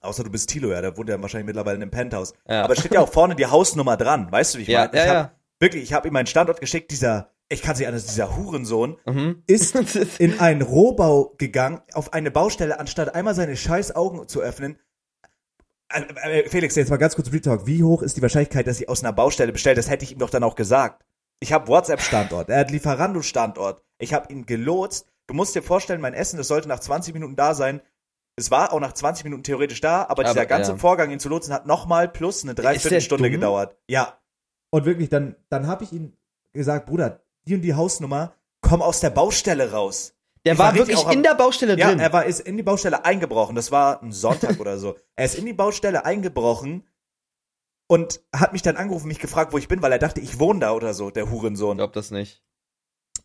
[SPEAKER 1] Außer du bist Tilo, ja, da wohnt er wahrscheinlich mittlerweile in einem Penthouse.
[SPEAKER 2] Ja.
[SPEAKER 1] Aber steht ja auch vorne die Hausnummer dran, weißt du, wie ich
[SPEAKER 2] Ja,
[SPEAKER 1] meine?
[SPEAKER 2] ja,
[SPEAKER 1] ich
[SPEAKER 2] ja.
[SPEAKER 1] hab, Wirklich, ich habe ihm meinen Standort geschickt, dieser, ich kann nicht anders, dieser Hurensohn
[SPEAKER 2] Mhm.
[SPEAKER 1] ist in einen Rohbau gegangen, auf eine Baustelle, anstatt einmal seine scheiß Augen zu öffnen. Äh, äh, Felix, jetzt mal ganz kurz Retalk. Wie hoch ist die Wahrscheinlichkeit, dass sie aus einer Baustelle bestellt? Das hätte ich ihm doch dann auch gesagt. Ich habe WhatsApp-Standort, er hat Lieferando-Standort. Ich habe ihn gelotst. Du musst dir vorstellen, mein Essen, das sollte nach 20 Minuten da sein. Es war auch nach 20 Minuten theoretisch da, aber, dieser
[SPEAKER 2] Aber,
[SPEAKER 1] ganze
[SPEAKER 2] ja.
[SPEAKER 1] Vorgang, ihn zu lotsen, hat nochmal plus eine Dreiviertelstunde
[SPEAKER 2] dumm?
[SPEAKER 1] gedauert. Ja.
[SPEAKER 3] Und wirklich, dann, dann habe ich ihn gesagt, Bruder,
[SPEAKER 1] Die und die Hausnummer, komm aus der Baustelle raus.
[SPEAKER 2] Der
[SPEAKER 1] Ich
[SPEAKER 2] war
[SPEAKER 1] war richtig
[SPEAKER 2] wirklich
[SPEAKER 1] auch am-
[SPEAKER 2] in der Baustelle
[SPEAKER 1] Ja,
[SPEAKER 2] drin.
[SPEAKER 1] er war, ist in die
[SPEAKER 2] [LAUGHS]
[SPEAKER 1] Baustelle eingebrochen. Das war ein Sonntag oder so. Er ist in die Baustelle eingebrochen, und hat mich dann angerufen, mich gefragt, wo ich bin, weil er dachte, ich wohne da oder so, der Hurensohn.
[SPEAKER 2] glaub das nicht.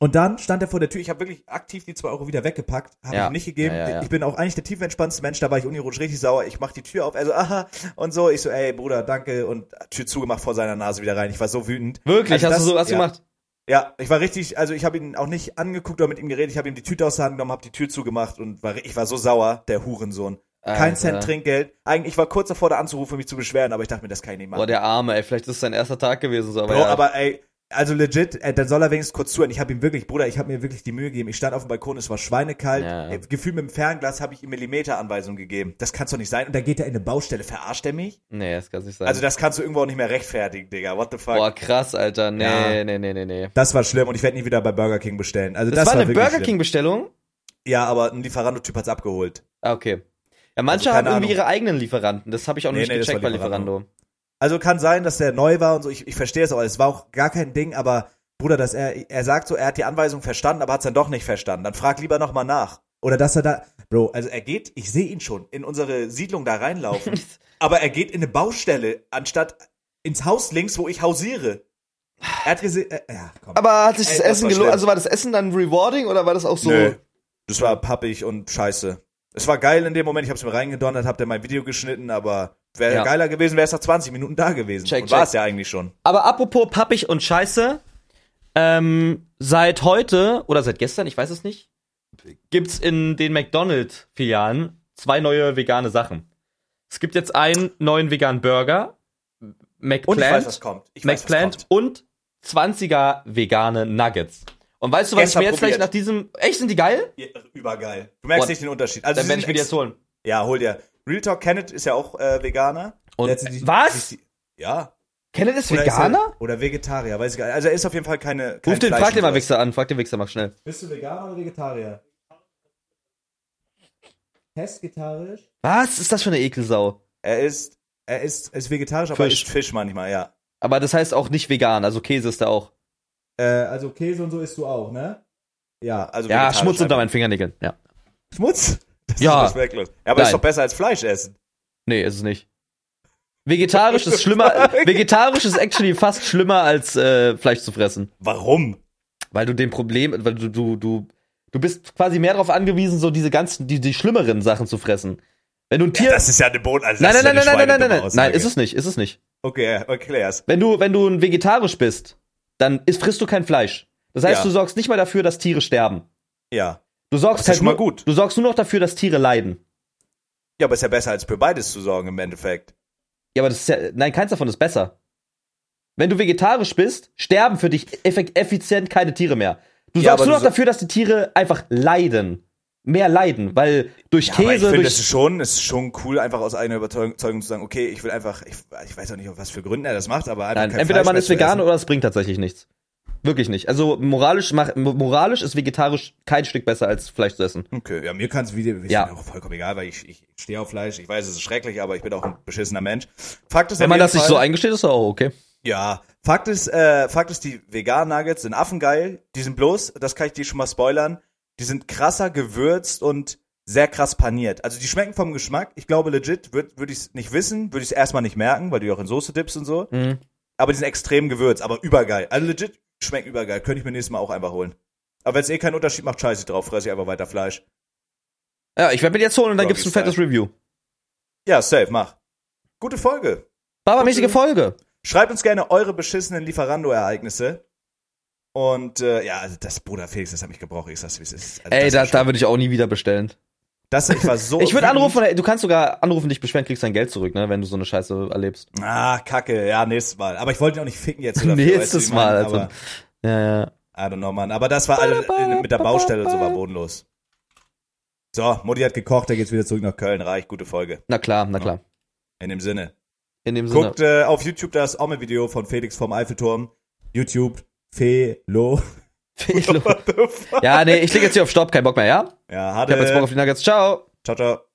[SPEAKER 1] Und dann stand er vor der Tür. Ich habe wirklich aktiv die zwei Euro wieder weggepackt, habe
[SPEAKER 2] Ja.
[SPEAKER 1] ihm nicht gegeben.
[SPEAKER 2] Ja, ja, ja.
[SPEAKER 1] Ich bin auch eigentlich der tiefenentspannste Mensch, da war ich unironisch richtig sauer. Ich mach die Tür auf, also aha und so. Ich so, ey Bruder, danke und Tür zugemacht vor seiner Nase wieder rein. Ich war so wütend.
[SPEAKER 2] Wirklich?
[SPEAKER 1] Also
[SPEAKER 2] hast
[SPEAKER 1] das-
[SPEAKER 2] du sowas
[SPEAKER 1] ja.
[SPEAKER 2] gemacht?
[SPEAKER 1] Ja, ich war richtig, also ich habe ihn auch nicht angeguckt oder mit ihm geredet. Ich habe ihm die Tüte aus der Hand genommen, habe die Tür zugemacht und war, ri- ich war so sauer, der Hurensohn. Kein
[SPEAKER 2] Alter.
[SPEAKER 1] Cent Trinkgeld. Eigentlich, ich war kurz davor, da anzurufen, mich zu beschweren, aber ich dachte mir, das kann ich nicht machen.
[SPEAKER 2] Boah, der Arme, ey. Vielleicht ist es sein erster Tag gewesen. So, aber,
[SPEAKER 1] Bro,
[SPEAKER 2] ja.
[SPEAKER 1] aber ey, also legit, äh, dann soll er wenigstens kurz zuhören. Ich habe ihm wirklich, Bruder, ich habe mir wirklich die Mühe gegeben. Ich stand auf dem Balkon, es war schweinekalt.
[SPEAKER 2] Ja, ja.
[SPEAKER 1] Äh, Gefühl mit dem Fernglas habe ich ihm Millimeteranweisung gegeben. Das kann's doch nicht sein. Und dann geht er in eine Baustelle. Verarscht er mich?
[SPEAKER 2] Nee, das kann nicht sein.
[SPEAKER 1] Also das kannst du irgendwo auch nicht mehr rechtfertigen, Digga. What the fuck?
[SPEAKER 2] Boah, krass, Alter. Nee,
[SPEAKER 1] Ja.
[SPEAKER 2] nee, nee, nee, nee.
[SPEAKER 1] Das war schlimm und ich werde nie wieder bei Burger King bestellen. Also das,
[SPEAKER 2] Das, war eine
[SPEAKER 1] wirklich
[SPEAKER 2] Burger
[SPEAKER 1] schlimm.
[SPEAKER 2] King-Bestellung?
[SPEAKER 1] Ja, aber ein Lieferando-Typ hat's abgeholt.
[SPEAKER 2] Ah, okay. Ja, manche
[SPEAKER 1] Also,
[SPEAKER 2] haben
[SPEAKER 1] keine
[SPEAKER 2] irgendwie
[SPEAKER 1] Ahnung.
[SPEAKER 2] ihre eigenen Lieferanten. Das habe ich auch
[SPEAKER 1] Nee,
[SPEAKER 2] nicht
[SPEAKER 1] nee, das
[SPEAKER 2] gecheckt bei
[SPEAKER 1] war
[SPEAKER 2] Lieferando.
[SPEAKER 1] Lieferando. Also kann sein, dass der neu war und so. Ich, ich verstehe es auch. Es war auch gar kein Ding, aber Bruder, dass er, er sagt so, er hat die Anweisung verstanden, aber hat's dann doch nicht verstanden. Dann frag lieber nochmal nach. Oder dass er da, Bro, also er geht, ich sehe ihn schon, in unsere Siedlung da reinlaufen, aber er geht in eine Baustelle, anstatt ins Haus links, wo ich hausiere. Er hat gesehen, äh, ja, komm.
[SPEAKER 2] Aber hat sich das
[SPEAKER 1] Ey, das
[SPEAKER 2] Essen
[SPEAKER 1] war
[SPEAKER 2] gelohnt?
[SPEAKER 1] schlimm.
[SPEAKER 2] Also war das Essen dann rewarding oder war das auch so?
[SPEAKER 1] Nö. Das war pappig und scheiße. Es war geil in dem Moment, ich hab's mir reingedonnert, hab dann mein Video geschnitten, aber wäre
[SPEAKER 2] Ja.
[SPEAKER 1] geiler gewesen, wäre es nach 20 Minuten da gewesen.
[SPEAKER 2] Check,
[SPEAKER 1] und war
[SPEAKER 2] check.
[SPEAKER 1] es ja eigentlich schon.
[SPEAKER 2] Aber apropos pappig und scheiße, ähm, seit heute oder seit gestern, ich weiß es nicht, gibt's in den McDonald's-Filialen zwei neue vegane Sachen. Es gibt jetzt einen neuen veganen Burger,
[SPEAKER 1] Und ich weiß, was
[SPEAKER 2] McPlant,
[SPEAKER 1] kommt. Ich weiß, was
[SPEAKER 2] McPlant
[SPEAKER 1] kommt.
[SPEAKER 2] und 20er vegane Nuggets. Und weißt du, was
[SPEAKER 1] Gestern
[SPEAKER 2] ich mir jetzt gleich
[SPEAKER 1] probiert.
[SPEAKER 2] nach diesem. Echt, sind die geil?
[SPEAKER 1] Ja, Übergeil. Du merkst
[SPEAKER 2] Und-
[SPEAKER 1] nicht den Unterschied. Also
[SPEAKER 2] Dann
[SPEAKER 1] sie
[SPEAKER 2] werde ich
[SPEAKER 1] sind
[SPEAKER 2] mir die
[SPEAKER 1] ex-
[SPEAKER 2] jetzt holen.
[SPEAKER 1] Ja, hol dir. Real Talk Kenneth ist ja auch äh, Veganer.
[SPEAKER 2] Und,
[SPEAKER 1] Der hat sich-
[SPEAKER 2] was?
[SPEAKER 1] sich- Ja.
[SPEAKER 2] Kenneth ist
[SPEAKER 1] Oder ist er-
[SPEAKER 2] Veganer?
[SPEAKER 1] Oder Vegetarier, weiß ich gar nicht. Also er ist auf jeden Fall keine. kein
[SPEAKER 2] Ruf den,
[SPEAKER 1] Fleisch-
[SPEAKER 2] frag den mal Wichser an, frag den Wichser, mach schnell.
[SPEAKER 1] Bist du Veganer oder Vegetarier?
[SPEAKER 3] Testgetarisch?
[SPEAKER 2] Was ist das für eine Ekelsau?
[SPEAKER 1] Er ist, er ist, ist vegetarisch, aber
[SPEAKER 2] Fisch.
[SPEAKER 1] isst Fisch manchmal, ja.
[SPEAKER 2] Aber das heißt auch nicht vegan, also Käse ist da auch.
[SPEAKER 3] Äh, also Käse und so isst du auch, ne? Ja.
[SPEAKER 1] Also
[SPEAKER 2] Ja,
[SPEAKER 1] vegetarisch
[SPEAKER 2] Schmutz unter
[SPEAKER 1] einfach.
[SPEAKER 2] meinen Fingernägeln. Ja.
[SPEAKER 1] Schmutz? Das
[SPEAKER 2] Ja.
[SPEAKER 1] Ist respektlos. ja, aber
[SPEAKER 2] Nein.
[SPEAKER 1] ist doch besser als Fleisch essen.
[SPEAKER 2] Nee, ist es nicht. Vegetarisch
[SPEAKER 1] [LAUGHS]
[SPEAKER 2] ist schlimmer. Vegetarisch ist actually fast schlimmer als äh, Fleisch zu fressen,
[SPEAKER 1] Warum?
[SPEAKER 2] weil du dem Problem, weil du du du du bist quasi mehr darauf angewiesen, so diese ganzen die die schlimmeren Sachen zu fressen. Wenn du ein Tier
[SPEAKER 1] Ja, das ist ja eine Boden. Also
[SPEAKER 2] Nein,
[SPEAKER 1] das
[SPEAKER 2] nein, nein,
[SPEAKER 1] ist
[SPEAKER 2] nein,
[SPEAKER 1] ja
[SPEAKER 2] nein, nein,
[SPEAKER 1] eine
[SPEAKER 2] nein, nein,
[SPEAKER 1] schweinedumme
[SPEAKER 2] nein, ist
[SPEAKER 1] Aussage.
[SPEAKER 2] es nicht, ist es nicht.
[SPEAKER 1] Okay, erklär's.
[SPEAKER 2] Wenn du wenn du ein vegetarisch bist, dann isst, frisst du kein Fleisch. Das heißt,
[SPEAKER 1] Ja.
[SPEAKER 2] du sorgst nicht mal dafür, dass Tiere sterben.
[SPEAKER 1] Ja.
[SPEAKER 2] Du sorgst halt
[SPEAKER 1] Das ist schon mal
[SPEAKER 2] nur,
[SPEAKER 1] gut.
[SPEAKER 2] du sorgst nur noch dafür, dass Tiere leiden.
[SPEAKER 1] Ja, aber ist ja besser als für beides zu sorgen im Endeffekt.
[SPEAKER 2] Ja, aber das ist ja, nein, keins davon ist besser. Wenn du vegetarisch bist, sterben für dich effek- effizient keine Tiere mehr. Du
[SPEAKER 1] Ja,
[SPEAKER 2] sorgst
[SPEAKER 1] aber
[SPEAKER 2] nur
[SPEAKER 1] du
[SPEAKER 2] noch
[SPEAKER 1] so-
[SPEAKER 2] dafür, dass die Tiere einfach leiden. Mehr leiden, weil durch
[SPEAKER 1] Ja, aber ich
[SPEAKER 2] Käse,
[SPEAKER 1] finde, es
[SPEAKER 2] durch.
[SPEAKER 1] ist schon, es ist schon cool, einfach aus eigener Überzeugung Überzeugung zu sagen, okay, ich will einfach, ich, ich weiß auch nicht, auf was für Gründen er das macht, aber einfach
[SPEAKER 2] Nein,
[SPEAKER 1] kein
[SPEAKER 2] entweder
[SPEAKER 1] Fleisch
[SPEAKER 2] man
[SPEAKER 1] mehr
[SPEAKER 2] ist
[SPEAKER 1] zu
[SPEAKER 2] vegan
[SPEAKER 1] essen.
[SPEAKER 2] oder es bringt tatsächlich nichts. Wirklich nicht. Also moralisch, mach, moralisch ist vegetarisch kein Stück besser als Fleisch zu essen.
[SPEAKER 1] Okay, ja, mir kann es wieder, ist
[SPEAKER 2] Ja.
[SPEAKER 1] mir auch vollkommen egal, weil ich, ich stehe auf Fleisch, ich weiß, es ist schrecklich, aber ich bin auch ein beschissener Mensch. Fakt ist,
[SPEAKER 2] Wenn
[SPEAKER 1] auf
[SPEAKER 2] man
[SPEAKER 1] jeden
[SPEAKER 2] das sich
[SPEAKER 1] Fall-
[SPEAKER 2] so eingesteht, ist doch auch okay.
[SPEAKER 1] Ja, Fakt ist, äh, Fakt ist, die veganen Nuggets sind affengeil. Die sind bloß, das kann ich dir schon mal spoilern, die sind krasser gewürzt und sehr krass paniert. Also die schmecken vom Geschmack. Ich glaube legit, würde würd ich es nicht wissen, würde ich es erstmal nicht merken, weil du ja auch in Soße dippst und so.
[SPEAKER 2] Mhm.
[SPEAKER 1] Aber die sind extrem gewürzt, aber übergeil. Also legit, schmecken übergeil. Könnte ich mir nächstes Mal auch einfach holen. Aber wenn es eh keinen Unterschied macht, scheiße drauf, fresse ich einfach weiter Fleisch.
[SPEAKER 2] Ja, ich werde mir die jetzt holen und dann
[SPEAKER 1] Doggy
[SPEAKER 2] gibst du ein fettes Review.
[SPEAKER 1] Ja, safe, mach. Gute Folge.
[SPEAKER 2] Barbermäßige Folge.
[SPEAKER 1] Schreibt uns gerne eure beschissenen Lieferando-Ereignisse. Und äh, ja, also das Bruder Felix, das hat mich gebrochen. Ich sag's, wie es ist. Also
[SPEAKER 2] Ey, da,
[SPEAKER 1] das,
[SPEAKER 2] da würde ich auch nie wieder bestellen.
[SPEAKER 1] das, ich war so.
[SPEAKER 2] [LAUGHS] Ich würde
[SPEAKER 1] wütend.
[SPEAKER 2] anrufen, ey, du kannst sogar anrufen, dich beschweren, kriegst dein Geld zurück, ne, wenn du so eine Scheiße
[SPEAKER 1] [LAUGHS]
[SPEAKER 2] erlebst.
[SPEAKER 1] Ah, Kacke. Ja, nächstes Mal. Aber ich wollte ihn auch nicht ficken jetzt. oder dafür, weißt du, wie
[SPEAKER 2] Nächstes
[SPEAKER 1] ich
[SPEAKER 2] Mal,
[SPEAKER 1] meine,
[SPEAKER 2] also. Ja, ja.
[SPEAKER 1] Aber, I don't know, Mann. Aber das war alles äh, mit der Baustelle und so war bodenlos. So, Mutti hat gekocht, da geht's wieder zurück nach Köln. Reich, gute Folge.
[SPEAKER 2] Na klar, na klar.
[SPEAKER 1] In dem Sinne.
[SPEAKER 2] In dem Sinne.
[SPEAKER 1] Guckt äh, auf YouTube das Omme-Video von Felix vom Eiffelturm. YouTube. Felo.
[SPEAKER 2] ja, nee, ich leg jetzt hier auf Stopp, kein Bock mehr, ja?
[SPEAKER 1] Ja,
[SPEAKER 2] Ich hab jetzt Bock auf
[SPEAKER 1] hatte.
[SPEAKER 2] die Nuggets. Ciao.
[SPEAKER 1] Ciao, ciao.